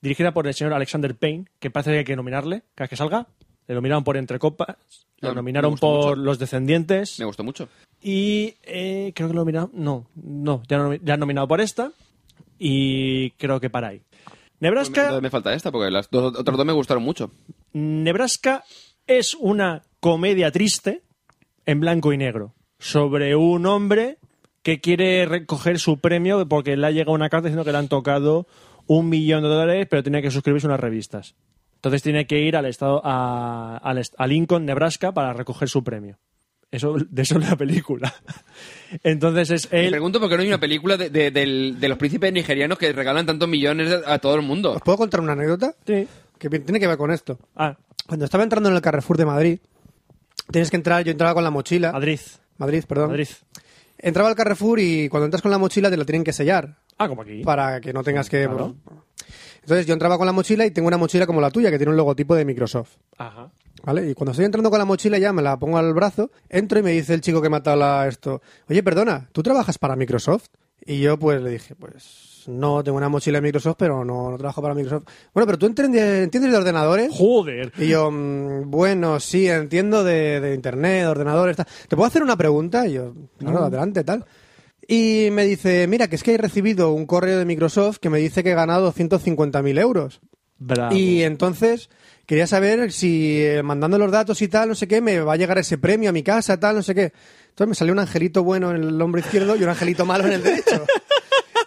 dirigida por el señor Alexander Payne, que parece que hay que nominarle cada vez que salga. Le nominaron por Entre Copas,
Ah,
lo
me
nominaron
gustó
por
mucho.
Los Descendientes.
Me gustó mucho.
Y eh, creo que lo nominado. No, no, ya, no- ya han nominado por esta. y creo que para ahí.
Pues me-
Nebraska,
entonces me falta esta, porque las dos, otras dos me gustaron mucho.
Nebraska es una comedia triste en blanco y negro sobre un hombre que quiere recoger su premio porque le ha llegado una carta diciendo que le han tocado un millón de dólares, pero tiene que suscribirse a unas revistas. Entonces tiene que ir al estado a, al est- a Lincoln, Nebraska, para recoger su premio. Eso, de eso es la película. <laughs> Entonces es
Me
él.
pregunto por qué no hay una película de, de- del- de los príncipes nigerianos que regalan tantos millones a todo el mundo. <laughs>
¿Os puedo contar una anécdota?
Sí.
Que tiene que ver con esto.
Ah,
Cuando estaba entrando en el Carrefour de Madrid, tienes que entrar, yo entraba con la mochila.
Madrid.
Madrid, perdón.
Madrid.
Entraba al Carrefour y cuando entras con la mochila te la tienen que sellar
Ah, como aquí.
para que no tengas que...
Claro.
Entonces yo entraba con la mochila y tengo una mochila como la tuya que tiene un logotipo de Microsoft.
Ajá.
¿Vale? Y cuando estoy entrando con la mochila ya me la pongo al brazo, entro y me dice el chico que me ha atado la- esto, oye, perdona, ¿tú trabajas para Microsoft? Y yo pues le dije, pues no, tengo una mochila de Microsoft, pero no, no trabajo para Microsoft. Bueno, pero tú entiendes, entiendes de ordenadores.
Joder.
Y yo, mm, bueno, sí, entiendo de, de internet, de ordenadores, tal. ¿Te puedo hacer una pregunta? Y yo, claro, adelante, tal. Y me dice, mira, que es que he recibido un correo de Microsoft que me dice que he ganado 150.000 euros.
Bravo.
Y entonces quería saber si eh, mandando los datos y tal, no sé qué, me va a llegar ese premio a mi casa, tal, no sé qué. Entonces me salió un angelito bueno en el hombro izquierdo y un angelito malo en el derecho.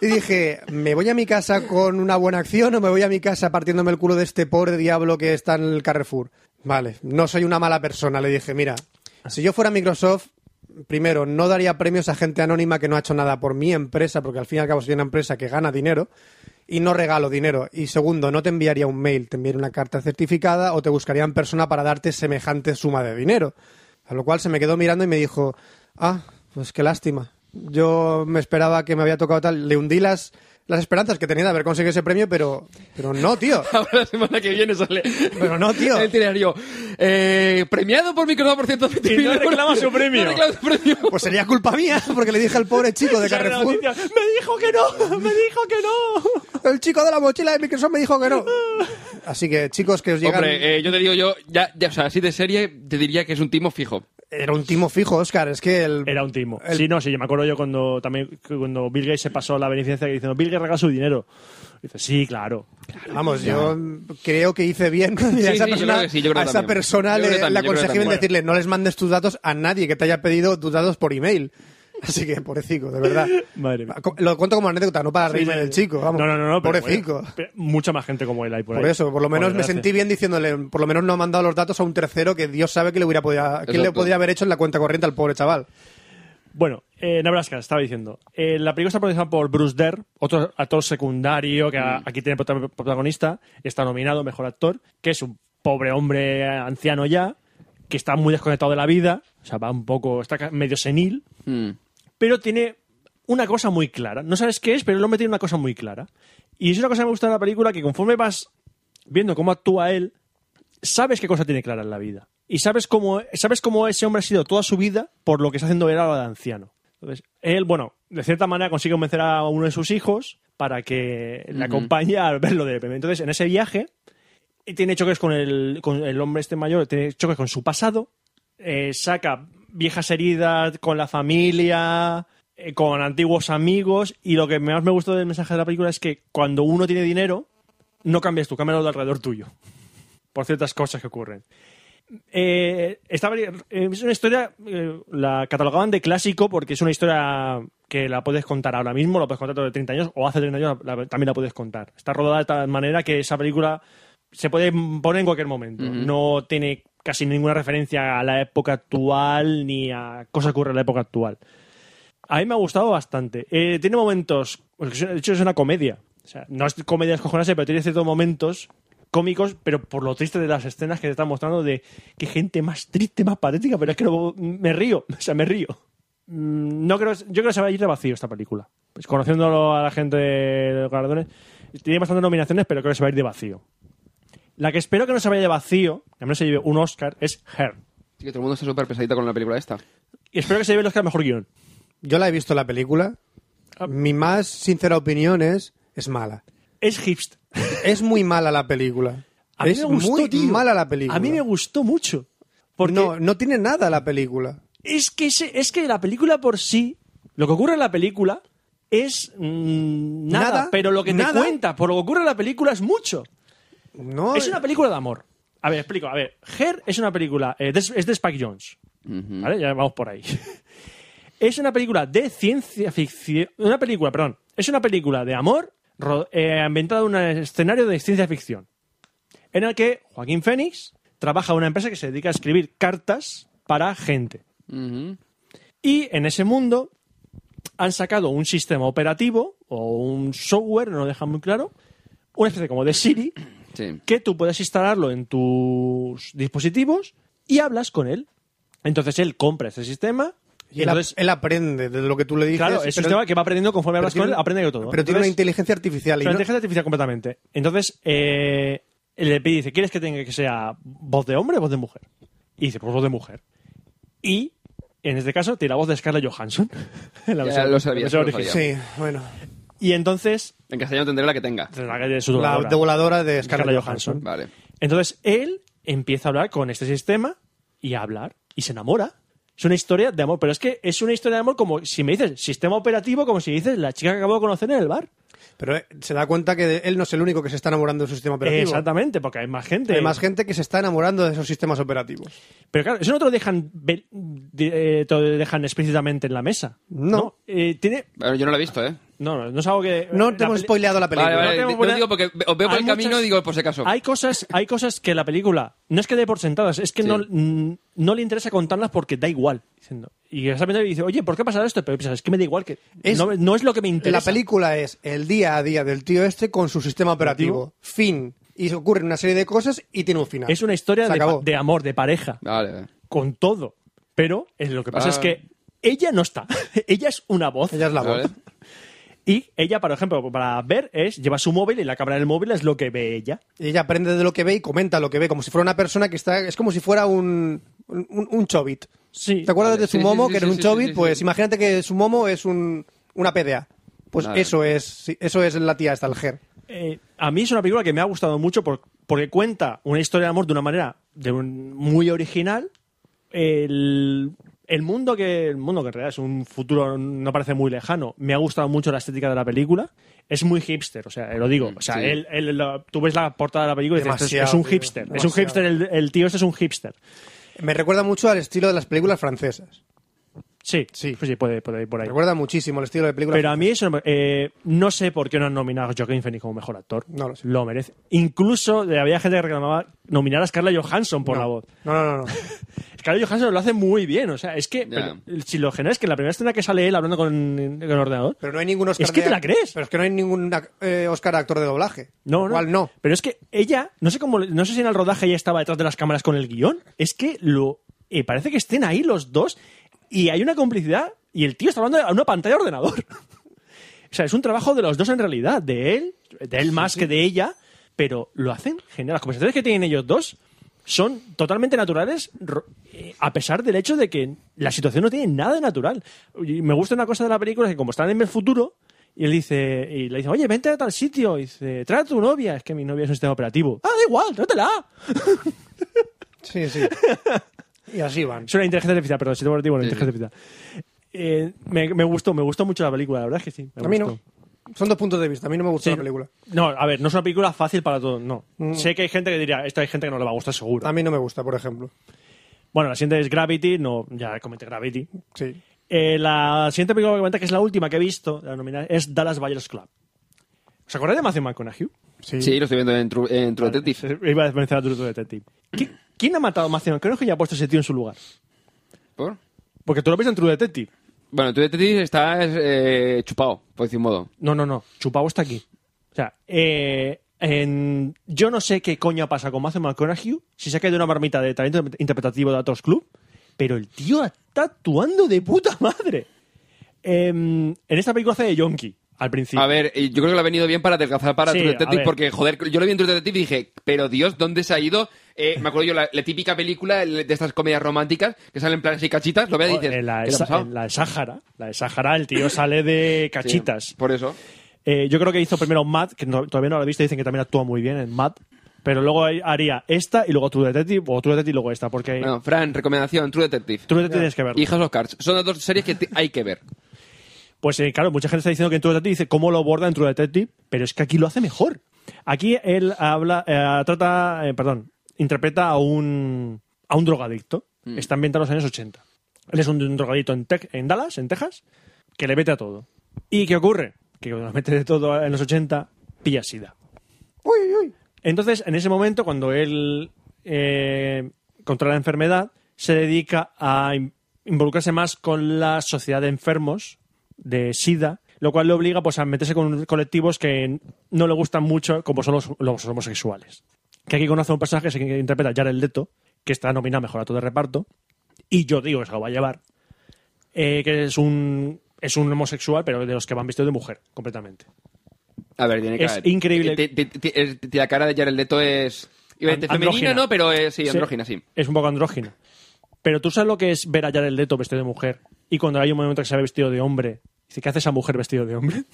Y dije, ¿me voy a mi casa con una buena acción o me voy a mi casa partiéndome el culo de este pobre diablo que está en el Carrefour? Vale, no soy una mala persona, le dije, mira, si yo fuera Microsoft, primero, no daría premios a gente anónima que no ha hecho nada por mi empresa, porque al fin y al cabo soy una empresa que gana dinero, y no regalo dinero. Y segundo, no te enviaría un mail, te enviaría una carta certificada o te buscaría en persona para darte semejante suma de dinero. A lo cual se me quedó mirando y me dijo, ah, pues qué lástima. Yo me esperaba que me había tocado tal, le hundí las, las esperanzas que tenía de haber conseguido ese premio, pero, pero no, tío.
Ahora la semana que viene sale.
Pero
<laughs>
no, tío.
El tirario. Eh, premiado por Microsoft por 120
Y no reclama su
<laughs>
premio.
No reclama su premio.
Pues sería culpa mía, porque le dije al pobre chico de
Esa era la
Carrefour,
noticia. Me dijo que
<laughs>
no, me dijo que no.
el chico de la mochila de Microsoft me dijo que no. Así que, chicos, que os llegan...
Hombre, eh, yo te digo yo, ya, ya, o sea, así de serie, te diría que es un timo fijo.
Era un timo fijo, Oscar, es que el...
Era un timo.
El-
Sí, no, sí, yo me acuerdo yo cuando también cuando Bill Gates se pasó la beneficencia diciendo, Bill Gates regala su dinero. Dice, sí, claro.
Vamos, yo mm, creo que hice bien. <laughs> Y
sí,
a esa
yo
persona,
creo que sí, yo creo
a
que
esa
también.
persona
Yo creo
le,
que también,
le
yo creo que
aconsejé bien
también.
decirle no les mandes tus datos a nadie que te haya pedido tus datos por email. <laughs> Así que, pobrecito, de verdad.
Madre mía.
Co- Lo cuento como anécdota, no para reírme
Sí, sí,
del
sí.
chico. Vamos.
No, no, no, no pero
Pobrecito.
bueno, pero mucha más gente como él hay por,
Por
ahí.
eso, por lo menos me
desgracia.
sentí bien diciéndole, por lo menos no ha mandado los datos a un tercero que Dios sabe que le hubiera podido, que le
Exacto.
podría haber hecho en la cuenta corriente al pobre chaval.
Bueno, eh, Nebraska, estaba diciendo. Eh, la película está protagonizada por Bruce Dern, otro actor secundario que a- aquí tiene prota- protagonista. Está nominado mejor actor, que es un pobre hombre eh, anciano ya, que está muy desconectado de la vida. O sea, va un poco, está ca- medio senil.
Mm.
pero tiene una cosa muy clara. No sabes qué es, pero el hombre tiene una cosa muy clara. Y es una cosa que me gusta de la película, que conforme vas viendo cómo actúa él, sabes qué cosa tiene clara en la vida. Y sabes cómo, sabes cómo ese hombre ha sido toda su vida por lo que está haciendo él ahora de anciano. Entonces, él, bueno, de cierta manera consigue convencer a uno de sus hijos para que le acompañe al verlo de repente. Entonces, en ese viaje, y tiene choques con el, con el hombre este mayor, tiene choques con su pasado, eh, saca viejas heridas con la familia, eh, con antiguos amigos, y lo que más me gustó del mensaje de la película es que cuando uno tiene dinero, no cambias tu cámara de alrededor tuyo, por ciertas cosas que ocurren. Eh, esta peli- eh, es una historia, eh, la catalogaban de clásico porque es una historia que la puedes contar ahora mismo, la puedes contar dentro de 30 años o hace 30 años la- la- también la puedes contar. Está rodada de tal manera que esa película se puede poner en cualquier momento. No tiene casi ninguna referencia a la época actual ni a cosas que ocurren en la época actual. A mí me ha gustado bastante. Eh, tiene momentos. porque es- De hecho, es una comedia. O sea, no es comedia escojonarse, pero tiene ciertos momentos cómicos, pero por lo triste de las escenas que te están mostrando, de que gente más triste, más patética, pero es que no- me río. <laughs> O sea, me río. Mm, No creo, yo creo que se va a ir de vacío esta película. Pues conociéndolo a la gente de los galardones, tiene bastantes nominaciones, pero creo que se va a ir de vacío. La que espero que no se vaya de vacío, que al menos se lleve un Oscar, es Her.
Sí, que todo el mundo está súper pesadito con la película esta.
Y espero que se lleve el Oscar mejor guión.
Yo la he visto la película.
Ah.
Mi más sincera opinión es, es mala.
Es hipster.
Es muy mala la película.
A mí
es
me gustó,
muy
tío.
mala la película.
A mí me gustó mucho. Porque
No, no tiene nada la película.
es, que ese- es que la película por sí, lo que ocurre en la película, es mm, nada,
Nada,
pero lo que te
nada.
cuenta por lo que ocurre en la película es mucho.
No,
Es una película de amor. A ver, explico. A ver, Her es una película. eh, de- es de Spike Jones. ¿Vale? Ya vamos por ahí. <laughs> es una película de ciencia ficción. Una película, perdón. Es una película de amor ro- eh, ambientada en un escenario de ciencia ficción. En el que Joaquín Fénix trabaja en una empresa que se dedica a escribir cartas para gente.
Ujú.
Y en ese mundo han sacado un sistema operativo o un software, no lo dejan muy claro, una especie como de Siri,
Sí.
que tú puedes instalarlo en tus dispositivos y hablas con él. Entonces él compra ese sistema
y
y
él,
entonces,
él aprende de lo que tú le dices.
claro, es un
pero-
sistema que va aprendiendo conforme
pero
hablas con él,
tiene-
aprende de todo.
Pero tiene una
Entonces,
inteligencia artificial. y
pero
no-
inteligencia artificial completamente. Entonces, eh, le pide, dice, ¿quieres que tenga que sea voz de hombre o voz de mujer? Y dice, pues voz de mujer. Y, en este caso, tiene la voz de Scarlett Johansson. <laughs> en
Ya
la versión-
lo sabía,
en la versión
lo
original.
Sí, bueno.
Y entonces,
En castellano tendré la que tenga.
la de su
La
dobladora,
devoladora de
Scarlett
Scarlett
Johansson.
Johansson.
Vale.
Entonces, él empieza a hablar con este sistema y a hablar y se enamora. Es una historia de amor, pero es que es una historia de amor como si me dices sistema operativo, como si dices la chica que acabo de conocer en el bar.
Pero eh, se da cuenta que de- él no es el único que se está enamorando de su sistema operativo.
Exactamente, porque hay más gente.
Hay más gente que se está enamorando de esos sistemas operativos.
Pero claro, eso no te lo dejan, ve- de- eh, te lo dejan explícitamente en la mesa.
No.
Eh, tiene,
Bueno, yo no la he visto, ¿eh?
no, no, no es algo que.
No
la
te hemos
peli-
spoileado la película.
Vale, vale.
No tengo
Lo
buena-
Eh, digo porque os veo por
Hay
el camino
muchas-
y digo, por si acaso.
Hay cosas, hay cosas que la película no es que dé por sentadas, es que
Sí.
no, mm, no le interesa contarlas porque da igual. Diciendo. Y exactamente dice, oye, ¿por qué ha pasado esto? Pero piensas, es que me da igual, que
Es-
no, no es lo que me interesa.
La película es el día a día del tío este con su sistema operativo. Fin. Y ocurren una serie de cosas y tiene un final.
es una historia
Se
de,
acabó.
pa- de amor, de pareja,
Vale, vale.
con todo. Pero eh, lo que pasa
Ah.
es que ella no está. <laughs> ella es una voz.
Ella es la
Vale.
voz.
Y ella, por ejemplo, para ver, es lleva su móvil y la cámara del móvil es lo que ve ella.
Y ella aprende de lo que ve y comenta lo que ve, como si fuera una persona que está. Es como si fuera un. Un, un chobit.
Sí.
¿Te acuerdas
Vale.
de
Sí,
Sumomo,
sí, sí,
que era
sí,
un
sí,
chobit?
sí, sí.
pues imagínate que Sumomo es un, una PDA. Pues
Vale.
eso es sí, eso es la tía Stalger.
Eh, a mí es una película que me ha gustado mucho por- porque cuenta una historia de amor de una manera de un- muy original. El, el mundo que el mundo que en realidad es un futuro no parece muy lejano. Me ha gustado mucho la estética de la película. Es muy hipster, o sea, eh, lo digo. O sea,
Sí.
él, él lo- tú ves la portada de la película y dices, "Esto es- es,
Mm, Demasiado,
un
tío,
hipster. Es un
demasiado.
hipster, el, el tío este es un hipster.
Me recuerda mucho al estilo de las películas francesas.
Sí,
Sí.
Pues sí, puede, puede ir por ahí.
Me recuerda muchísimo al estilo de películas
Pero a mí eso, eh, no sé por qué no han nominado a Joaquin Phoenix como mejor actor.
No lo sé.
merece. Incluso eh, había gente que reclamaba nominar a Scarlett Johansson por
No.
la voz.
No, no, no. no.
Scarlett Johansson lo hace muy bien. O sea, es que
Ya.
pero, si lo general es que en la primera escena que sale él hablando con, con el ordenador.
Pero no hay ningún Oscar.
Es que
de-
te la crees.
Pero es que no hay ningún eh, Oscar de actor de doblaje.
No,
Igual
no.
no.
Pero es que ella, no sé cómo, no sé si en el rodaje ella estaba detrás de las cámaras con el guión. Es que lo eh, parece que estén ahí los dos y hay una complicidad y el tío está hablando a una pantalla de ordenador. o sea, es un trabajo de los dos en realidad, de él, de él más que de ella, pero lo hacen genial. Las conversaciones que tienen ellos dos son totalmente naturales, ro- eh, a pesar del hecho de que la situación no tiene nada de natural. Y me gusta una cosa de la película, es que como están en el futuro, y él dice, y le dice, oye, vente a tal sitio, y dice, trae a tu novia, es que mi novia es un sistema operativo. Ah, da igual, tráetela. <laughs>
Sí, sí. y así van.
Es una inteligencia artificial, perdón, sistema operativo, una
Sí, sí.
inteligencia artificial. Eh, me, me gustó, me gustó mucho la película, la verdad es que sí. me
A mí no.
gustó.
Son dos puntos de vista. A mí no me gustó
Sí,
la película.
No, a ver, no es una película fácil para todos, no. Sé que hay gente que diría, esto hay gente que no le va a gustar seguro.
A mí no me gusta, por ejemplo.
Bueno, la siguiente es Gravity, no, ya comenté Gravity.
Sí.
Eh, la siguiente película que comenté, que es la última que he visto, la nominada, es Dallas Buyers Club. ¿Os acordáis de Matthew McConaughey?
Sí.
Sí, lo estoy viendo en True, en True Detective.
Eh, <laughs> Iba a mencionar a True Detective. ¿Qui- ¿Quién ha matado a Matthew McConaughey y ha puesto ese tío en su lugar?
¿Por?
Porque tú lo ves en True Detective.
Bueno, True Detective está eh, chupado, por decir un modo.
No, no, no. Chupao está aquí. O sea, eh, en- yo no sé qué coño pasa con Matthew McConaughey, si se ha caído una marmita de talento interpretativo de Atos Club, pero el tío está actuando de puta madre. Em, en esta película hace de Yonki, al principio.
A ver, eh, yo creo que le ha venido bien para adelgazar para
Sí,
True
a
Detective
ver.
porque, joder, yo lo vi en True Detective y dije, pero Dios, ¿dónde se ha ido? Eh, me acuerdo yo, la, la típica película de estas comedias románticas que salen en plan así cachitas, lo veas y dices,
Oh, en la,
¿qué le ha
esa-
pasado?
en la de Sáhara, la de Sáhara, el tío sale de
<laughs> Sí,
cachitas.
por eso.
Eh, yo creo que hizo primero Mad, que no- todavía no lo he visto, dicen que también actúa muy bien en Mad. Pero luego haría esta y luego True Detective, o True Detective y luego esta, porque
Bueno, Fran, recomendación, True Detective.
True Detective tienes que verlo.
Y House of Cards. Son las dos series que te- hay que ver.
Pues eh, claro, mucha gente está diciendo que en True Detective dice cómo lo aborda en True Detective, pero es que aquí lo hace mejor. Aquí él habla, eh, trata, eh, perdón, interpreta a un, a un drogadicto. Está ambientado en los años 80. Él es un, un drogadicto en, Tex- en Dallas, en Texas, que le mete a todo. ¿Y qué ocurre? Que cuando le mete de todo en los 80, pilla sida. Entonces, en ese momento, cuando él eh, controla la enfermedad, se dedica a in- involucrarse más con la sociedad de enfermos de SIDA, lo cual le obliga pues, a meterse con colectivos que no le gustan mucho, como son los, los homosexuales. Que aquí conoce a un personaje que se interpreta Jared Leto, que está nominado a Mejor Actor de Reparto, y yo digo que se lo va a llevar, eh, que es un, es un homosexual, pero de los que van vestidos de mujer, completamente.
A ver, tiene que
Es
haber. Eh,
increíble.
Te- te- te- es- te- la cara de Jared Leto es. Iba a decir
An-
femenina,
andrógina.
¿no? Pero eh, sí, andrógina, sí.
Es un poco andrógina. Pero tú sabes lo que es ver a Jared Leto vestido de mujer y cuando hay un momento que se ve vestido de hombre, dice, ¿qué hace esa mujer vestido de hombre?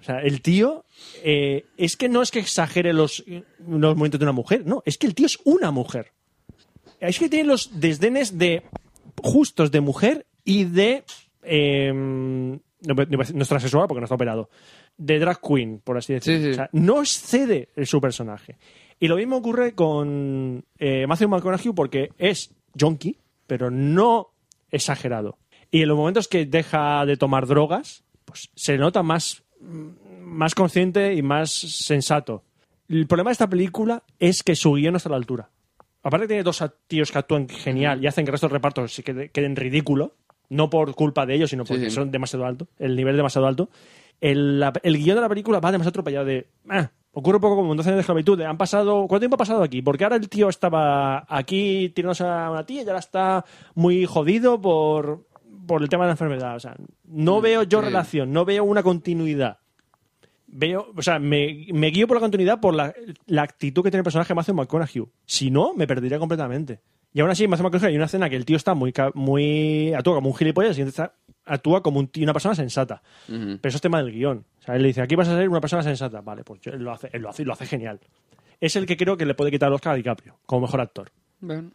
o sea, el tío eh, es que no es que exagere los, los movimientos de una mujer, no, es que el tío es una mujer. Es que tiene los desdenes de justos de mujer y de... eh, no, no iba a decir- no es transexual porque no está operado. De drag queen, por así decirlo.
Sí, sí.
O sea, no excede el- su personaje. Y lo mismo ocurre con eh, Matthew McConaughey porque es junkie, pero no exagerado. Y en los momentos que deja de tomar drogas, pues se nota más, más consciente y más sensato. El problema de esta película es que su guión no está a la altura. Aparte que tiene dos a- tíos que actúan genial y hacen que el resto del reparto se quede- queden ridículo, no por culpa de ellos, sino porque
sí.
son demasiado alto, el nivel es demasiado alto. El, la- el guión de la película va demasiado atropellado de... "Ah, ocurre un poco como en 12 años de esclavitud. de, Han pasado, ¿Cuánto tiempo ha pasado aquí? Porque ahora el tío estaba aquí tirándose a una tía y ahora está muy jodido por, por el tema de la enfermedad. O sea, no veo yo
Mm, sí.
relación, no veo una continuidad. Veo, o sea, me, me guío por la continuidad por la, la actitud que tiene el personaje Matthew McConaughey. Si no, me perdería completamente. Y aún así, Matthew McConaughey hay una escena que el tío está muy, ca- muy actúa como un gilipollas, y el siguiente está- actúa como un tío- una persona sensata. Pero eso es tema del guión. O sea, él le dice, aquí vas a ser una persona sensata. Vale, pues yo- él lo hace, él lo hace y lo hace genial. Es el que creo que le puede quitar el Oscar a DiCaprio como mejor actor.
Bueno.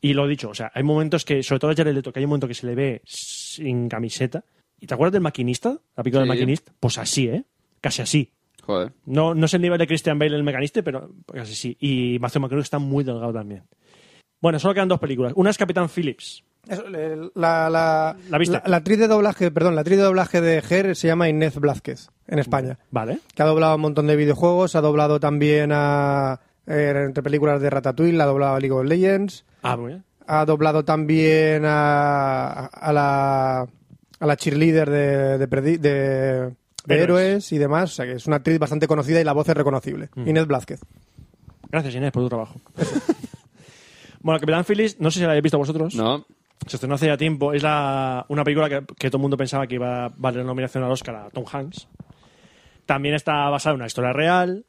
Y lo dicho, o sea, hay momentos que, sobre todo a Jared Leto, que hay un momento que se le ve sin camiseta. ¿Y te acuerdas del maquinista? La película del
Sí.
maquinista. Pues así, ¿eh? Casi así.
Joder.
No, no es el nivel de Christian Bale el mecaniste, pero casi sí. Y Matthew McConaughey está muy delgado también. Bueno, solo quedan dos películas. Una es Capitán Phillips.
Eso, le- la, la,
¿La viste?
la actriz de doblaje, perdón, la actriz de doblaje de Her se llama Inés Blázquez, en España.
Vale.
Que ha doblado un montón de videojuegos, ha doblado también a eh, entre películas de Ratatouille, ha doblado a League of Legends,
Ah, muy bien.
ha doblado también a, a la a la cheerleader de, de, Perdi- de- de
Héroes. Mm.
héroes y demás, o sea que es una actriz bastante conocida y la voz es reconocible. Inés Blázquez.
Gracias, Inés, por tu trabajo. <laughs> bueno, Capitán Phillips, no sé si la habéis visto vosotros.
No.
Se estrenó hace ya tiempo. Es la, una película que, que todo el mundo pensaba que iba a valer la nominación al Oscar a Tom Hanks. También está basada en una historia real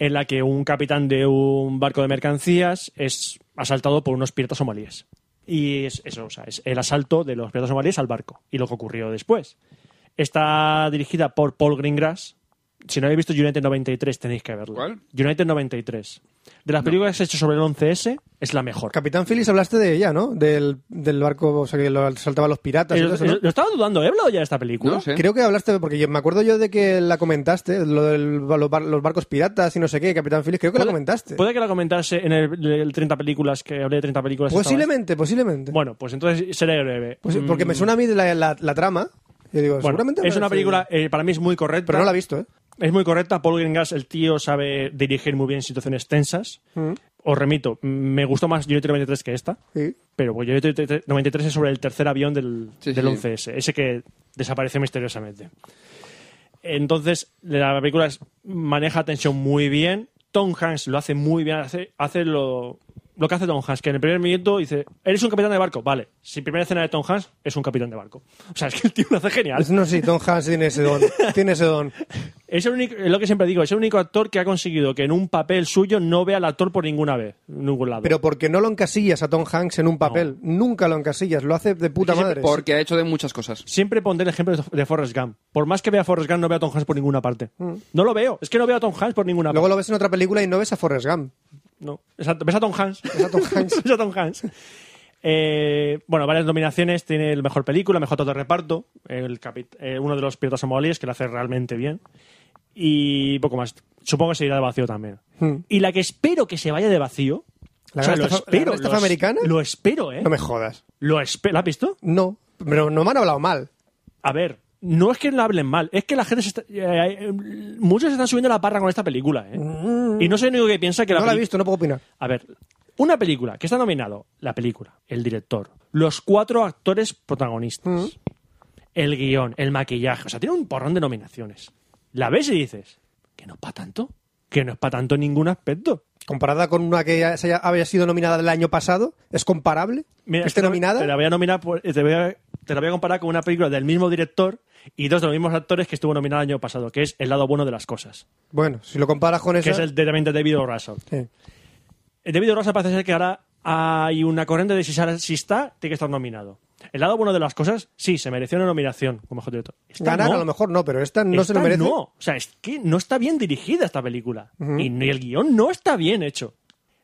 en la que un capitán de un barco de mercancías es asaltado por unos piratas somalíes. Y es eso, o sea, es el asalto de los piratas somalíes al barco y lo que ocurrió después. Está dirigida por Paul Greengrass. Si no habéis visto United 93, tenéis que verlo.
¿Cuál?
United 93. De las películas que se ha hecho sobre el 11S, es la mejor.
Capitán Phillips hablaste de ella, ¿no? Del, del barco, o sea que lo saltaban los piratas. y
Eh,
todo eso, ¿no?
Lo estaba dudando, ¿he hablado ya de esta película?
No sé.
Creo que hablaste, porque yo- me acuerdo yo de que la comentaste, lo de los, bar- los barcos piratas y no sé qué, Capitán Phillips, creo que la comentaste.
Puede que la comentase en el, el 30 películas, que hablé de 30 películas. esta
posiblemente, posiblemente.
vez. Bueno, pues entonces seré breve.
Pues-
Mm,
porque me suena a mí de la, la- la trama. Yo digo,
bueno,
seguramente
es una
habrá-
película, eh, para mí es muy correcta.
Pero no la he visto, ¿eh?
Es muy correcta. Paul Greengrass, el tío, sabe dirigir muy bien situaciones tensas. Os remito, mm, me gustó más Unity 93 que esta.
Sí.
Pero pues bueno, Unity 93 es sobre el tercer avión del,
Sí,
del
sí.
11S, ese que desapareció misteriosamente. Entonces, la película es- maneja tensión muy bien. Tom Hanks lo hace muy bien, hace, hace lo, lo que hace Tom Hanks, que en el primer minuto dice, eres un capitán de barco, vale. Si primera escena de Tom Hanks es un capitán de barco. O sea, es que el tío lo hace genial.
No, sí, Tom Hanks tiene ese don. tiene ese don.
Es el único, es lo que siempre digo, es el único actor que ha conseguido que en un papel suyo no vea al actor por ninguna vez, ningún lado.
Pero porque no lo encasillas a Tom Hanks en un papel. Nunca lo encasillas. Lo hace de puta
Es que
madre.
Porque ha hecho de muchas cosas.
Siempre pondré el ejemplo de- de Forrest Gump. Por más que vea a Forrest Gump, no veo a Tom Hanks por ninguna parte. No lo veo. Es que no veo a Tom Hanks por ninguna
Mm. Luego lo ves en otra película y no ves a Forrest Gump.
<laughs> parte. No. Exacto. ¿Ves a Tom Hanks?
Ves a Tom Hanks.
Ves a Tom Hanks. Eh, bueno, varias nominaciones. Tiene el mejor película, mejor actor de reparto. El capit- eh, uno de los piratas somalíes que lo hace realmente bien. Y poco más. Supongo que se irá de vacío también.
Hmm.
Y la que espero que se vaya de vacío.
¿La
o sea,
gran
lo
estafa- la
espero.
gran estafa
lo es-
americana?
Lo espero, ¿eh?
No me jodas.
Lo espero. ¿La has visto?
No, pero no me han hablado mal.
A ver, no es que lo hablen mal, es que la gente se está- eh, eh, muchos se están subiendo la parra con esta película, ¿eh? Y no soy el único que piensa que la
No la he
peli-
visto, no puedo opinar.
A ver, una película que está nominado, la película, el director, los cuatro actores protagonistas,
Mm.
el guión, el maquillaje, o sea, tiene un porrón de nominaciones. La ves y dices, que no es para tanto, que no es para tanto en ningún aspecto.
Comparada con una que ya se haya- había sido nominada el año pasado, ¿es comparable?
Mira,
¿Esté
te la-
nominada?
Te la voy a nominar por- te, voy a, te la voy a comparar con una película del mismo director y dos de los mismos actores que estuvo nominada el año pasado, que es El lado bueno de las cosas,
Bueno, si lo comparas con
que
esa...
es el de, también de David O. Russell.
Sí.
El David O. Russell parece ser que ahora hay una corriente de si, sale- si está, tiene que estar nominado. El lado bueno de las cosas, sí, se mereció una nominación como mejor director. Esta
Ganar
no.
a lo mejor no, pero esta no se
Esta
lo merece.
No, o sea, es que no está bien dirigida esta película. y, ni el guión no está bien hecho.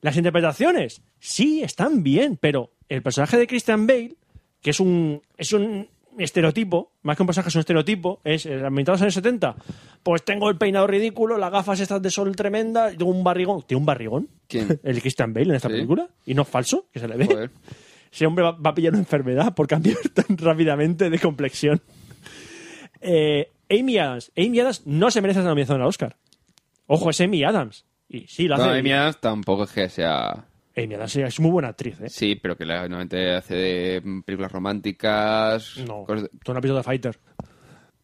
Las interpretaciones sí están bien, pero el personaje de Christian Bale, que es un, es un estereotipo, más que un personaje es un estereotipo, es eh, ambientado en los años 70. Pues tengo el peinado ridículo, las gafas estas de sol tremenda, y tengo un barrigón. ¿Tiene un
<laughs>
barrigón?
¿Quién?
El Christian Bale en esta
Sí.
película. Y no es falso, que se le ve. <laughs>
Joder.
Ese hombre va, va a pillar una enfermedad por cambiar <laughs> tan rápidamente de complexión. Eh, Amy Adams. Amy Adams no se merece esa nominación al Oscar. Ojo, es Amy Adams. Y sí, la hace.
No, Amy Adams tampoco es que sea...
Amy Adams es muy buena actriz, ¿eh?
Sí, pero que la- normalmente hace de mm, películas románticas... cosas
No,
Pues de-
tú no has visto The Fighter.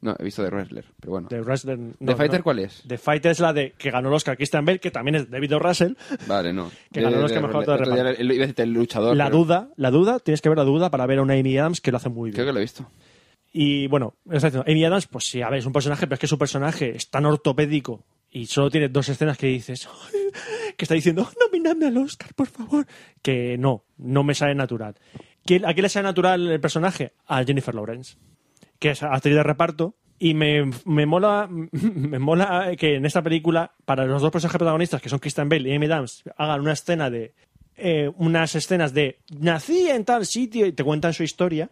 No, he visto de Wrestler, pero bueno.
The, Wrestler- no,
¿The Fighter
no.
cuál es?
The Fighter es la de que ganó el Oscar Christian Bale, que también es David O. Russell.
Vale, no.
Que ganó
De-
los que
de-
mejor
de-
todo
otro día
reparto.
el- Iba a decirte el luchador.
La
pero
duda, la duda, tienes que ver la duda para ver a una Amy Adams que lo hace muy bien.
Creo que lo he visto.
Y bueno, está diciendo, Amy Adams, pues sí, a ver, es un personaje, pero es que su personaje es tan ortopédico y solo tiene dos escenas que dices, <laughs> que está diciendo, nominadme al Oscar, por favor. Que no, no me sale natural. ¿Quién- ¿A quién le sale natural el personaje? A Jennifer Lawrence, que es actriz de reparto. Y me, me mola <laughs> me mola que en esta película, para los dos personajes protagonistas, que son Christian Bale y Amy Adams, hagan una escena de. eh, unas escenas de nací en tal sitio y te cuentan su historia.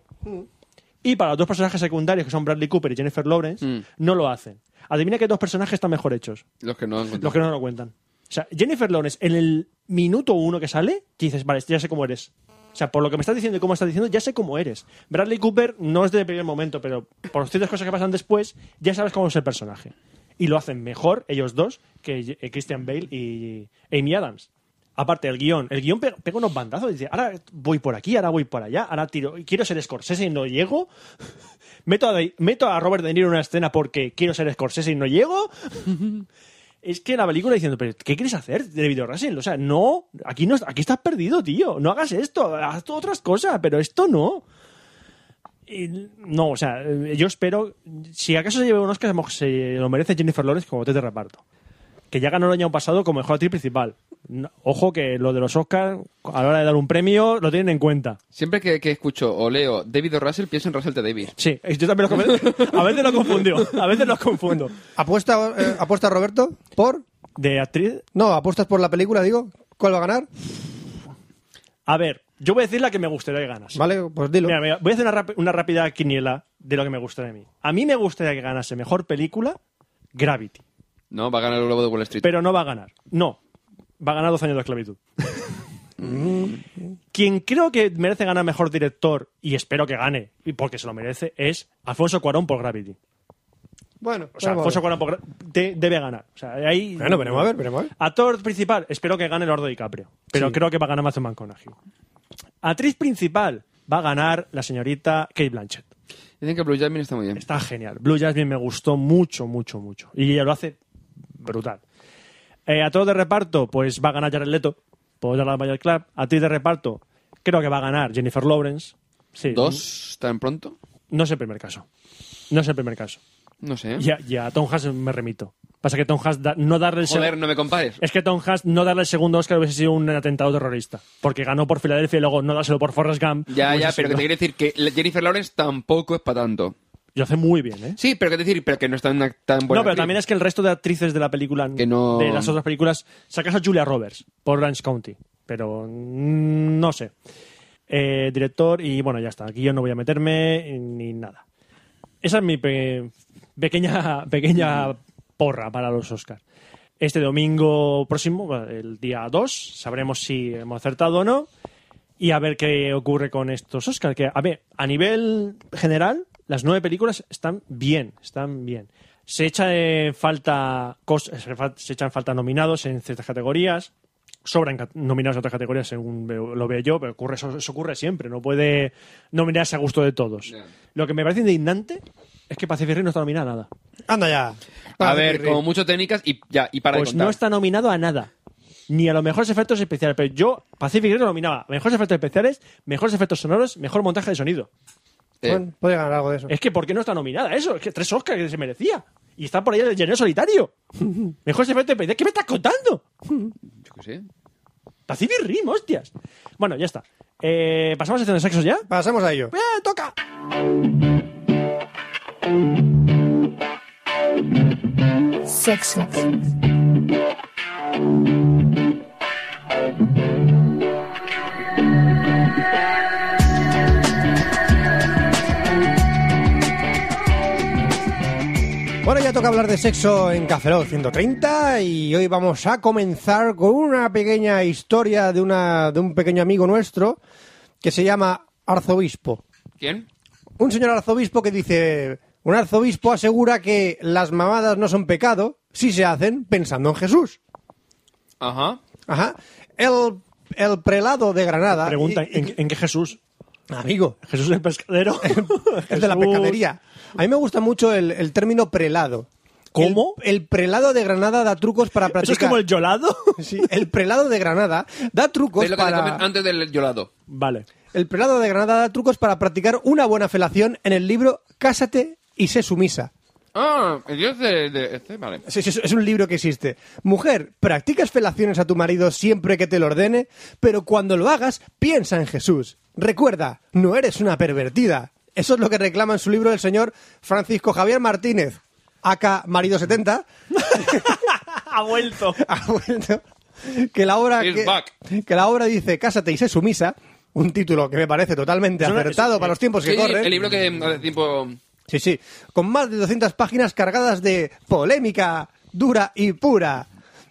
Y para los dos personajes secundarios, que son Bradley Cooper y Jennifer Lawrence,
Mm.
no lo hacen. Adivina qué dos personajes están mejor hechos,
Los que no han
los que no lo cuentan. O sea, Jennifer Lawrence, en el minuto uno que sale, que dices, vale, ya sé cómo eres. O sea, por lo que me estás diciendo y cómo estás diciendo, ya sé cómo eres. Bradley Cooper no es del primer momento, pero por ciertas cosas que pasan después, ya sabes cómo es el personaje. Y lo hacen mejor ellos dos que eh, Christian Bale y Amy Adams. Aparte, el guión. El guión pe- pega unos bandazos. Dice, ahora voy por aquí, ahora voy por allá, ahora tiro. Quiero ser Scorsese y no llego. <laughs> meto, a, De- meto a Robert De Niro en una escena porque quiero ser Scorsese y no llego. es que la película diciendo, pero ¿qué quieres hacer, David O. Russell? O sea, no, aquí, no, aquí estás perdido, tío. No hagas esto, haz tú otras cosas, pero esto no. Y no, o sea, eh, yo espero, si acaso se lleva un Oscar, a lo mejor se lo merece Jennifer Lawrence como tete de reparto. Que ya ganó el año pasado como mejor actriz principal. No, Ojo que lo de los Oscars, a la hora de dar un premio, lo tienen en cuenta.
Siempre que, que escucho o leo David o Russell, pienso en Russell T. Davis.
Sí, <laughs> yo también lo, a veces lo confundió, a veces lo confundo.
¿Apuesta, eh, apuesta Roberto? ¿Por?
De actriz,
No, apuestas por la película, digo. ¿Cuál va a ganar?
a ver, yo voy a decir la que me gustaría que ganase.
Vale, pues dilo.
Mira, mira, voy a hacer una, rap- una rápida quiniela de lo que me gustaría a mí. A mí me gustaría que ganase mejor película Gravity,
No, va a ganar el Globo de Wall Street.
pero no va a ganar. No, va a ganar 12 años de
<laughs>
esclavitud. Quien creo que merece ganar mejor director, y espero que gane, y porque se lo merece, es Alfonso Cuarón por Gravity.
Bueno, pues
O sea,
veremos
Alfonso
a ver.
Cuarón por Gra- de- debe ganar. O sea, ahí...
Bueno, veremos a ver, veremos a ver.
Actor principal, espero que gane Leonardo DiCaprio, pero
Sí.
creo que va a ganar Matthew McConaughey. Actriz principal, va a ganar la señorita Kate Blanchett.
Dicen que Blue Jasmine está muy bien.
Está genial. Blue Jasmine me gustó mucho, mucho, mucho. Y ella lo hace brutal. Eh, a todo de reparto, pues va a ganar Jared Leto por la Mayor Club. A ti de reparto, creo que va a ganar Jennifer Lawrence. Sí,
¿Dos tan pronto?
No es el primer caso. No es el primer caso.
No sé.
Y a, y a Tom Hanks me remito. Pasa que Tom Hanks da- no darle el
Joder,
seg-
no me compares.
Es que Tom Hanks no darle el segundo Oscar hubiese sido un atentado terrorista. Porque ganó por Filadelfia y luego no dárselo por Forrest Gump.
Ya,
hubiese
ya, pero que
sido-
te quiero decir que la Jennifer Lawrence tampoco es para tanto.
Lo hace muy bien, ¿eh?
Sí, pero que decir, pero que no es tan, tan buena.
no, pero
actriz.
también es que el resto de actrices de la película,
Que no-
de las otras películas, sacas a Julia Roberts por Orange County, pero mm, no sé. eh, director y bueno, ya está. Aquí yo no voy a meterme ni nada. Esa es mi pe- pequeña, <laughs> pequeña porra para los Oscars. Este domingo próximo, el día 2, sabremos si hemos acertado o no y a ver qué ocurre con estos Oscars. Que, a ver, a nivel general, las nueve películas están bien, están bien. Se echa en falta cos- se fa- se echan falta nominados en ciertas categorías, sobran ca- nominados en otras categorías según veo- lo veo yo, pero ocurre, eso, eso ocurre siempre, no puede nominarse a gusto de todos.
Ya.
Lo que me parece indignante es que Pacific Rim no está nominada a nada.
Anda ya.
A ver, como mucho técnicas y ya, y para de
pues
contar.
no está nominado a nada. Ni a los mejores efectos especiales. Pero yo, Pacific Rim lo nominaba. Mejores efectos especiales, mejores efectos sonoros, mejor montaje de sonido.
Eh,
Bueno, puede ganar algo de eso.
Es que ¿por qué no está nominada? Eso, es que tres Oscars que se merecía. Y está por ahí el género
<laughs>
solitario. Mejores efectos especiales. ¿Qué me estás contando?
yo qué sé.
Pacific Rim, hostias. Bueno, ya está. Eh, ¿Pasamos a escena de sexos ya?
Pasamos a ello.
¡Eh, toca!
sexo,
Bueno, ya toca hablar de sexo en Café Lock 130 y hoy vamos a comenzar con una pequeña historia de, una, de un pequeño amigo nuestro que se llama Arzobispo.
¿Quién?
Un señor arzobispo que dice, un arzobispo asegura que las mamadas no son pecado si se hacen pensando en Jesús.
Ajá.
Ajá. El, el prelado de Granada...
Ah, Pregunta,
y- y-
¿en, en qué Jesús?
amigo,
¿Jesús el pescadero?
<laughs> Es de la
Jesús.
pescadería. A mí me gusta mucho el, el término prelado.
¿Cómo?
El, el prelado de Granada da trucos para
¿Eso
practicar.
es como el
<laughs>
yolado?
Sí, el prelado de Granada da trucos
es lo que te comen
Pues para
antes del yolado.
Vale.
el prelado de Granada da trucos para practicar una buena felación en el libro Cásate y sé sumisa.
Ah, el dios de, de- este, vale.
Sí, sí, es- es un libro que existe. Mujer, practicas felaciones a tu marido siempre que te lo ordene, pero cuando lo hagas, piensa en Jesús. Recuerda, no eres una pervertida. Eso es lo que reclama en su libro el señor Francisco Javier Martínez, acá Marido 70,
ha vuelto.
<laughs> ha vuelto, que la obra
He's
que,
back.
que la obra dice Cásate y sé sumisa, un título que me parece totalmente
Es una-
acertado
es-
para los tiempos
Sí,
que corren.
el libro que hace tiempo...
Sí, sí. Con más de 200 páginas cargadas de polémica dura y pura.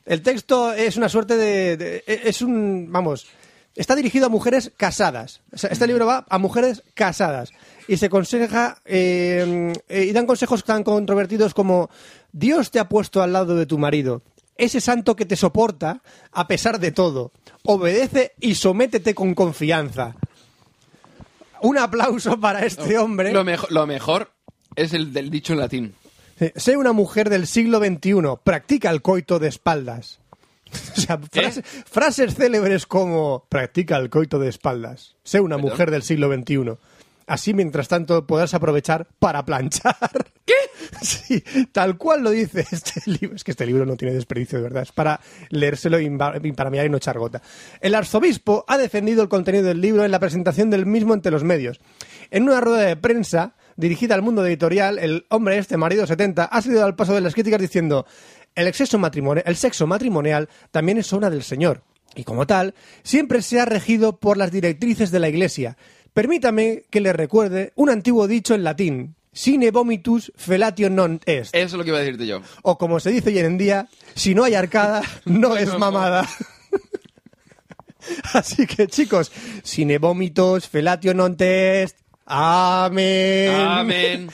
El texto es una suerte de... de- e, es un... Vamos. Está dirigido a mujeres casadas. O sea, este libro va a mujeres casadas. Y se aconseja... eh, eh, y dan consejos tan controvertidos como... Dios te ha puesto al lado de tu marido. Ese santo que te soporta a pesar de todo. Obedece y sométete con confianza. Un aplauso para este hombre.
Lo, mejo- lo mejor es el del dicho en latín.
Eh, Sé una mujer del siglo XXI, practica el coito de espaldas. <laughs> O sea, frase- frases célebres como practica el coito de espaldas. Sé una
¿Perdón?
mujer del siglo XXI. Así, mientras tanto, podrás aprovechar para planchar. ¿Qué? <laughs> Sí, tal cual lo dice este <laughs> libro. Es que este libro no tiene desperdicio, de verdad. Es para leérselo y imba- y para mirar y no echar gota. El arzobispo ha defendido el contenido del libro en la presentación del mismo ante los medios. En una rueda de prensa dirigida al mundo editorial, el hombre este, marido 70, ha salido al paso de las críticas diciendo el, exceso matrimonio- el sexo matrimonial también es obra del Señor, y como tal, siempre se ha regido por las directrices de la Iglesia. Permítame que le recuerde un antiguo dicho en latín, sine vomitus felatio non est,
Eso es lo que iba a decirte yo.
o como se dice hoy en día, si no hay arcada, no es mamada. <laughs> Así que chicos, sine vomitus felatio non est, amén. <laughs>
Amén.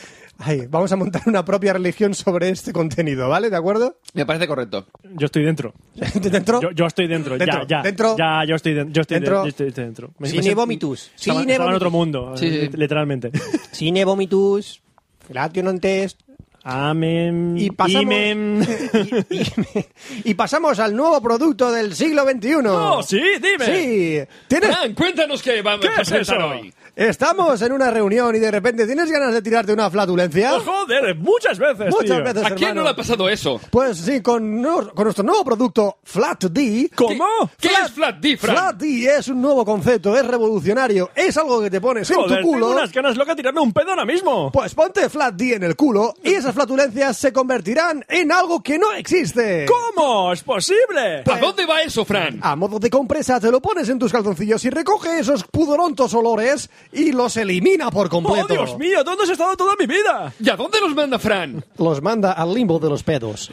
Ay, vamos a montar una propia religión sobre este contenido, ¿vale? ¿De acuerdo?
Me parece correcto.
Yo estoy dentro.
¿Dentro?
Yo, yo estoy dentro,
Dentro,
ya, ya.
dentro.
Ya, yo estoy, dentro yo estoy, de-
Dentro.
yo estoy dentro. Me-
Sine
me siento-
vomitus.
Estaba,
Sine
estaba en otro
vomitus.
mundo, eh,
Sí, sí.
<laughs>
literalmente.
Sine vomitus, felatio non test.
Amén.
Y pasamos,
Imen.
<laughs> y, y- y pasamos al nuevo producto del siglo XXI.
¡Oh, sí! ¡Dime! Ah.
Sí, tienes-
cuéntanos qué vamos
¿Qué es presentar eso? hoy.
estamos en una reunión y de repente tienes ganas de tirarte una flatulencia.
¡Oh, joder! Muchas veces,
¿Eh? Muchas
tío.
veces,
¿A quién no
hermano.
le ha pasado eso?
Pues sí, con, nu- con nuestro nuevo producto Flat D.
¿Cómo?
¿Qué es Flat D, Frank?
Flat D es un nuevo concepto, es revolucionario, es algo que te pones en
Pues Joder,
tu culo.
tengo unas ganas locas de tirarme un pedo ahora mismo.
Pues ponte Flat D en el culo y esas nuestras flatulencias se convertirán en algo que no existe.
¿Cómo es posible?
pues,
¿A dónde va eso, Fran?
A modo de compresa te lo pones en tus calzoncillos y recoge esos pudorontos olores y los elimina por completo.
¡Oh, Dios mío! ¿Dónde has estado toda mi vida?
¿Y a dónde nos manda Fran?
Los manda al limbo de los pedos.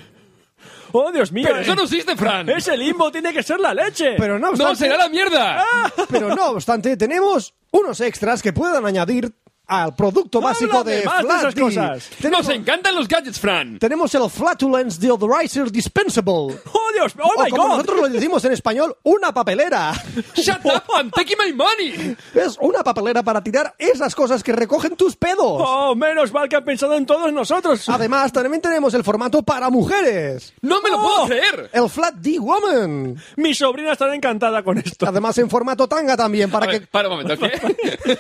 ¡Oh, Dios mío!
Pero eso no existe, Fran.
Ese limbo tiene que ser la leche. Ah,
Pero eh. no
No,
obstante, Ah,
será la mierda.
pero no obstante tenemos unos extras que puedan añadir al producto básico
Háblame
de
más de esas
Flatty.
cosas.
Tenemos,
Nos encantan los gadgets, Fran.
tenemos el Flatulence Deodorizer Dispensable.
¡Oh, Dios mío! ¡Oh,
o
my
como
God!
nosotros lo decimos en español, una papelera.
Shut up
Oh.
and take my money.
Es una papelera para tirar esas cosas que recogen tus pedos.
¡Oh, menos mal que han pensado en todos nosotros!
Además, también tenemos el formato para mujeres.
No me lo puedo
Oh.
creer.
El Flat D Woman.
Mi sobrina estará encantada con esto.
Además, en formato tanga también, para
A ver,
que...
para un momento,
<laughs>
¿qué?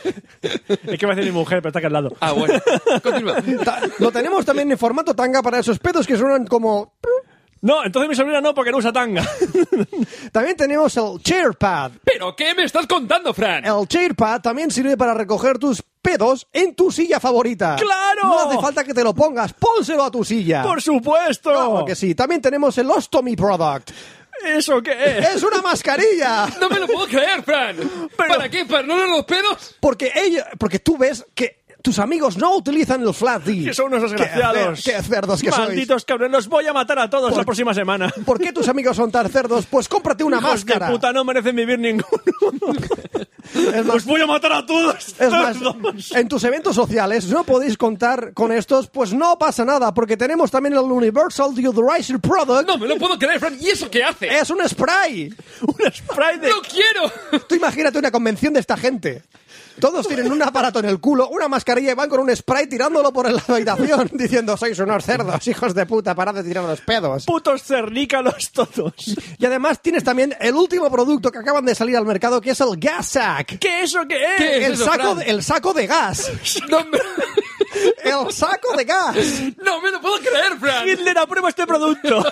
Es que va a decir mi mujer, pero está aquí al lado.
ah, bueno. Continúa.
ta- Lo tenemos también en formato tanga para esos pedos que suenan como...
No, entonces mi sobrina no, porque no usa tanga.
También tenemos el Chair Pad.
¿Pero qué me estás contando, Fran?
El Chair Pad también sirve para recoger tus pedos en tu silla favorita.
¡Claro!
No hace falta que te lo pongas, pónselo a tu silla.
¡Por supuesto!
Claro que sí. También tenemos el Ostomy Product.
¿Eso qué es?
¡Es una mascarilla!
No me lo puedo creer, Fran. ¿Para qué? ¿Para no los pedos?
Porque ella, porque tú ves que tus amigos no utilizan el flat D.
Que son unos desgraciados.
Qué, cer- qué cerdos que
Malditos cabrones, los voy a matar a todos la próxima semana.
sois. ¿Por qué tus amigos son tan cerdos? Pues cómprate una
Hijos de
máscara.
puta, no merecen vivir ninguno.
Es más,
¡Los voy a matar a <laughs> todos!
es más,
cerdos.
en tus eventos sociales no podéis contar con estos, pues no pasa nada, porque tenemos también el Universal Deodorizer Product.
No me lo puedo creer, Fran. ¿Y eso qué hace?
Es un spray.
¡Un spray de...
¡No quiero!
Tú imagínate una convención de esta gente. Todos tienen un aparato en el culo, una mascarilla y van con un spray tirándolo por la habitación <laughs> diciendo sois unos cerdos, hijos de puta, parad de tirar los pedos.
putos cernícalos todos!
Y además tienes también el último producto que acaban de salir al mercado, que es el gas sack.
¿Qué eso qué <laughs> es?
¿Qué es
El
eso,
saco,
Fran?
de- el saco de gas.
No me...
El saco de gas.
no me lo puedo creer, Fran.
Hitler aprueba este
<laughs>
producto.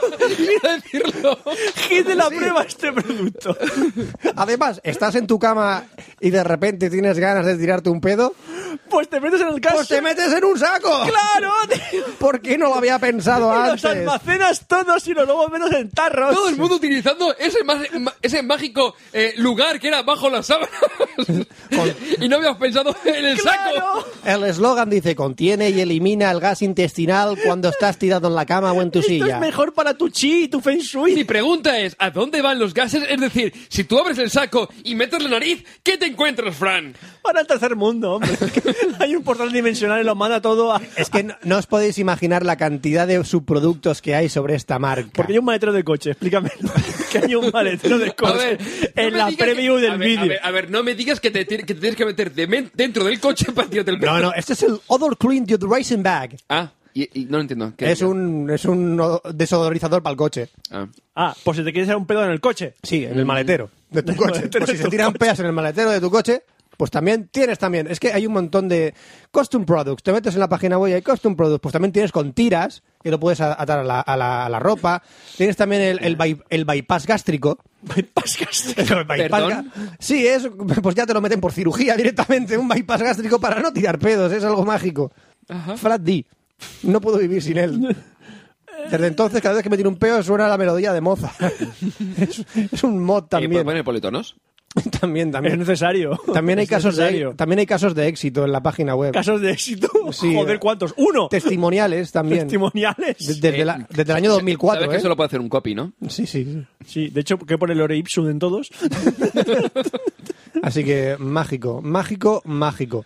Iba a decirlo.
Hitler aprueba este producto.
Además, estás en tu cama y de repente tienes ganas de tirarte un pedo,
Pues te metes en el caso.
pues te metes en un saco.
¡Claro! tío!
¿Por qué no lo había
<laughs>
pensado
Y
antes?
los almacenas todos y los luego menos en tarros.
Todo el mundo utilizando ese, ma- ma- ese mágico eh, lugar que era bajo las sábanas. y no habías pensado en el
¡Claro!
saco.
El eslogan dice, contiene y elimina el gas intestinal cuando estás tirado en la cama o en tu
Esto es
silla.
mejor para tu chi y tu feng
Mi
shui.
pregunta es, ¿a dónde van los gases? Es decir, si tú abres el saco y metes la nariz, ¿qué te encuentras, Fran?
Para el tercer mundo, hombre. <laughs> Hay un portal dimensional y lo manda todo a...
Es que no, no os podéis imaginar la cantidad de subproductos que hay sobre esta marca.
Porque hay un maletero de coche, explícame. <laughs> que hay un maletero de
<laughs> A
coche
ver, no
en
me
la
digas
preview
que- a
del
ver, A
vídeo.
ver, a ver, no me digas que te, tiene- que te tienes que meter de men- dentro del coche para tirarte el
No, no, este es el Odor Clean Deodorizing Bag.
Ah, y, y no lo entiendo. ¿Qué-
Es un, es un o- desodorizador para el coche.
Ah.
Ah, pues si te quieres dar un pedo en el coche.
Sí, en
<laughs>
el maletero de tu
El
coche.
maletero
Pues si
de
se
tu
tiran
coche.
peas en el maletero de tu coche, pues también tienes también. Es que hay un montón de custom products. Te metes en la página web y hay custom products. Pues también tienes con tiras que lo puedes a- atar a la, a la- a la ropa. Tienes también el, el by- el bypass gástrico. <laughs> El bypass
¿Perdón?
gá- Sí, es, pues ya te lo meten por cirugía directamente, un bypass gástrico para no tirar pedos, es algo mágico. Flat D. No puedo vivir sin él. Desde entonces, cada vez que me tiro un peo suena la melodía de moza. <laughs> es, es un mod
Eh, ¿Puedo
también.
poner politonos?
<laughs> también,
Es
también.
necesario.
También hay,
Es
casos de,
necesario.
también hay casos de éxito en la página web.
Casos de éxito.
Sí.
Joder, ¿cuántos? Uno.
Testimoniales también.
Testimoniales.
De- desde, la- desde el año 2004.
Sabes que
¿eh?
solo puede hacer un copy, ¿no?
Sí, sí.
Sí, de hecho, ¿qué pone Lore Ipsum en todos? <laughs>
Así que mágico, mágico, mágico.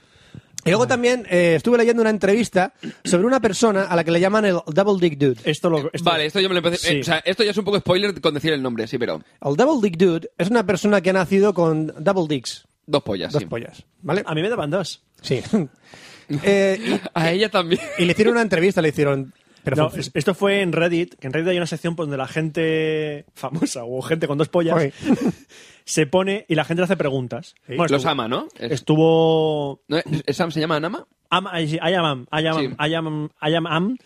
Y luego también eh, estuve leyendo una entrevista sobre una persona a la que le llaman el Double Dick Dude.
Esto lo. esto-
Vale, esto ya me lo empecé.
Sí.
eh, o sea, esto ya es un poco spoiler con decir el nombre, sí, pero.
El Double Dick Dude es una persona que ha nacido con double dicks,
Dos pollas,
dos
sí.
pollas, ¿vale?
A mí me daban dos.
Sí. <laughs> Eh,
A ella también.
y, y le hicieron una entrevista, le hicieron... Pero
No,
fue-
es- esto fue en Reddit, que en Reddit hay una sección pues, donde la gente famosa o gente con dos pollas
Oye.
<laughs> se pone y la gente le hace preguntas. Bueno,
Los
estuvo-
ama, ¿no? Es-
Estuvo
¿no es- es- ¿Sam se llama Anama?
Am, I, I am, am, I am,
Sí.
I am, I am, am.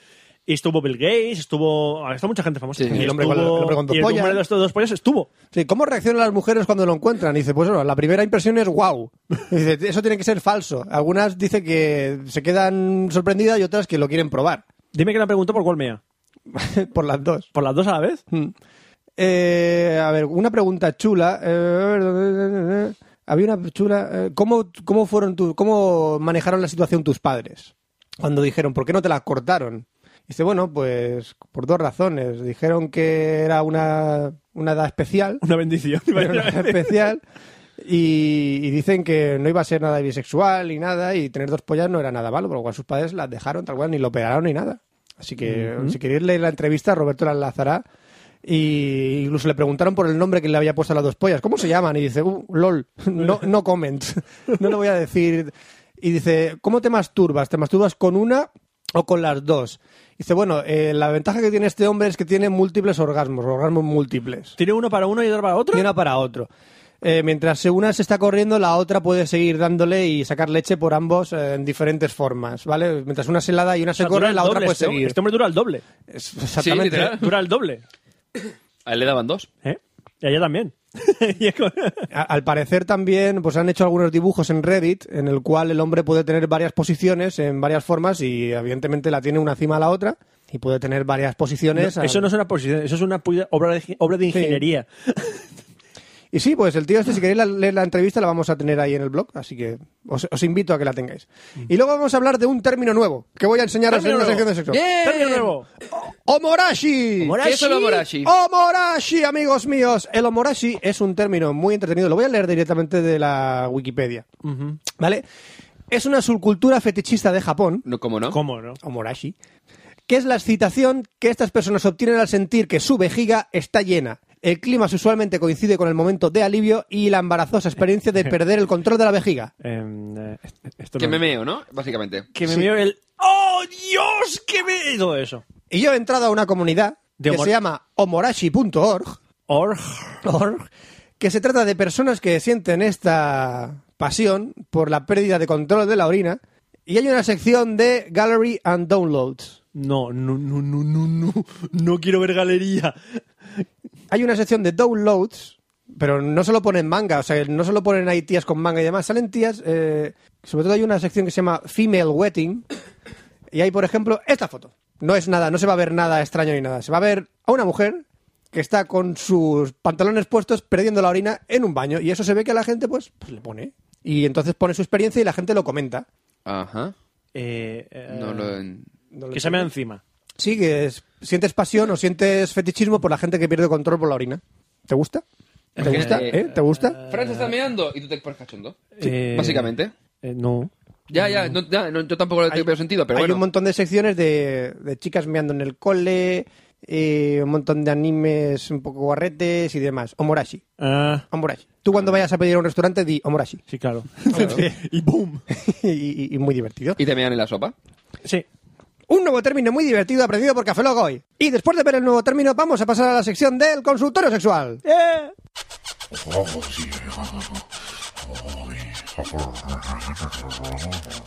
Y estuvo Bill Gates, estuvo. ah, Está mucha gente famosa.
Sí, sí.
Y
El
hombre con- el hombre con dos
y el
pollas.
hombre de estos dos pollas estuvo.
Sí, ¿Cómo reaccionan las mujeres cuando lo encuentran? Y dice, pues bueno, la primera impresión es wow. Y <laughs> dice, eso tiene que ser falso. Algunas dicen que se quedan sorprendidas y otras que lo quieren probar. <laughs>
Dime que la preguntó por cuál mía.
por las dos.
¿Por las dos a la vez? <laughs>
Eh, a ver, una pregunta chula. Eh, a ver, eh, eh, había una chula. eh, ¿Cómo, cómo, fueron tu- ¿Cómo manejaron la situación tus padres? Cuando dijeron, ¿por qué no te las cortaron? Dice, bueno, pues por dos razones. Dijeron que era una, una edad especial.
Una bendición. <laughs>
Era una edad especial. Y, y dicen que no iba a ser nada bisexual ni nada. Y tener dos pollas no era nada malo. Por lo cual sus padres las dejaron tal cual, ni lo pegaron ni nada. Así que si queréis leer la entrevista, Roberto la enlazará. Y incluso le preguntaron por el nombre que le había puesto a las dos pollas. ¿Cómo se llaman? Y dice, "Uh, lol, no, no comment. <laughs> No lo voy a decir. Y dice, ¿cómo te masturbas? ¿Te masturbas con una o con las dos? Dice, bueno, eh, la ventaja que tiene este hombre es que tiene múltiples orgasmos, orgasmos múltiples.
¿Tiene uno para uno y otro para otro?
Y una para otro. Eh, mientras una se está corriendo, la otra puede seguir dándole y sacar leche por ambos eh, en diferentes formas, ¿vale? Mientras una se la da y una
O sea,
se corre,
dura el
la otra
doble
puede
este,
seguir.
Este hombre dura el doble.
Es- Exactamente.
literal.
Dura el doble.
A él le daban dos.
¿Eh? Y a ella también. <laughs> Y es como-
A- Al parecer también pues han hecho algunos dibujos en Reddit en el cual el hombre puede tener varias posiciones en varias formas y evidentemente la tiene una encima a la otra y puede tener varias posiciones.
No, eso
al-
no es una posición, eso es una pu- obra de, obra de ingeniería.
Y sí, pues el tío este, si queréis la- leer la entrevista, la vamos a tener ahí en el blog, así que os, os invito a que la tengáis. Y luego vamos a hablar de un término nuevo que voy a enseñaros en
Término
una
nuevo.
sección de sexo.
¡Bien!
Término nuevo.
¡Omorashi!
¿Qué es el Omorashi?
¡Omorashi, amigos míos! El omorashi es un término muy entretenido. Lo voy a leer directamente de la Wikipedia. ¿Vale? Es una subcultura fetichista de Japón,
No, ¿Cómo no?
¿Cómo no?
omorashi, que es la excitación que estas personas obtienen al sentir que su vejiga está llena. El clima usualmente coincide con el momento de alivio y la embarazosa experiencia de perder el control de la vejiga.
Eh, eh, esto
Que
no-
me meo, ¿no? Básicamente.
que me meo el ¡Oh, Dios! ¡Que me...! y todo eso.
Y yo he entrado a una comunidad
De
que
omor-
se llama omorashi.org
Or...
org, que se trata de personas que sienten esta pasión por la pérdida de control de la orina. Y hay una sección de Gallery and Downloads.
No, no, no, no, no, no. No quiero ver galería.
Hay una sección de Downloads, pero no solo ponen manga, o sea, no solo ponen ahí tías con manga y demás, salen tías. eh, sobre todo hay una sección que se llama Female Wedding. Y hay, por ejemplo, esta foto. No es nada, no se va a ver nada extraño ni nada. Se va a ver a una mujer que está con sus pantalones puestos perdiendo la orina en un baño. Y eso se ve que a la gente, pues, pues le pone. Y entonces pone su experiencia y la gente lo comenta.
Ajá.
Eh, eh,
No lo... en-
No lo
Que se me encima.
Sí, que es- sientes pasión o sientes fetichismo por la gente que pierde control por la orina. ¿Te gusta? ¿Te
Imagínate,
gusta?
eh,
¿Eh? ¿Te gusta?
Fran se está meando y tú te pones cachondo.
Eh,
Básicamente.
eh, no.
Ya, ya, no, ya, no, yo tampoco le
Mm. Hay-
tengo sentido, pero
Hay
bueno.
un montón de secciones de, de chicas meando en el cole, eh, un montón de animes un poco guarretes y demás. Omorashi.
Ah,
Omorashi. Tú cuando vayas a pedir a un restaurante di Omorashi. <laughs>
sí, claro.
Claro.
<laughs> y boom.
y, y- y muy divertido.
Y te mean en la
<laughs>
sopa.
Sí.
Un nuevo término muy divertido aprendido por Café Lock hoy. Y después de ver el nuevo término, vamos a pasar a la sección del consultorio sexual.
Eh.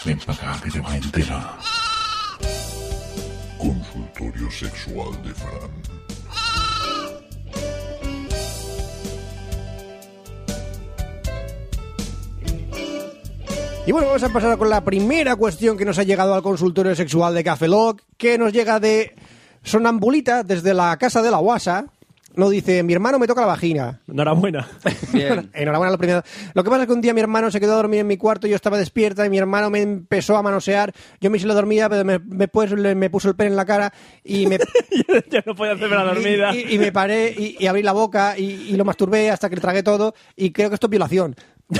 Ven para acá que te va a enterar. Consultorio sexual de Fran.
Y bueno, vamos a pasar con la primera cuestión que nos ha llegado al consultorio sexual de Café Lock, que nos llega de Sonambulita desde la casa de la guasa. Nos dice, mi hermano me toca la vagina.
Enhorabuena. <laughs>
Bien.
Enhorabuena a la primera. Lo que pasa es que un día mi hermano se quedó a dormir en mi cuarto, yo estaba despierta y mi hermano me empezó a manosear. Yo me hice la dormida, pero me, me pues- le- me puso el pelo en la cara
<laughs>
y me,
ya no podía hacerme la dormida.
y- y- y me paré y, y abrí la boca y, y lo masturbé hasta que le tragué todo. Y creo que esto es violación.
<laughs>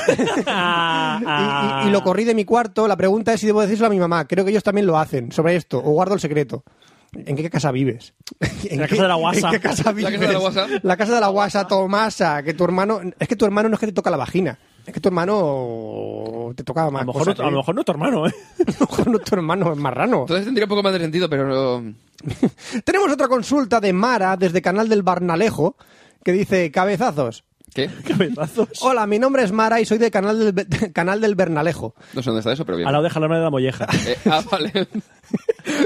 Ah, ah.
Y, y- y lo corrí de mi cuarto. La pregunta es si debo decírselo a mi mamá. Creo que ellos también lo hacen sobre esto. O guardo el secreto. ¿En qué casa vives? <laughs> ¿En
la
qué-
casa de la guasa.
<laughs> ¿En qué casa
La
vives?
casa de la guasa.
La casa de la guasa, Tomasa. Que tu hermano... Es que tu hermano no es que te toca la vagina. Es que tu hermano te tocaba
A
más
lo, mejor,
cosas,
no- a
¿eh? <laughs>
lo mejor no es tu hermano, ¿eh?
A lo mejor no tu hermano es marrano.
Entonces tendría un poco más de sentido, pero... no-
Tenemos otra consulta de Mara desde Canal del Barnalejo que dice, cabezazos,
¿Qué?
Cabezazos.
Hola, mi nombre es Mara y soy de Canal del, Be- <laughs> Canal del Bernalejo.
No sé dónde está eso, pero bien.
Al lado de jalarme de la molleja.
Eh, ah, vale. <laughs>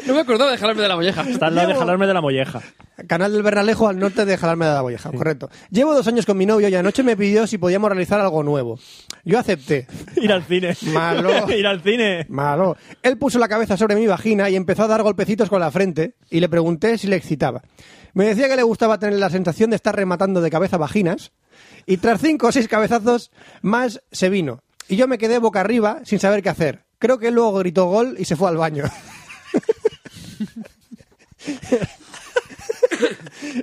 no me acordaba de jalarme de la molleja.
Está al lado de jalarme de la molleja.
Canal del Bernalejo al norte de Jalarme de la Bolleja, correcto. Llevo dos años con mi novio y anoche me pidió si podíamos realizar algo nuevo. Yo acepté.
<laughs> Ir al cine.
Malo.
<laughs> Ir al cine.
Malo. Él puso la cabeza sobre mi vagina y empezó a dar golpecitos con la frente y le pregunté si le excitaba. Me decía que le gustaba tener la sensación de estar rematando de cabeza vaginas y tras cinco o seis cabezazos más se vino. Y yo me quedé boca arriba sin saber qué hacer. Creo que él luego gritó gol y se fue al baño.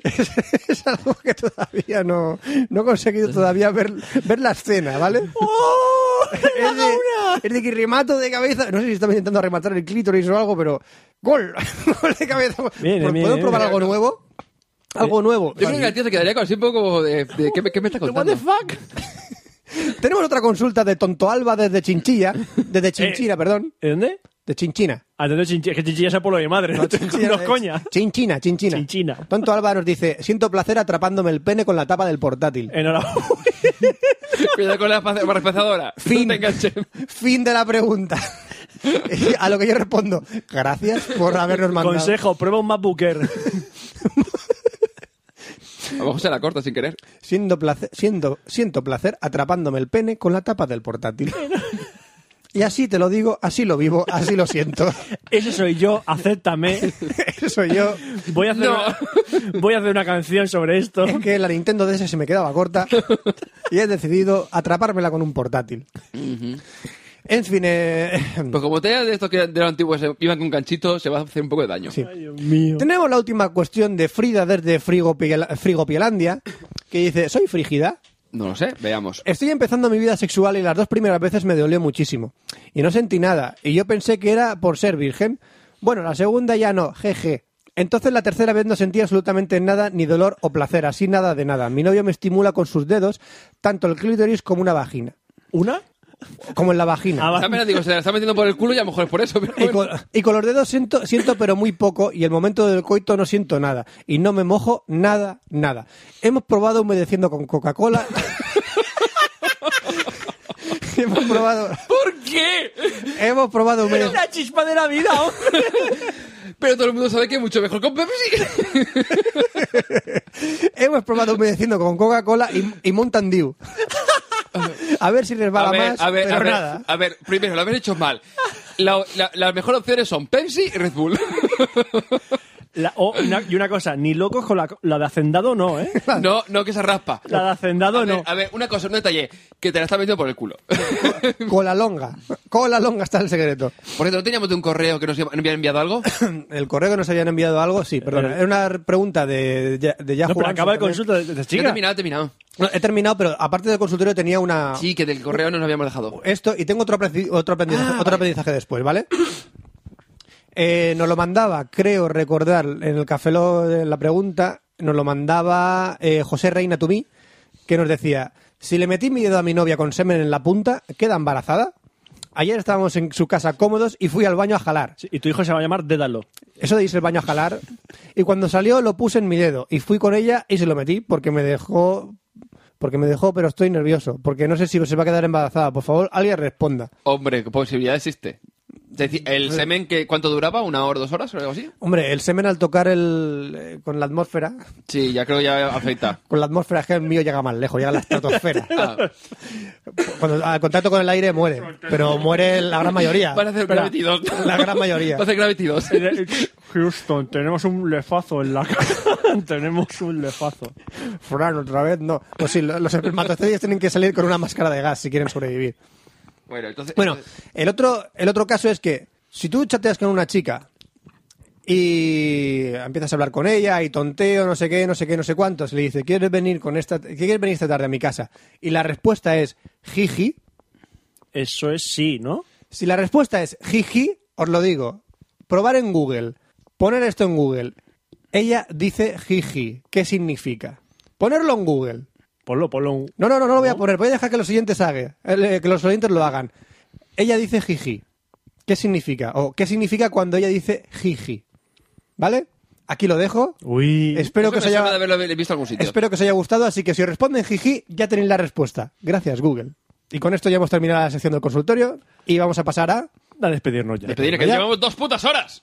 es, <laughs> es algo que todavía no, no he conseguido todavía ver, ver la escena, ¿vale?
<laughs> ¡Oh!
<laughs> es, de, es de que remato de cabeza. No sé si estamos intentando rematar el clítoris o algo, pero. ¡Gol! <laughs> ¡Gol de cabeza!
Bien,
¿Podemos
bien, bien.
probar algo nuevo? Algo nuevo.
Yo creo que la tía se quedaría con así un poco como de, de ¿qué, me- qué me está contando?
Tenemos otra consulta de Tonto Alba desde Chinchilla.
<laughs> Eh.
Desde Chinchina, perdón.
¿De dónde? Ah,
De
<laughs>
Chinchina.
Atento, Chinchilla, que Chinchilla sea pueblo de mi madre. <laughs> No,
Chinchina
no
es-
coña.
Chinchina, Chinchina.
Chinchina.
Tonto Alba nos dice: Siento placer atrapándome el pene con la tapa del portátil.
Enhorabuena.
Cuidado con la pa- refazadora.
Fin.
No te enganches.
Fin de la pregunta. <laughs> Y A lo que yo respondo: Gracias por habernos mandado.
Consejo, prueba un MacBook Air.
A lo mejor se la corta sin querer.
Siendo placer, siendo, siento placer atrapándome el pene con la tapa del portátil. Y así te lo digo, así lo vivo, así lo siento. <laughs>
Ese soy yo, acéptame.
Eso yo.
Voy a hacer,
No.
una, voy a hacer una canción sobre esto.
Es que la Nintendo DS se me quedaba corta y he decidido atrapármela con un portátil. En fin, eh,
Pues como te de estos que de los antiguos se iban con ganchito, se va a hacer un poco de daño.
Sí.
Ay, Dios mío.
tenemos la última cuestión de Frida desde Frigopiel- Frigopielandia, que dice, ¿soy frígida?
No lo sé, veamos.
Estoy empezando mi vida sexual y las dos primeras veces me dolió muchísimo. Y no sentí nada. Y yo pensé que era por ser virgen. Bueno, la segunda ya no, jeje. Entonces la tercera vez no sentí absolutamente nada, ni dolor o placer, así nada de nada. Mi novio me estimula con sus dedos, tanto el clítoris como una vagina.
¿Una?
Como en la vagina.
Ah, va.
También digo, se la está metiendo por el culo y a lo mejor es por eso. pero
Y
bueno.
con, y con los dedos siento, siento pero muy poco y el momento del coito no siento nada. Y no me mojo nada, nada. Hemos probado humedeciendo con Coca-Cola. <laughs> hemos probado,
¿Por qué?
hemos probado humedecer.
La chispa de la vida, oh. hombre.
Pero todo el mundo sabe que es mucho mejor con Pepsi.
Hemos probado humedeciendo con Coca-Cola y, y Mountain Dew. A ver si resbala
a ver,
más,
a ver,
pero
a ver,
nada.
a ver, primero, lo habéis hecho mal. La- la- las mejores opciones son Pepsi y Red Bull.
La- oh, una- y una cosa, ni locos con la, la de hacendado no, ¿eh?
No, no, que se raspa.
La de hacendado
a, ver,
no.
a ver, una cosa, un detalle, que te la está metiendo por el
<laughs>
culo.
Cola longa. Cola longa está el secreto.
Por cierto, ¿no teníamos de un correo que nos habían enviado algo?
El correo que nos habían enviado algo, sí, perdón.
Eh,
Era una pregunta de, de, de Yahoo
No, pero
Answers
acaba el
también.
consulta de, de
He
chica.
terminado, he terminado.
No, he terminado, pero aparte del consultorio tenía una,
Sí, que del correo no nos habíamos dejado.
esto y tengo otro, aprendi- otro, aprendizaje, otro aprendizaje después, ¿vale? Eh, nos lo mandaba, creo recordar, en el café Lock, en la pregunta, nos lo mandaba eh, José Reina Tumí, que nos decía, si le metí mi dedo a mi novia con semen en la punta, ¿queda embarazada? Ayer estábamos en su casa cómodos y fui al baño a jalar.
Sí, y tu hijo se va a llamar Dédalo.
Eso de irse al baño a jalar. Y cuando salió lo puse en mi dedo y fui con ella y se lo metí porque me dejó... Porque me dejó, pero estoy nervioso. Porque no sé si se va a quedar embarazada. Por favor, alguien responda.
Hombre, ¿qué posibilidad existe? Es decir,
Pues-
¿el semen que, cuánto duraba? ¿Una hora, dos horas o algo así?
Hombre, el semen al tocar el, eh, con la atmósfera,
Sí, ya creo que ya
<laughs>
afecta.
con la atmósfera es que el mío llega más lejos, llega a la estratosfera.
<laughs> Ah,
Cuando al contacto con el aire muere, pero muere la gran mayoría.
van a hacer
Espera,
Gravity 2.
La
<laughs>
gran mayoría.
Va a hacer Gravity 2.
Houston, tenemos un lefazo en la cara. <laughs> tenemos un lefazo.
Fran, otra vez, no. Pues sí, lo- los espermatozoides tienen que salir con una máscara de gas si quieren sobrevivir.
Bueno, entonces...
Bueno, el otro, el otro caso es que si tú chateas con una chica y empiezas a hablar con ella y tonteo, no sé qué, no sé qué, no sé cuántos, y le dice, ¿quieres venir con esta, quieres venir esta tarde a mi casa? Y la respuesta es, jiji.
Eso es sí, ¿no?
Si la respuesta es jiji, os lo digo. Probar en Google. Poner esto en Google. Ella dice jiji. ¿Qué significa? Ponerlo en Google.
Ponlo, ponlo. un-
No, no, no, no lo voy a poner. Voy a dejar que los oyentes hagan. eh, Que los oyentes lo hagan. Ella dice jiji. ¿Qué significa? O ¿qué significa cuando ella dice jiji? ¿Vale? Aquí lo dejo.
Uy.
Espero
Eso
que, os
me suena de
haya,
haberlo visto en algún sitio.
espero que os haya gustado. Así que si os responden jiji, ya tenéis la respuesta. Gracias, Google. Y con esto ya hemos terminado la sección del consultorio y vamos a pasar a...
A despedirnos ya.
Despedir, que
Ya.
llevamos dos putas horas.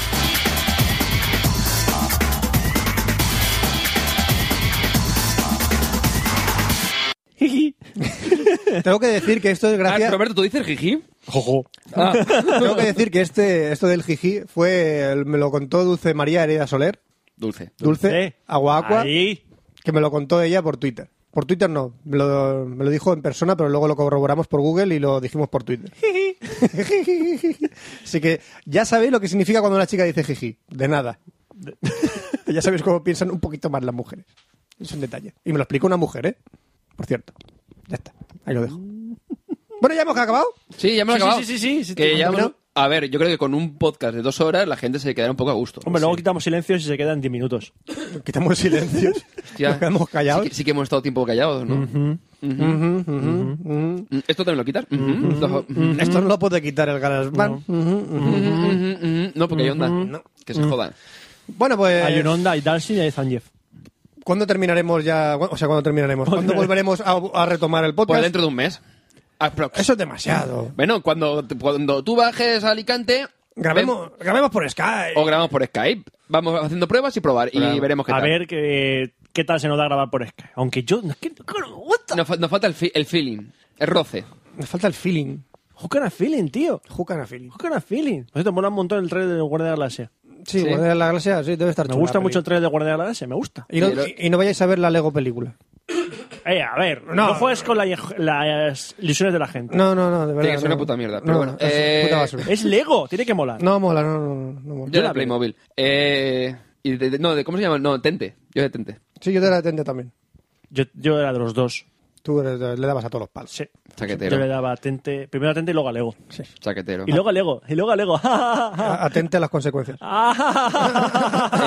Tengo que decir que esto es
Ah,
gracias.
Roberto, ¿tú dices jiji?
Jojo.
Ah,
Tengo que decir que este, esto del jiji fue, me lo contó Dulce María Hereda Soler,
dulce.
Dulce,
Eh,
Agua Aqua,
Ahí.
que me lo contó ella por Twitter. Por Twitter no, me lo, me lo dijo en persona, pero luego lo corroboramos por Google y lo dijimos por Twitter. Así que ya sabéis lo que significa cuando una chica dice jiji, de nada. ya sabéis cómo piensan un poquito más las mujeres. Es un detalle. Y me lo explicó una mujer, ¿eh? Por cierto. Ya está, ahí lo dejo. Bueno, ya hemos acabado.
Sí, ya me lo he
Sí,
acabado.
sí, sí, sí, sí,
Que
sí,
ya
hombre,
hemos- A ver, yo creo que con un podcast de dos horas la gente se quedará un poco a gusto.
Hombre, luego quitamos silencios y se quedan 10 minutos.
Quitamos silencios.
Hostia.
<laughs> Nos quedamos callados.
Sí, que- sí que hemos estado tiempo callados, ¿no?
Ujú, ujú, ujú.
Mm, ¿Esto también lo quitas? Ujú. Ujú.
Esto no lo puede quitar el GarageBand. Ujú, ujú.
Ujú, ujú. No, porque hay onda. Que se jodan.
Bueno,
Eh,
pues.
Hay un Honda, hay Dalsin y hay Zangief.
¿Cuándo terminaremos ya? O sea, ¿cuándo terminaremos? ¿Cuándo volveremos a, a retomar el
Pues
podcast?
dentro de un mes. Aprox.
Eso es demasiado.
Bueno, cuando, cuando tú bajes a Alicante...
Grabemos, grabemos por Skype.
O grabamos por Skype. Vamos haciendo pruebas y probar. Y veremos qué
a
tal.
ver qué, qué tal se nos da grabar por Skype. Aunque yo... es que no- que no me gusta.
Nos, fa- nos falta el, fi- el feeling. El roce.
Me falta el feeling.
Who can I feeling, tío?
Who can I feeling.
Who can I feeling? Por cierto, mola un montón el trailer de Guardia de la Galaxia.
Sí.
Sí, Guardianes de la Galaxia, sí, debe estar
Me
chula
gusta
la
mucho el
peli.
trailer de Guardia de la Galaxia, me gusta.
Y no, y- y no vayáis a ver la Lego película.
Eh, a ver, no,
No.
juegues con la- las ilusiones de la gente.
No, no, no, de verdad.
que ser una
no.
puta mierda,
No,
pero bueno,
no, es
eh,
puta basura.
Es Lego, tiene que molar.
No mola, no, no, no, no mola.
Yo de Playmobil. Eh, y de- de- no, de, ¿cómo se llama? No, Tente. Yo de Tente.
Sí, yo te la tente también.
Yo, yo era de los dos.
Tú eres de- le dabas a todos los palos.
Sí.
Chaquetero.
Yo le daba a Tente, primero a Tente y luego a Lego.
Chaquetero.
Y luego a Lego, y luego a
<laughs>
Lego. <laughs>
A- Atente a las consecuencias.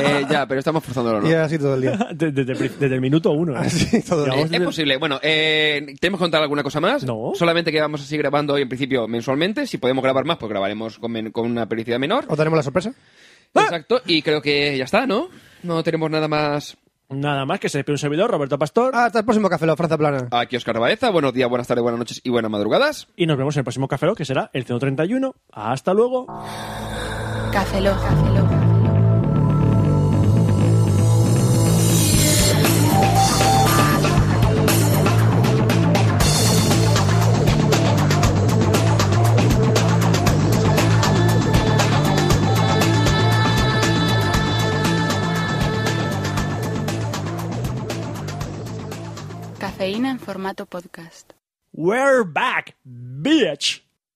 Eh, ya, pero estamos forzándolo, Ah,
<laughs>
¿no?
Y así todo el día.
desde, desde el pri- desde el minuto uno. ¿eh?
Así todo el
Eh,
día.
Vamos,
Es posible. Bueno, eh, ¿tenemos que contar alguna cosa más?
No.
Solamente que vamos a seguir grabando hoy, en principio, mensualmente. Si podemos grabar más, pues grabaremos con, men- con una periodicidad menor.
¿O tenemos la sorpresa?
Ah.
Exacto. Y creo que ya está, ¿no? No tenemos nada más.
Nada más que se despide un servidor, Roberto Pastor.
Hasta el próximo Café La Franza Plana.
Aquí Oscar Baeza. Buenos días, buenas tardes, buenas noches y buenas madrugadas.
Y nos vemos en el próximo Café Lock, que será el 131. Hasta luego.
Café Lock. Café Lock. Cafeína en formato podcast.
We're back, bitch.